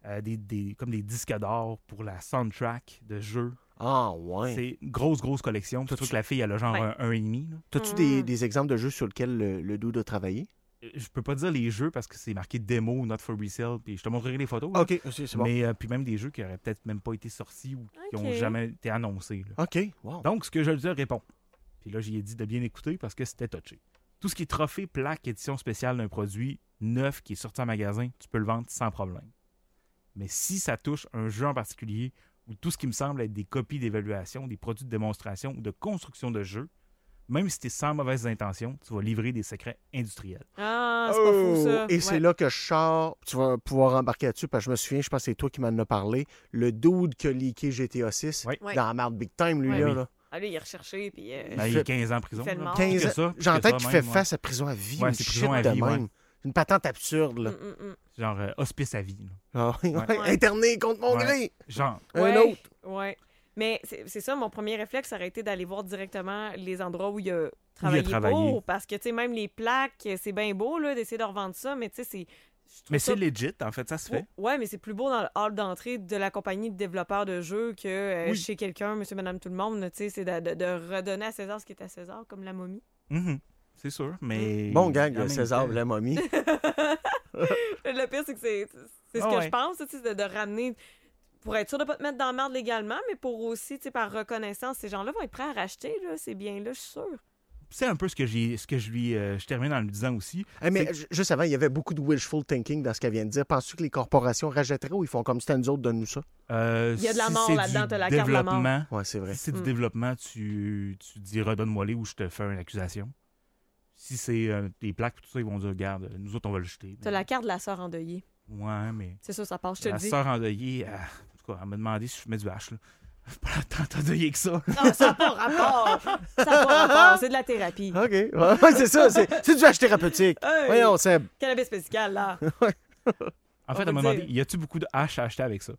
[SPEAKER 6] Euh, des, des- comme des disques d'or pour la soundtrack de jeux
[SPEAKER 5] Ah, ouais.
[SPEAKER 6] C'est une grosse, grosse collection. Puis Surtout que la fille, elle a genre
[SPEAKER 7] Ouais.
[SPEAKER 6] un, un et demi. là.
[SPEAKER 5] T'as-tu des, des exemples de jeux sur lesquels le, le dude a travaillé?
[SPEAKER 6] Euh, Je peux pas dire les jeux parce que c'est marqué démo, not for resale. Puis je te montrerai les photos. là.
[SPEAKER 5] OK, Ah, c'est c'est bon.
[SPEAKER 6] Mais euh, puis même des jeux qui auraient peut-être même pas été sortis ou qui ont
[SPEAKER 7] Ok.
[SPEAKER 6] jamais été annoncés. là.
[SPEAKER 5] OK, wow.
[SPEAKER 6] Donc, ce que je lui ai répond. Puis là, j'y ai dit de bien écouter parce que c'était touché. Tout ce qui est trophée, plaque, édition spéciale d'un produit neuf qui est sorti en magasin, tu peux le vendre sans problème. Mais si ça touche un jeu en particulier ou tout ce qui me semble être des copies d'évaluation, des produits de démonstration ou de construction de jeux, même si tu es sans mauvaise intention, tu vas livrer des secrets industriels.
[SPEAKER 7] Ah, c'est pas
[SPEAKER 6] Oh,
[SPEAKER 7] fou, ça.
[SPEAKER 5] Oh, Et c'est
[SPEAKER 7] Ouais.
[SPEAKER 5] là que je sors. Tu vas pouvoir embarquer là-dessus parce que je me souviens, je pense que c'est toi qui m'en as parlé. Le dude qui a leaké GTA 6
[SPEAKER 6] Ouais.
[SPEAKER 5] dans la marde Big Time, lui,
[SPEAKER 7] Ouais.
[SPEAKER 5] là.
[SPEAKER 6] Oui.
[SPEAKER 5] là.
[SPEAKER 7] Ah, Ah, là, il est recherché, puis. euh,
[SPEAKER 6] Ben, il
[SPEAKER 5] fait-
[SPEAKER 6] est 15 ans en prison.
[SPEAKER 7] il fait le
[SPEAKER 6] là.
[SPEAKER 7] mort.
[SPEAKER 6] Plus que
[SPEAKER 5] 15
[SPEAKER 6] ça,
[SPEAKER 5] ans.
[SPEAKER 6] plus que
[SPEAKER 5] J'entends
[SPEAKER 6] ça
[SPEAKER 5] qu'il fait
[SPEAKER 6] même, ouais.
[SPEAKER 5] face à prison à vie,
[SPEAKER 6] Ouais,
[SPEAKER 5] ou
[SPEAKER 6] c'est
[SPEAKER 5] shit
[SPEAKER 6] prison à
[SPEAKER 5] de
[SPEAKER 6] vie,
[SPEAKER 5] même.
[SPEAKER 6] ouais.
[SPEAKER 5] Une patente absurde, là.
[SPEAKER 7] mm, mm, mm.
[SPEAKER 6] Genre euh, hospice à vie. là.
[SPEAKER 5] Ah oui, ouais.
[SPEAKER 7] Ouais.
[SPEAKER 5] Interné contre mon
[SPEAKER 6] Ouais.
[SPEAKER 5] gré!
[SPEAKER 6] Genre,
[SPEAKER 5] Un
[SPEAKER 7] Ouais,
[SPEAKER 5] autre!
[SPEAKER 7] Ouais. Mais c'est c'est ça, mon premier réflexe aurait été d'aller voir directement les endroits où il a travaillé,
[SPEAKER 6] travaillé.
[SPEAKER 7] pour. Parce que, tu sais, même les plaques, c'est bien beau, là, d'essayer de revendre ça, mais tu sais, c'est. je trouve
[SPEAKER 6] mais
[SPEAKER 7] ça
[SPEAKER 6] c'est legit, en fait, ça se fait.
[SPEAKER 7] Ouais, mais c'est plus beau dans le hall d'entrée de la compagnie de développeurs de jeux que euh,
[SPEAKER 6] Oui.
[SPEAKER 7] chez quelqu'un, monsieur, madame, tout le monde. là, tu sais, C'est de, de- de redonner à César ce qui est à César, comme la momie.
[SPEAKER 6] Mhm. C'est sûr, mais.
[SPEAKER 5] Bon gag,
[SPEAKER 6] en même
[SPEAKER 5] César,
[SPEAKER 6] temps-
[SPEAKER 5] la momie.
[SPEAKER 7] le pire, c'est que c'est c'est ce
[SPEAKER 6] Ah
[SPEAKER 7] que
[SPEAKER 6] ouais.
[SPEAKER 7] je pense, tu sais, de, de ramener. Pour être sûr de pas te mettre dans la merde légalement, mais pour aussi, tu sais, par reconnaissance, ces gens-là vont être prêts à racheter là, ces biens-là, je suis sûre.
[SPEAKER 6] C'est un peu ce que, j'ai, ce que je lui. euh, je termine en lui disant aussi.
[SPEAKER 5] Eh, mais ju- juste avant, il y avait beaucoup de wishful thinking dans ce qu'elle vient de dire. Penses-tu que les corporations rajetteraient ou ils font comme c'était nous autres, donne-nous ça?
[SPEAKER 6] euh,
[SPEAKER 7] Il y a de la
[SPEAKER 6] si
[SPEAKER 7] mort
[SPEAKER 6] c'est
[SPEAKER 7] là-dedans,
[SPEAKER 6] du
[SPEAKER 7] t'as la carte de la mort.
[SPEAKER 6] développement,
[SPEAKER 5] Ouais, c'est vrai.
[SPEAKER 6] Si c'est du
[SPEAKER 7] Mm.
[SPEAKER 6] développement, tu, tu dis redonne-moi les ou je te fais une accusation. Si c'est euh, des plaques, tout ça, ils vont dire regarde, euh, nous autres, on va le jeter.
[SPEAKER 7] T'as la carte de la sœur endeuillée.
[SPEAKER 6] Ouais, mais.
[SPEAKER 7] C'est ça, ça passe, je te le
[SPEAKER 6] La
[SPEAKER 7] dis.
[SPEAKER 6] sœur endeuillée, elle- en tout cas, elle m'a demandé si je fumais du hash. Là. J'ai Pas tant endeuillée que ça.
[SPEAKER 7] Ah, ça n'a pas rapport! ça n'a pas rapport, c'est de la thérapie.
[SPEAKER 5] OK. Ouais, c'est ça, c'est c'est du hash thérapeutique.
[SPEAKER 7] Hey,
[SPEAKER 5] Ah. Voyons, Seb.
[SPEAKER 7] Cannabis médical, là.
[SPEAKER 6] En fait,
[SPEAKER 7] On va
[SPEAKER 6] elle m'a
[SPEAKER 7] le
[SPEAKER 6] demandé
[SPEAKER 7] dire.
[SPEAKER 6] y a-tu beaucoup de hash à acheter avec ça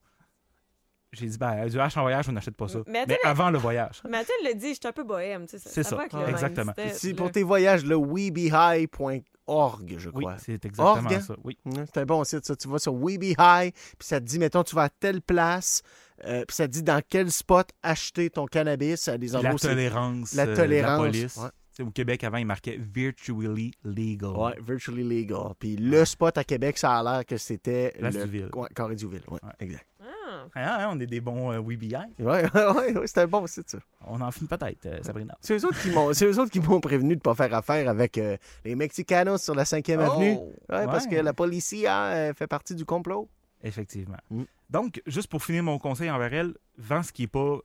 [SPEAKER 6] J'ai dit ben, du hash en voyage, on n'achète pas ça.
[SPEAKER 7] Mais
[SPEAKER 6] Mais,
[SPEAKER 7] attends, mais-
[SPEAKER 6] avant le voyage.
[SPEAKER 7] Mais tu le dit, je suis un peu bohème, tu sais.
[SPEAKER 6] C'est ça,
[SPEAKER 7] va avec le même
[SPEAKER 6] exactement.
[SPEAKER 7] step,
[SPEAKER 5] C'est
[SPEAKER 7] là.
[SPEAKER 5] pour tes voyages, le weebehigh.org, je
[SPEAKER 6] Oui,
[SPEAKER 5] crois.
[SPEAKER 6] c'est exactement
[SPEAKER 5] Orgue.
[SPEAKER 6] ça. Oui.
[SPEAKER 5] Hum, C'est un bon site, ça. Tu vas sur Weeby High, puis ça te dit, mettons, tu vas à telle place, euh, puis ça te dit dans quel spot acheter ton cannabis à des endroits
[SPEAKER 6] La
[SPEAKER 5] où c'est-
[SPEAKER 6] tolérance,
[SPEAKER 5] la
[SPEAKER 6] euh, de
[SPEAKER 5] tolérance,
[SPEAKER 6] police.
[SPEAKER 5] ouais.
[SPEAKER 6] Tu sais, Au Québec, avant, il marquait virtually legal.
[SPEAKER 5] Ouais, virtually legal. Puis le spot à Québec, ça a l'air que c'était
[SPEAKER 6] Place
[SPEAKER 5] le
[SPEAKER 6] du Ville.
[SPEAKER 5] Ouais, Carré du Ville. Ouais,
[SPEAKER 6] Ouais.
[SPEAKER 5] exact.
[SPEAKER 7] Ah.
[SPEAKER 6] Ah, hein, on est des bons euh, WBI.
[SPEAKER 5] Ouais, ouais, ouais, c'est un bon site, ça.
[SPEAKER 6] On en fume peut-être, euh, Sabrina.
[SPEAKER 5] C'est eux autres qui m'ont, c'est eux autres qui m'ont prévenu de ne pas faire affaire avec euh, les Mexicanos sur la 5e avenue. Oh, Ouais, parce que
[SPEAKER 6] ouais.
[SPEAKER 5] la policia euh, fait partie du complot.
[SPEAKER 6] Effectivement.
[SPEAKER 5] Mm.
[SPEAKER 6] Donc, juste pour finir mon conseil envers elle, vends ce qui est pas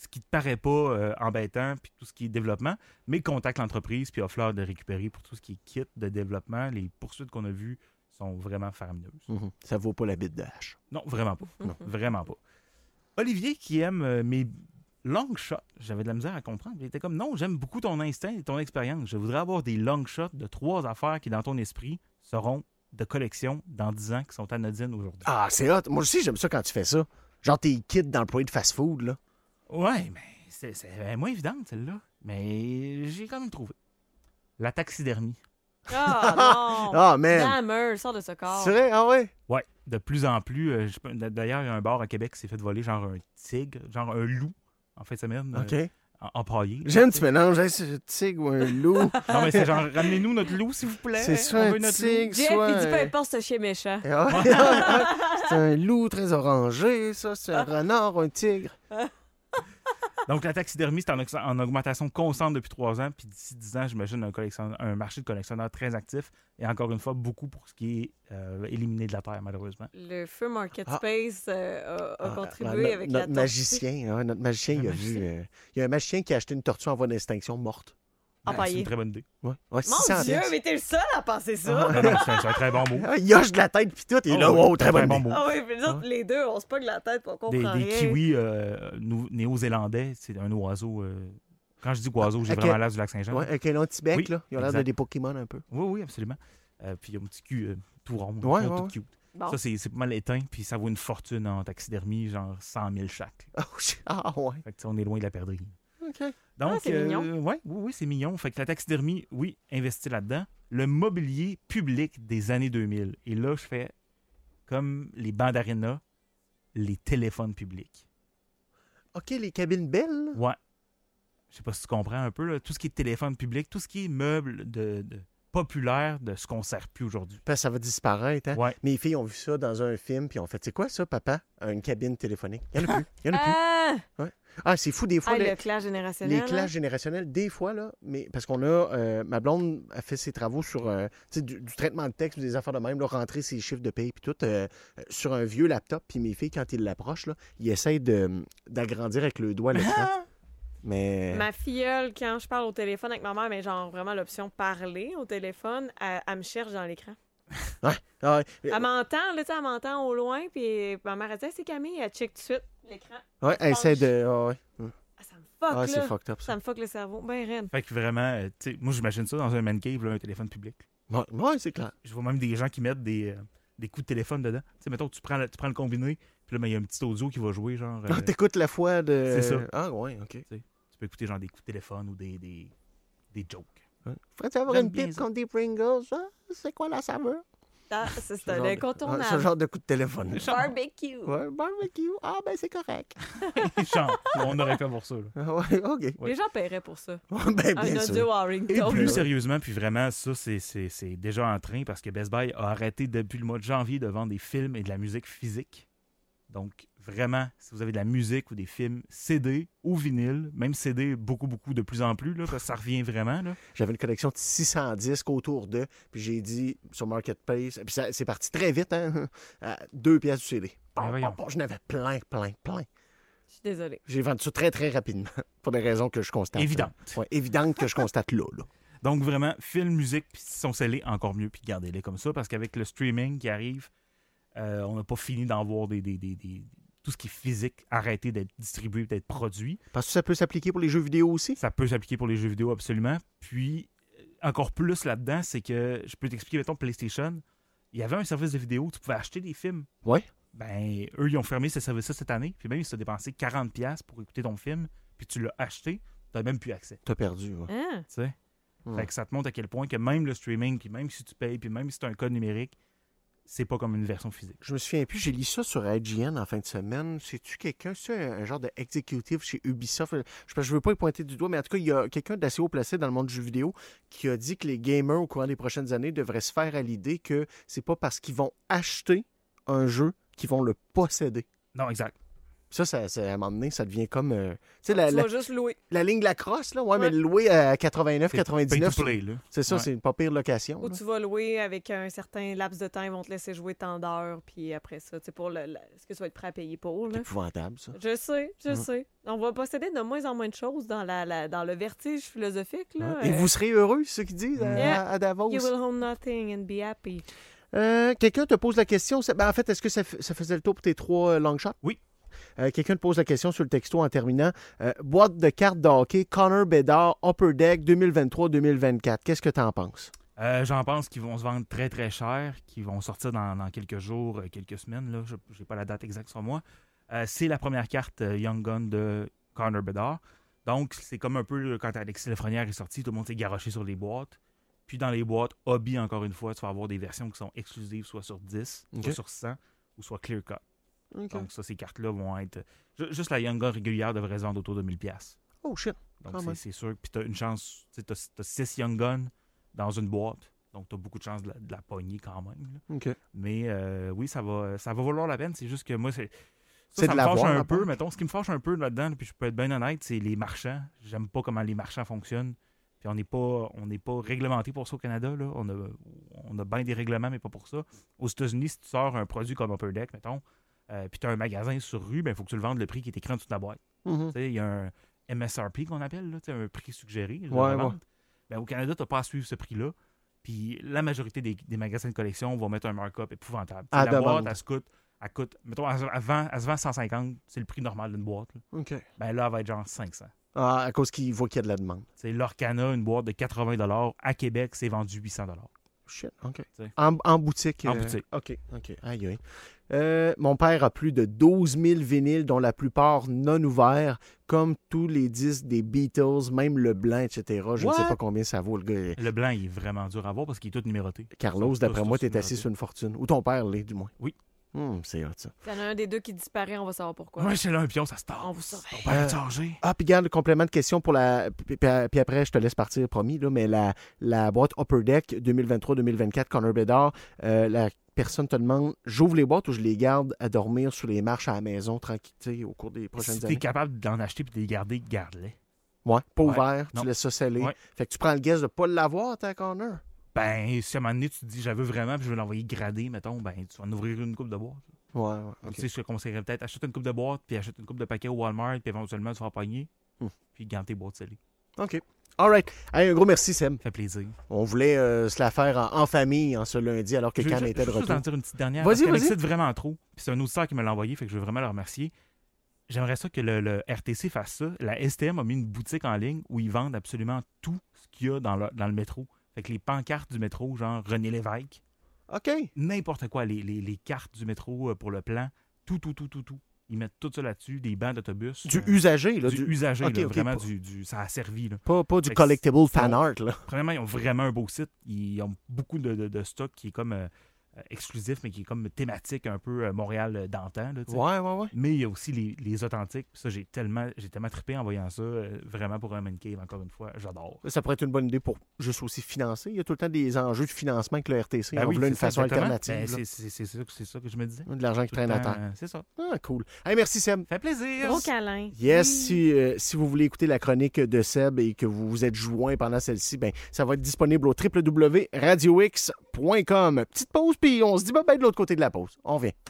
[SPEAKER 6] ce qui te paraît pas euh, embêtant puis tout ce qui est développement, mais contacte l'entreprise puis offre-leur de récupérer pour tout ce qui est kit de développement. Les poursuites qu'on a vues sont vraiment faramineuses.
[SPEAKER 5] Mhm. Ça vaut pas la bite de hache.
[SPEAKER 6] Non, vraiment pas.
[SPEAKER 5] Mhm.
[SPEAKER 6] Vraiment pas. Olivier qui aime euh, mes long shots, j'avais de la misère à comprendre. Il était comme non, j'aime beaucoup ton instinct et ton expérience. Je voudrais avoir des long shots de trois affaires qui dans ton esprit seront de collection dans 10 ans qui sont anodines aujourd'hui.
[SPEAKER 5] Ah, c'est hot. Moi aussi, j'aime ça quand tu fais ça. Genre, t'es kid dans le point de fast-food, là.
[SPEAKER 6] Ouais, mais c'est, c'est elle est moins évidente, celle-là. Mais j'ai quand même trouvé. La taxidermie.
[SPEAKER 7] Ah non!
[SPEAKER 5] Ah, man.
[SPEAKER 7] Dammer, sors de ce corps.
[SPEAKER 5] C'est vrai? Ah ouais?
[SPEAKER 6] Ouais, de plus en plus. euh, je peux- d'ailleurs, il y a un bar à Québec qui s'est fait voler genre un tigre, genre un loup, en fin de semaine, euh,
[SPEAKER 5] OK.
[SPEAKER 6] en- empaillé.
[SPEAKER 5] J'aime tu mélanges. Hey, c'est un tigre ou un loup.
[SPEAKER 6] Non, mais c'est genre, ramenez-nous notre loup, s'il vous plaît.
[SPEAKER 5] c'est soit
[SPEAKER 6] On veut
[SPEAKER 5] un
[SPEAKER 6] notre
[SPEAKER 5] tigre,
[SPEAKER 7] Jeff,
[SPEAKER 5] soit...
[SPEAKER 7] il dit peu
[SPEAKER 5] un-
[SPEAKER 7] importe ce chien méchant.
[SPEAKER 5] Ah ouais, ouais, ouais. c'est un loup très orangé, ça. C'est un renard, un tigre.
[SPEAKER 6] loup. Donc, la taxidermie, c'est en, ox- en augmentation constante depuis trois ans. Puis d'ici dix ans, j'imagine un, collectionne- un marché de collectionneurs très actif. Et encore une fois, beaucoup pour ce qui est euh, éliminé de la terre, malheureusement.
[SPEAKER 7] Le feu Market
[SPEAKER 5] Ah.
[SPEAKER 7] Space euh, a, a
[SPEAKER 5] Ah,
[SPEAKER 7] contribué
[SPEAKER 5] no-
[SPEAKER 7] avec la
[SPEAKER 5] notre
[SPEAKER 7] tortue.
[SPEAKER 5] magicien, hein, notre magicien,
[SPEAKER 6] Un
[SPEAKER 5] il a
[SPEAKER 6] magicien.
[SPEAKER 5] vu. euh, il y a un magicien qui a acheté une tortue en voie d'extinction morte.
[SPEAKER 6] Ah, c'est
[SPEAKER 7] Empaillé.
[SPEAKER 6] une très bonne idée.
[SPEAKER 5] Ouais, ouais
[SPEAKER 7] Mon
[SPEAKER 5] 600
[SPEAKER 7] Dieu,
[SPEAKER 5] piastres.
[SPEAKER 7] mais t'es le seul à penser ça!
[SPEAKER 6] Non, non, c'est, un, c'est un très bon mot.
[SPEAKER 5] Ah, Il hoche de la tête puis tout. Et là,
[SPEAKER 6] Oh,
[SPEAKER 5] wow,
[SPEAKER 6] oui,
[SPEAKER 5] très bonne idée.
[SPEAKER 6] mot.
[SPEAKER 7] Ah oui, puis les autres, les deux, on se pogne la tête, puis on
[SPEAKER 6] des,
[SPEAKER 7] comprend
[SPEAKER 6] des
[SPEAKER 7] rien.
[SPEAKER 6] kiwis euh, nou- néo-zélandais, c'est un oiseau. euh, Quand je dis oiseau, j'ai
[SPEAKER 5] Ah, Ok.
[SPEAKER 6] vraiment l'air du lac Saint-Jean.
[SPEAKER 5] Ouais, avec un long petit bec,
[SPEAKER 6] Oui,
[SPEAKER 5] là. Ils ont l'air de
[SPEAKER 6] exact.
[SPEAKER 5] des Pokémon un peu.
[SPEAKER 6] Oui, oui, absolument. Euh, puis ils ont un petit cul euh, tout rond, ils
[SPEAKER 5] Ouais,
[SPEAKER 6] sont
[SPEAKER 5] ouais,
[SPEAKER 6] tout
[SPEAKER 5] ouais.
[SPEAKER 6] cute.
[SPEAKER 7] Bon.
[SPEAKER 6] Ça, c'est c'est pas mal éteint, puis ça vaut une fortune en taxidermie, genre 100 000 chaque.
[SPEAKER 5] Ah, ouais.
[SPEAKER 6] Fait que, tu sais, on est loin de la perdrix.
[SPEAKER 5] OK.
[SPEAKER 6] Donc, euh,
[SPEAKER 7] Ah, c'est mignon.
[SPEAKER 6] ouais, oui, oui, c'est mignon. Fait que la taxidermie, oui, investis là-dedans. Le mobilier public des années 2000. Et là, je fais comme les bandarenas, les téléphones publics.
[SPEAKER 5] OK, les cabines belles.
[SPEAKER 6] Ouais. Je sais pas si tu comprends un peu, là. tout ce qui est téléphone public, tout ce qui est meuble de, de- populaire de ce qu'on sert plus aujourd'hui.
[SPEAKER 5] Parce que ça va disparaître. Hein?
[SPEAKER 6] Ouais.
[SPEAKER 5] Mes filles ont vu ça dans un film, puis ont fait C'est quoi ça, papa Une cabine téléphonique. Il y en a plus. Il y en a plus.
[SPEAKER 7] Ah!
[SPEAKER 5] Ah, c'est fou, des fois,
[SPEAKER 7] Ah,
[SPEAKER 5] les,
[SPEAKER 7] le hein. clash générationnel.
[SPEAKER 5] les
[SPEAKER 7] là.
[SPEAKER 5] classes générationnelles, des fois, là, mais parce qu'on a. euh, ma blonde a fait ses travaux sur euh, tu sais, du, du traitement de texte, des affaires de même, là, rentrer ses chiffres de paye, puis tout, euh, euh, sur un vieux laptop, puis mes filles, quand ils l'approchent, là, ils essayent de- euh, d'agrandir avec le doigt l'écran. mais.
[SPEAKER 7] Ma filleule, quand je parle au téléphone avec ma mère, mais genre vraiment l'option parler au téléphone, elle, elle me cherche dans l'écran.
[SPEAKER 5] Ah, ouais.
[SPEAKER 7] Elle m'entend, là, tu sais, elle m'entend au loin, puis ma mère, elle dit, Ah, c'est Camille, elle check tout de suite l'écran.
[SPEAKER 5] Ouais, elle essaie de. ah ouais.
[SPEAKER 7] Ah, ça me fuck,
[SPEAKER 5] Ah,
[SPEAKER 7] là.
[SPEAKER 5] c'est fucked up,
[SPEAKER 7] Ça
[SPEAKER 5] ça.
[SPEAKER 7] me fuck le cerveau. Ben, Ren.
[SPEAKER 6] Fait que vraiment, euh, tu sais, moi j'imagine ça dans un man cave, là, un téléphone public.
[SPEAKER 5] Ouais, ouais, c'est clair.
[SPEAKER 6] Je vois même des gens qui mettent des, euh, des coups de téléphone dedans. Tu sais, mettons, tu prends, la- tu prends le combiné, puis là, ben, il y a un petit audio qui va jouer, genre. euh,
[SPEAKER 5] Ah, T'écoutes la fois de.
[SPEAKER 6] C'est ça.
[SPEAKER 5] Ah, ouais, ok.
[SPEAKER 6] tu peux écouter, genre, des coups de téléphone ou des, des, des jokes.
[SPEAKER 5] Faudrait avoir
[SPEAKER 6] J'aime
[SPEAKER 5] une
[SPEAKER 6] bien
[SPEAKER 5] pipe
[SPEAKER 6] ça.
[SPEAKER 5] contre des Pringles, hein? C'est quoi la saveur?
[SPEAKER 7] Ah, ça, c'est
[SPEAKER 5] Ce genre
[SPEAKER 7] un
[SPEAKER 5] de-
[SPEAKER 7] incontournable.
[SPEAKER 5] Ouais, Ce genre de coup de téléphone.
[SPEAKER 7] Barbecue.
[SPEAKER 5] Ouais, barbecue. Ah, ben c'est correct.
[SPEAKER 6] genre, on aurait pas pour ça, là.
[SPEAKER 5] Ah, ouais, ok.
[SPEAKER 6] Ouais.
[SPEAKER 7] Les gens paieraient pour ça.
[SPEAKER 5] Ouais, ben,
[SPEAKER 7] Un
[SPEAKER 5] bien sûr.
[SPEAKER 7] audio à
[SPEAKER 6] Et
[SPEAKER 7] ringtone.
[SPEAKER 6] plus sérieusement, puis vraiment, ça, c'est- c'est c'est déjà en train parce que Best Buy a arrêté depuis le mois de janvier de vendre des films et de la musique physique. Donc, vraiment, si vous avez de la musique ou des films CD ou vinyle, même CD, beaucoup, beaucoup, de plus en plus, là, parce que ça revient vraiment. Là.
[SPEAKER 5] J'avais une collection de 600 disques autour d'eux, puis j'ai dit sur Marketplace, puis ça- c'est parti très vite, hein, à deux pièces du CD. Bon,
[SPEAKER 6] Ben voyons.
[SPEAKER 5] bon, bon, je n'avais plein, plein, plein.
[SPEAKER 7] Je suis désolée.
[SPEAKER 5] J'ai vendu ça très, très rapidement, pour des raisons que je constate.
[SPEAKER 6] Évidente.
[SPEAKER 5] Ouais, évidentes que je constate là. là.
[SPEAKER 6] Donc, vraiment, film, musique, puis s'ils sont scellés, encore mieux, puis gardez-les comme ça, parce qu'avec le streaming qui arrive, euh, on n'a pas fini d'en voir des, des- des- des- tout ce qui est physique arrêter d'être distribué, d'être produit.
[SPEAKER 5] Parce que ça peut s'appliquer pour les jeux vidéo aussi.
[SPEAKER 6] Ça peut s'appliquer pour les jeux vidéo, absolument. Puis, euh, encore plus là-dedans, c'est que je peux t'expliquer, mettons, PlayStation, il y avait un service de vidéo où tu pouvais acheter des films.
[SPEAKER 5] Ouais.
[SPEAKER 6] Ben, eux, ils ont fermé ce service-là cette année. Puis même, ils se sont dépensé 40$ pour écouter ton film. Puis tu l'as acheté, tu même plus accès.
[SPEAKER 5] T'as perdu, ouais.
[SPEAKER 7] Hein?
[SPEAKER 6] Tu sais?
[SPEAKER 5] Hmm.
[SPEAKER 6] Fait que ça te montre à quel point que même le streaming, puis même si tu payes, puis même si tu as un code numérique, c'est pas comme une version physique.
[SPEAKER 5] Je me souviens plus, j'ai lu ça sur IGN en fin de semaine. C'est-tu quelqu'un, c'est un, un genre d'exécutif chez Ubisoft? Je, parce que je veux pas y pointer du doigt, mais en tout cas, il y a quelqu'un d'assez haut placé dans le monde du jeu vidéo qui a dit que les gamers, au courant des prochaines années, devraient se faire à l'idée que c'est pas parce qu'ils vont acheter un jeu qu'ils vont le posséder.
[SPEAKER 6] Non, exact.
[SPEAKER 5] Ça, ça, ça, à un moment donné, ça devient comme. euh, tu sais, la,
[SPEAKER 7] tu
[SPEAKER 5] la-
[SPEAKER 7] vas juste louer.
[SPEAKER 5] la ligne de la crosse, là, ouais,
[SPEAKER 7] Ouais.
[SPEAKER 5] mais le louer à
[SPEAKER 6] C'est pay
[SPEAKER 5] 89-99,
[SPEAKER 6] to play, là.
[SPEAKER 5] c'est ça,
[SPEAKER 6] Ouais.
[SPEAKER 5] c'est une pas pire location.
[SPEAKER 7] Ou
[SPEAKER 5] là.
[SPEAKER 7] tu vas louer avec un certain laps de temps, ils vont te laisser jouer tant d'heures, puis après ça, tu sais, pour le, le- ce que tu vas être prêt à payer pour, là.
[SPEAKER 5] C'est épouvantable, ça.
[SPEAKER 7] Je sais, je
[SPEAKER 5] Ouais.
[SPEAKER 7] sais. On va posséder de moins en moins de choses dans, la, la- dans le vertige philosophique, là.
[SPEAKER 5] Et
[SPEAKER 7] Euh,
[SPEAKER 5] vous serez heureux, c'est ce qu'ils disent à,
[SPEAKER 7] Yeah.
[SPEAKER 5] à Davos.
[SPEAKER 7] You will own nothing and be happy.
[SPEAKER 5] Euh, quelqu'un te pose la question. c'est- ben, en fait, est-ce que ça, f- ça faisait le tour pour tes trois euh, long shots?
[SPEAKER 6] Oui.
[SPEAKER 5] Euh, quelqu'un te pose la question sur le texto en terminant. Euh, boîte de cartes de hockey, Connor Bedard, Upper Deck 2023-2024. Qu'est-ce que t'en penses?
[SPEAKER 6] Euh, J'en pense qu'ils vont se vendre très très cher, qu'ils vont sortir dans, dans quelques jours, euh, quelques semaines. Là, je n'ai pas la date exacte sur moi. Euh, c'est la première carte euh, Young Gun de Connor Bedard. Donc, c'est comme un peu euh, quand Alexis Lafrenière est sorti, tout le monde s'est garoché sur les boîtes. Puis dans les boîtes, hobby, encore une fois, tu vas avoir des versions qui sont exclusives, soit sur 10,
[SPEAKER 5] Ok.
[SPEAKER 6] soit sur 100, ou soit clear cut.
[SPEAKER 5] Ah.
[SPEAKER 6] Donc, ça, ces cartes-là vont être. ju- Juste la Young Gun régulière devrait se vendre autour de 1000$.
[SPEAKER 5] Oh shit.
[SPEAKER 6] Donc,
[SPEAKER 5] Quand
[SPEAKER 6] c'est-
[SPEAKER 5] même.
[SPEAKER 6] c'est sûr. Puis, tu as une chance. Tu as, 6 Young Guns dans une boîte. Donc, tu as beaucoup de chance de la, de la pogner quand même. là.
[SPEAKER 5] OK.
[SPEAKER 6] Mais euh, oui, ça va, ça va valoir la peine. C'est juste que moi, c'est. Ça,
[SPEAKER 5] C'est
[SPEAKER 6] ça
[SPEAKER 5] de
[SPEAKER 6] me fâche
[SPEAKER 5] l'avoir,
[SPEAKER 6] un
[SPEAKER 5] la
[SPEAKER 6] peu,
[SPEAKER 5] banque.
[SPEAKER 6] mettons. Ce qui me fâche un peu là-dedans, puis je peux être bien honnête, c'est les marchands. J'aime pas comment les marchands fonctionnent. Puis on n'est pas, on n'est pas réglementé pour ça au Canada. Là. On, a, on a bien des règlements, mais pas pour ça. Aux États-Unis, si tu sors un produit comme Upper Deck, mettons, euh, puis tu as un magasin sur rue, il faut que tu le vendes le prix qui est écrit en dessous de la boîte.
[SPEAKER 5] Mhm.
[SPEAKER 6] Tu sais, Il y a un MSRP qu'on appelle, là, tu sais, un prix suggéré. là,
[SPEAKER 5] Ouais,
[SPEAKER 6] de vente.
[SPEAKER 5] ouais.
[SPEAKER 6] Ben, au Canada, tu n'as pas à suivre ce prix-là. Puis la majorité des, des magasins de collection vont mettre un markup épouvantable. Tu sais,
[SPEAKER 5] À
[SPEAKER 6] la
[SPEAKER 5] demande.
[SPEAKER 6] boîte, elle se coûte, elle coûte mettons, elle, se- elle vend- elle se vend 150, c'est le prix normal d'une boîte. là.
[SPEAKER 5] OK.
[SPEAKER 6] Ben là, elle va être genre 500.
[SPEAKER 5] Ah, à cause qu'il voit qu'il y a de la demande.
[SPEAKER 6] Tu sais, L'Orcana, une boîte de 80 à Québec, c'est vendu 800
[SPEAKER 5] Shit. OK.
[SPEAKER 6] T'sais.
[SPEAKER 5] En, en boutique. euh,
[SPEAKER 6] En boutique.
[SPEAKER 5] OK. OK. Aïe, aïe. Euh, mon père a plus de 12 000 vinyles, dont la plupart non ouverts, comme tous les disques des Beatles, même le blanc, etc. Je ne sais
[SPEAKER 6] What?
[SPEAKER 5] pas combien ça vaut, le gars.
[SPEAKER 6] Le blanc, il est vraiment dur à voir parce qu'il est tout numéroté.
[SPEAKER 5] Carlos,
[SPEAKER 6] Ils sont
[SPEAKER 5] d'après
[SPEAKER 6] tous,
[SPEAKER 5] moi,
[SPEAKER 6] tous
[SPEAKER 5] t'es assis
[SPEAKER 6] numérotés.
[SPEAKER 5] sur une fortune. Ou ton père l'est, du moins.
[SPEAKER 6] Oui.
[SPEAKER 5] Hum, c'est hot, ça.
[SPEAKER 7] Il y en a un des deux qui disparaît, on va savoir pourquoi.
[SPEAKER 6] Ouais, chez là, un pion, ça se tasse.
[SPEAKER 7] On vous surveille.
[SPEAKER 6] Ton père est chargé.
[SPEAKER 5] Ah, puis garde le complément de question pour la. Puis, puis- puis après, je te laisse partir, promis, là, mais la, la boîte Upper Deck 2023-2024, Connor Bedard, euh, la personne te demande j'ouvre les boîtes ou je les garde à dormir sous les marches à la maison, tranquillité, au cours des prochaines
[SPEAKER 6] Si t'es
[SPEAKER 5] années.
[SPEAKER 6] capable d'en acheter et de les garder, garde-les.
[SPEAKER 5] Ouais, pas
[SPEAKER 6] Ouais.
[SPEAKER 5] ouvert,
[SPEAKER 6] Non.
[SPEAKER 5] tu laisses ça sceller.
[SPEAKER 6] Ouais.
[SPEAKER 5] Fait que tu prends le guess de pas l'avoir, ta Connor.
[SPEAKER 6] Ben, si à un moment donné, tu te dis, j'avais vraiment, puis je veux l'envoyer grader, mettons, ben, tu vas en ouvrir une coupe de boîte.
[SPEAKER 5] Ouais, ouais. ok.
[SPEAKER 6] Tu sais, je te conseillerais peut-être, achète une coupe de boîte, puis achète une coupe de paquet au Walmart, puis éventuellement, tu vas en pogner,
[SPEAKER 5] Hmm.
[SPEAKER 6] puis garde tes boîtes scellées.
[SPEAKER 5] OK. All right. Hey, un gros merci, Seb.
[SPEAKER 6] Ça fait plaisir.
[SPEAKER 5] On voulait euh, se la faire en, en famille en ce lundi, alors que
[SPEAKER 6] Je veux
[SPEAKER 5] Cam
[SPEAKER 6] ju-
[SPEAKER 5] était de
[SPEAKER 6] juste
[SPEAKER 5] retour.
[SPEAKER 6] en dire une petite dernière.
[SPEAKER 5] Vas-y,
[SPEAKER 6] parce qu'elle
[SPEAKER 5] vas-y.
[SPEAKER 6] m'excite vraiment trop. Puis c'est un auditeur qui me l'a envoyé, fait que je veux vraiment le remercier. J'aimerais ça que le, le RTC fasse ça. La STM a mis une boutique en ligne où ils vendent absolument tout ce qu'il y a dans le, dans le métro. Fait que les pancartes du métro, genre René Lévesque,
[SPEAKER 5] OK.
[SPEAKER 6] n'importe quoi, les, les- les cartes du métro euh, pour le plan, tout, tout, tout, tout, tout. Ils mettent tout ça là-dessus, des bancs d'autobus.
[SPEAKER 5] Du
[SPEAKER 6] euh,
[SPEAKER 5] usagé, là.
[SPEAKER 6] du
[SPEAKER 5] Du,
[SPEAKER 6] usagé,
[SPEAKER 5] Ok,
[SPEAKER 6] là,
[SPEAKER 5] ok,
[SPEAKER 6] vraiment
[SPEAKER 5] pas-
[SPEAKER 6] du, du- ça a servi. Là.
[SPEAKER 5] Pas, pas du
[SPEAKER 6] Fait que
[SPEAKER 5] collectible fan
[SPEAKER 6] on-
[SPEAKER 5] art, là.
[SPEAKER 6] Premièrement, ils ont vraiment un beau site. Ils ont beaucoup de, de- de stock qui est comme euh, euh, exclusif, mais qui est comme thématique un peu euh, Montréal euh, d'antan. là, tu sais.
[SPEAKER 5] Ouais, ouais, ouais.
[SPEAKER 6] Mais il y a aussi les, les authentiques. Puis Ça, j'ai tellement, j'ai tellement trippé en voyant ça. euh, vraiment pour Roman Cave, encore une fois, j'adore.
[SPEAKER 5] Ça pourrait être une bonne idée pour juste aussi financer. Il y a tout le temps des enjeux de financement avec le RTC.
[SPEAKER 6] Ben
[SPEAKER 5] on
[SPEAKER 6] oui,
[SPEAKER 5] voulait
[SPEAKER 6] c'est
[SPEAKER 5] une
[SPEAKER 6] ça,
[SPEAKER 5] façon
[SPEAKER 6] exactement.
[SPEAKER 5] alternative.
[SPEAKER 6] Ben,
[SPEAKER 5] là.
[SPEAKER 6] c'est, c'est- c'est ça, que- c'est ça que je me disais.
[SPEAKER 5] de l'argent qui
[SPEAKER 6] Tout le
[SPEAKER 5] traîne à
[SPEAKER 6] temps,
[SPEAKER 5] terre.
[SPEAKER 6] euh, c'est ça.
[SPEAKER 5] Ah, cool. Hey, merci, Seb.
[SPEAKER 6] Fait plaisir.
[SPEAKER 7] Gros câlin.
[SPEAKER 5] Yes, si, euh, si vous voulez écouter la chronique de Seb et que vous vous êtes joint pendant celle-ci, ben, ça va être disponible au www.radiox.com. Petite pause, puis on se dit bye-bye de l'autre côté de la pause. On revient.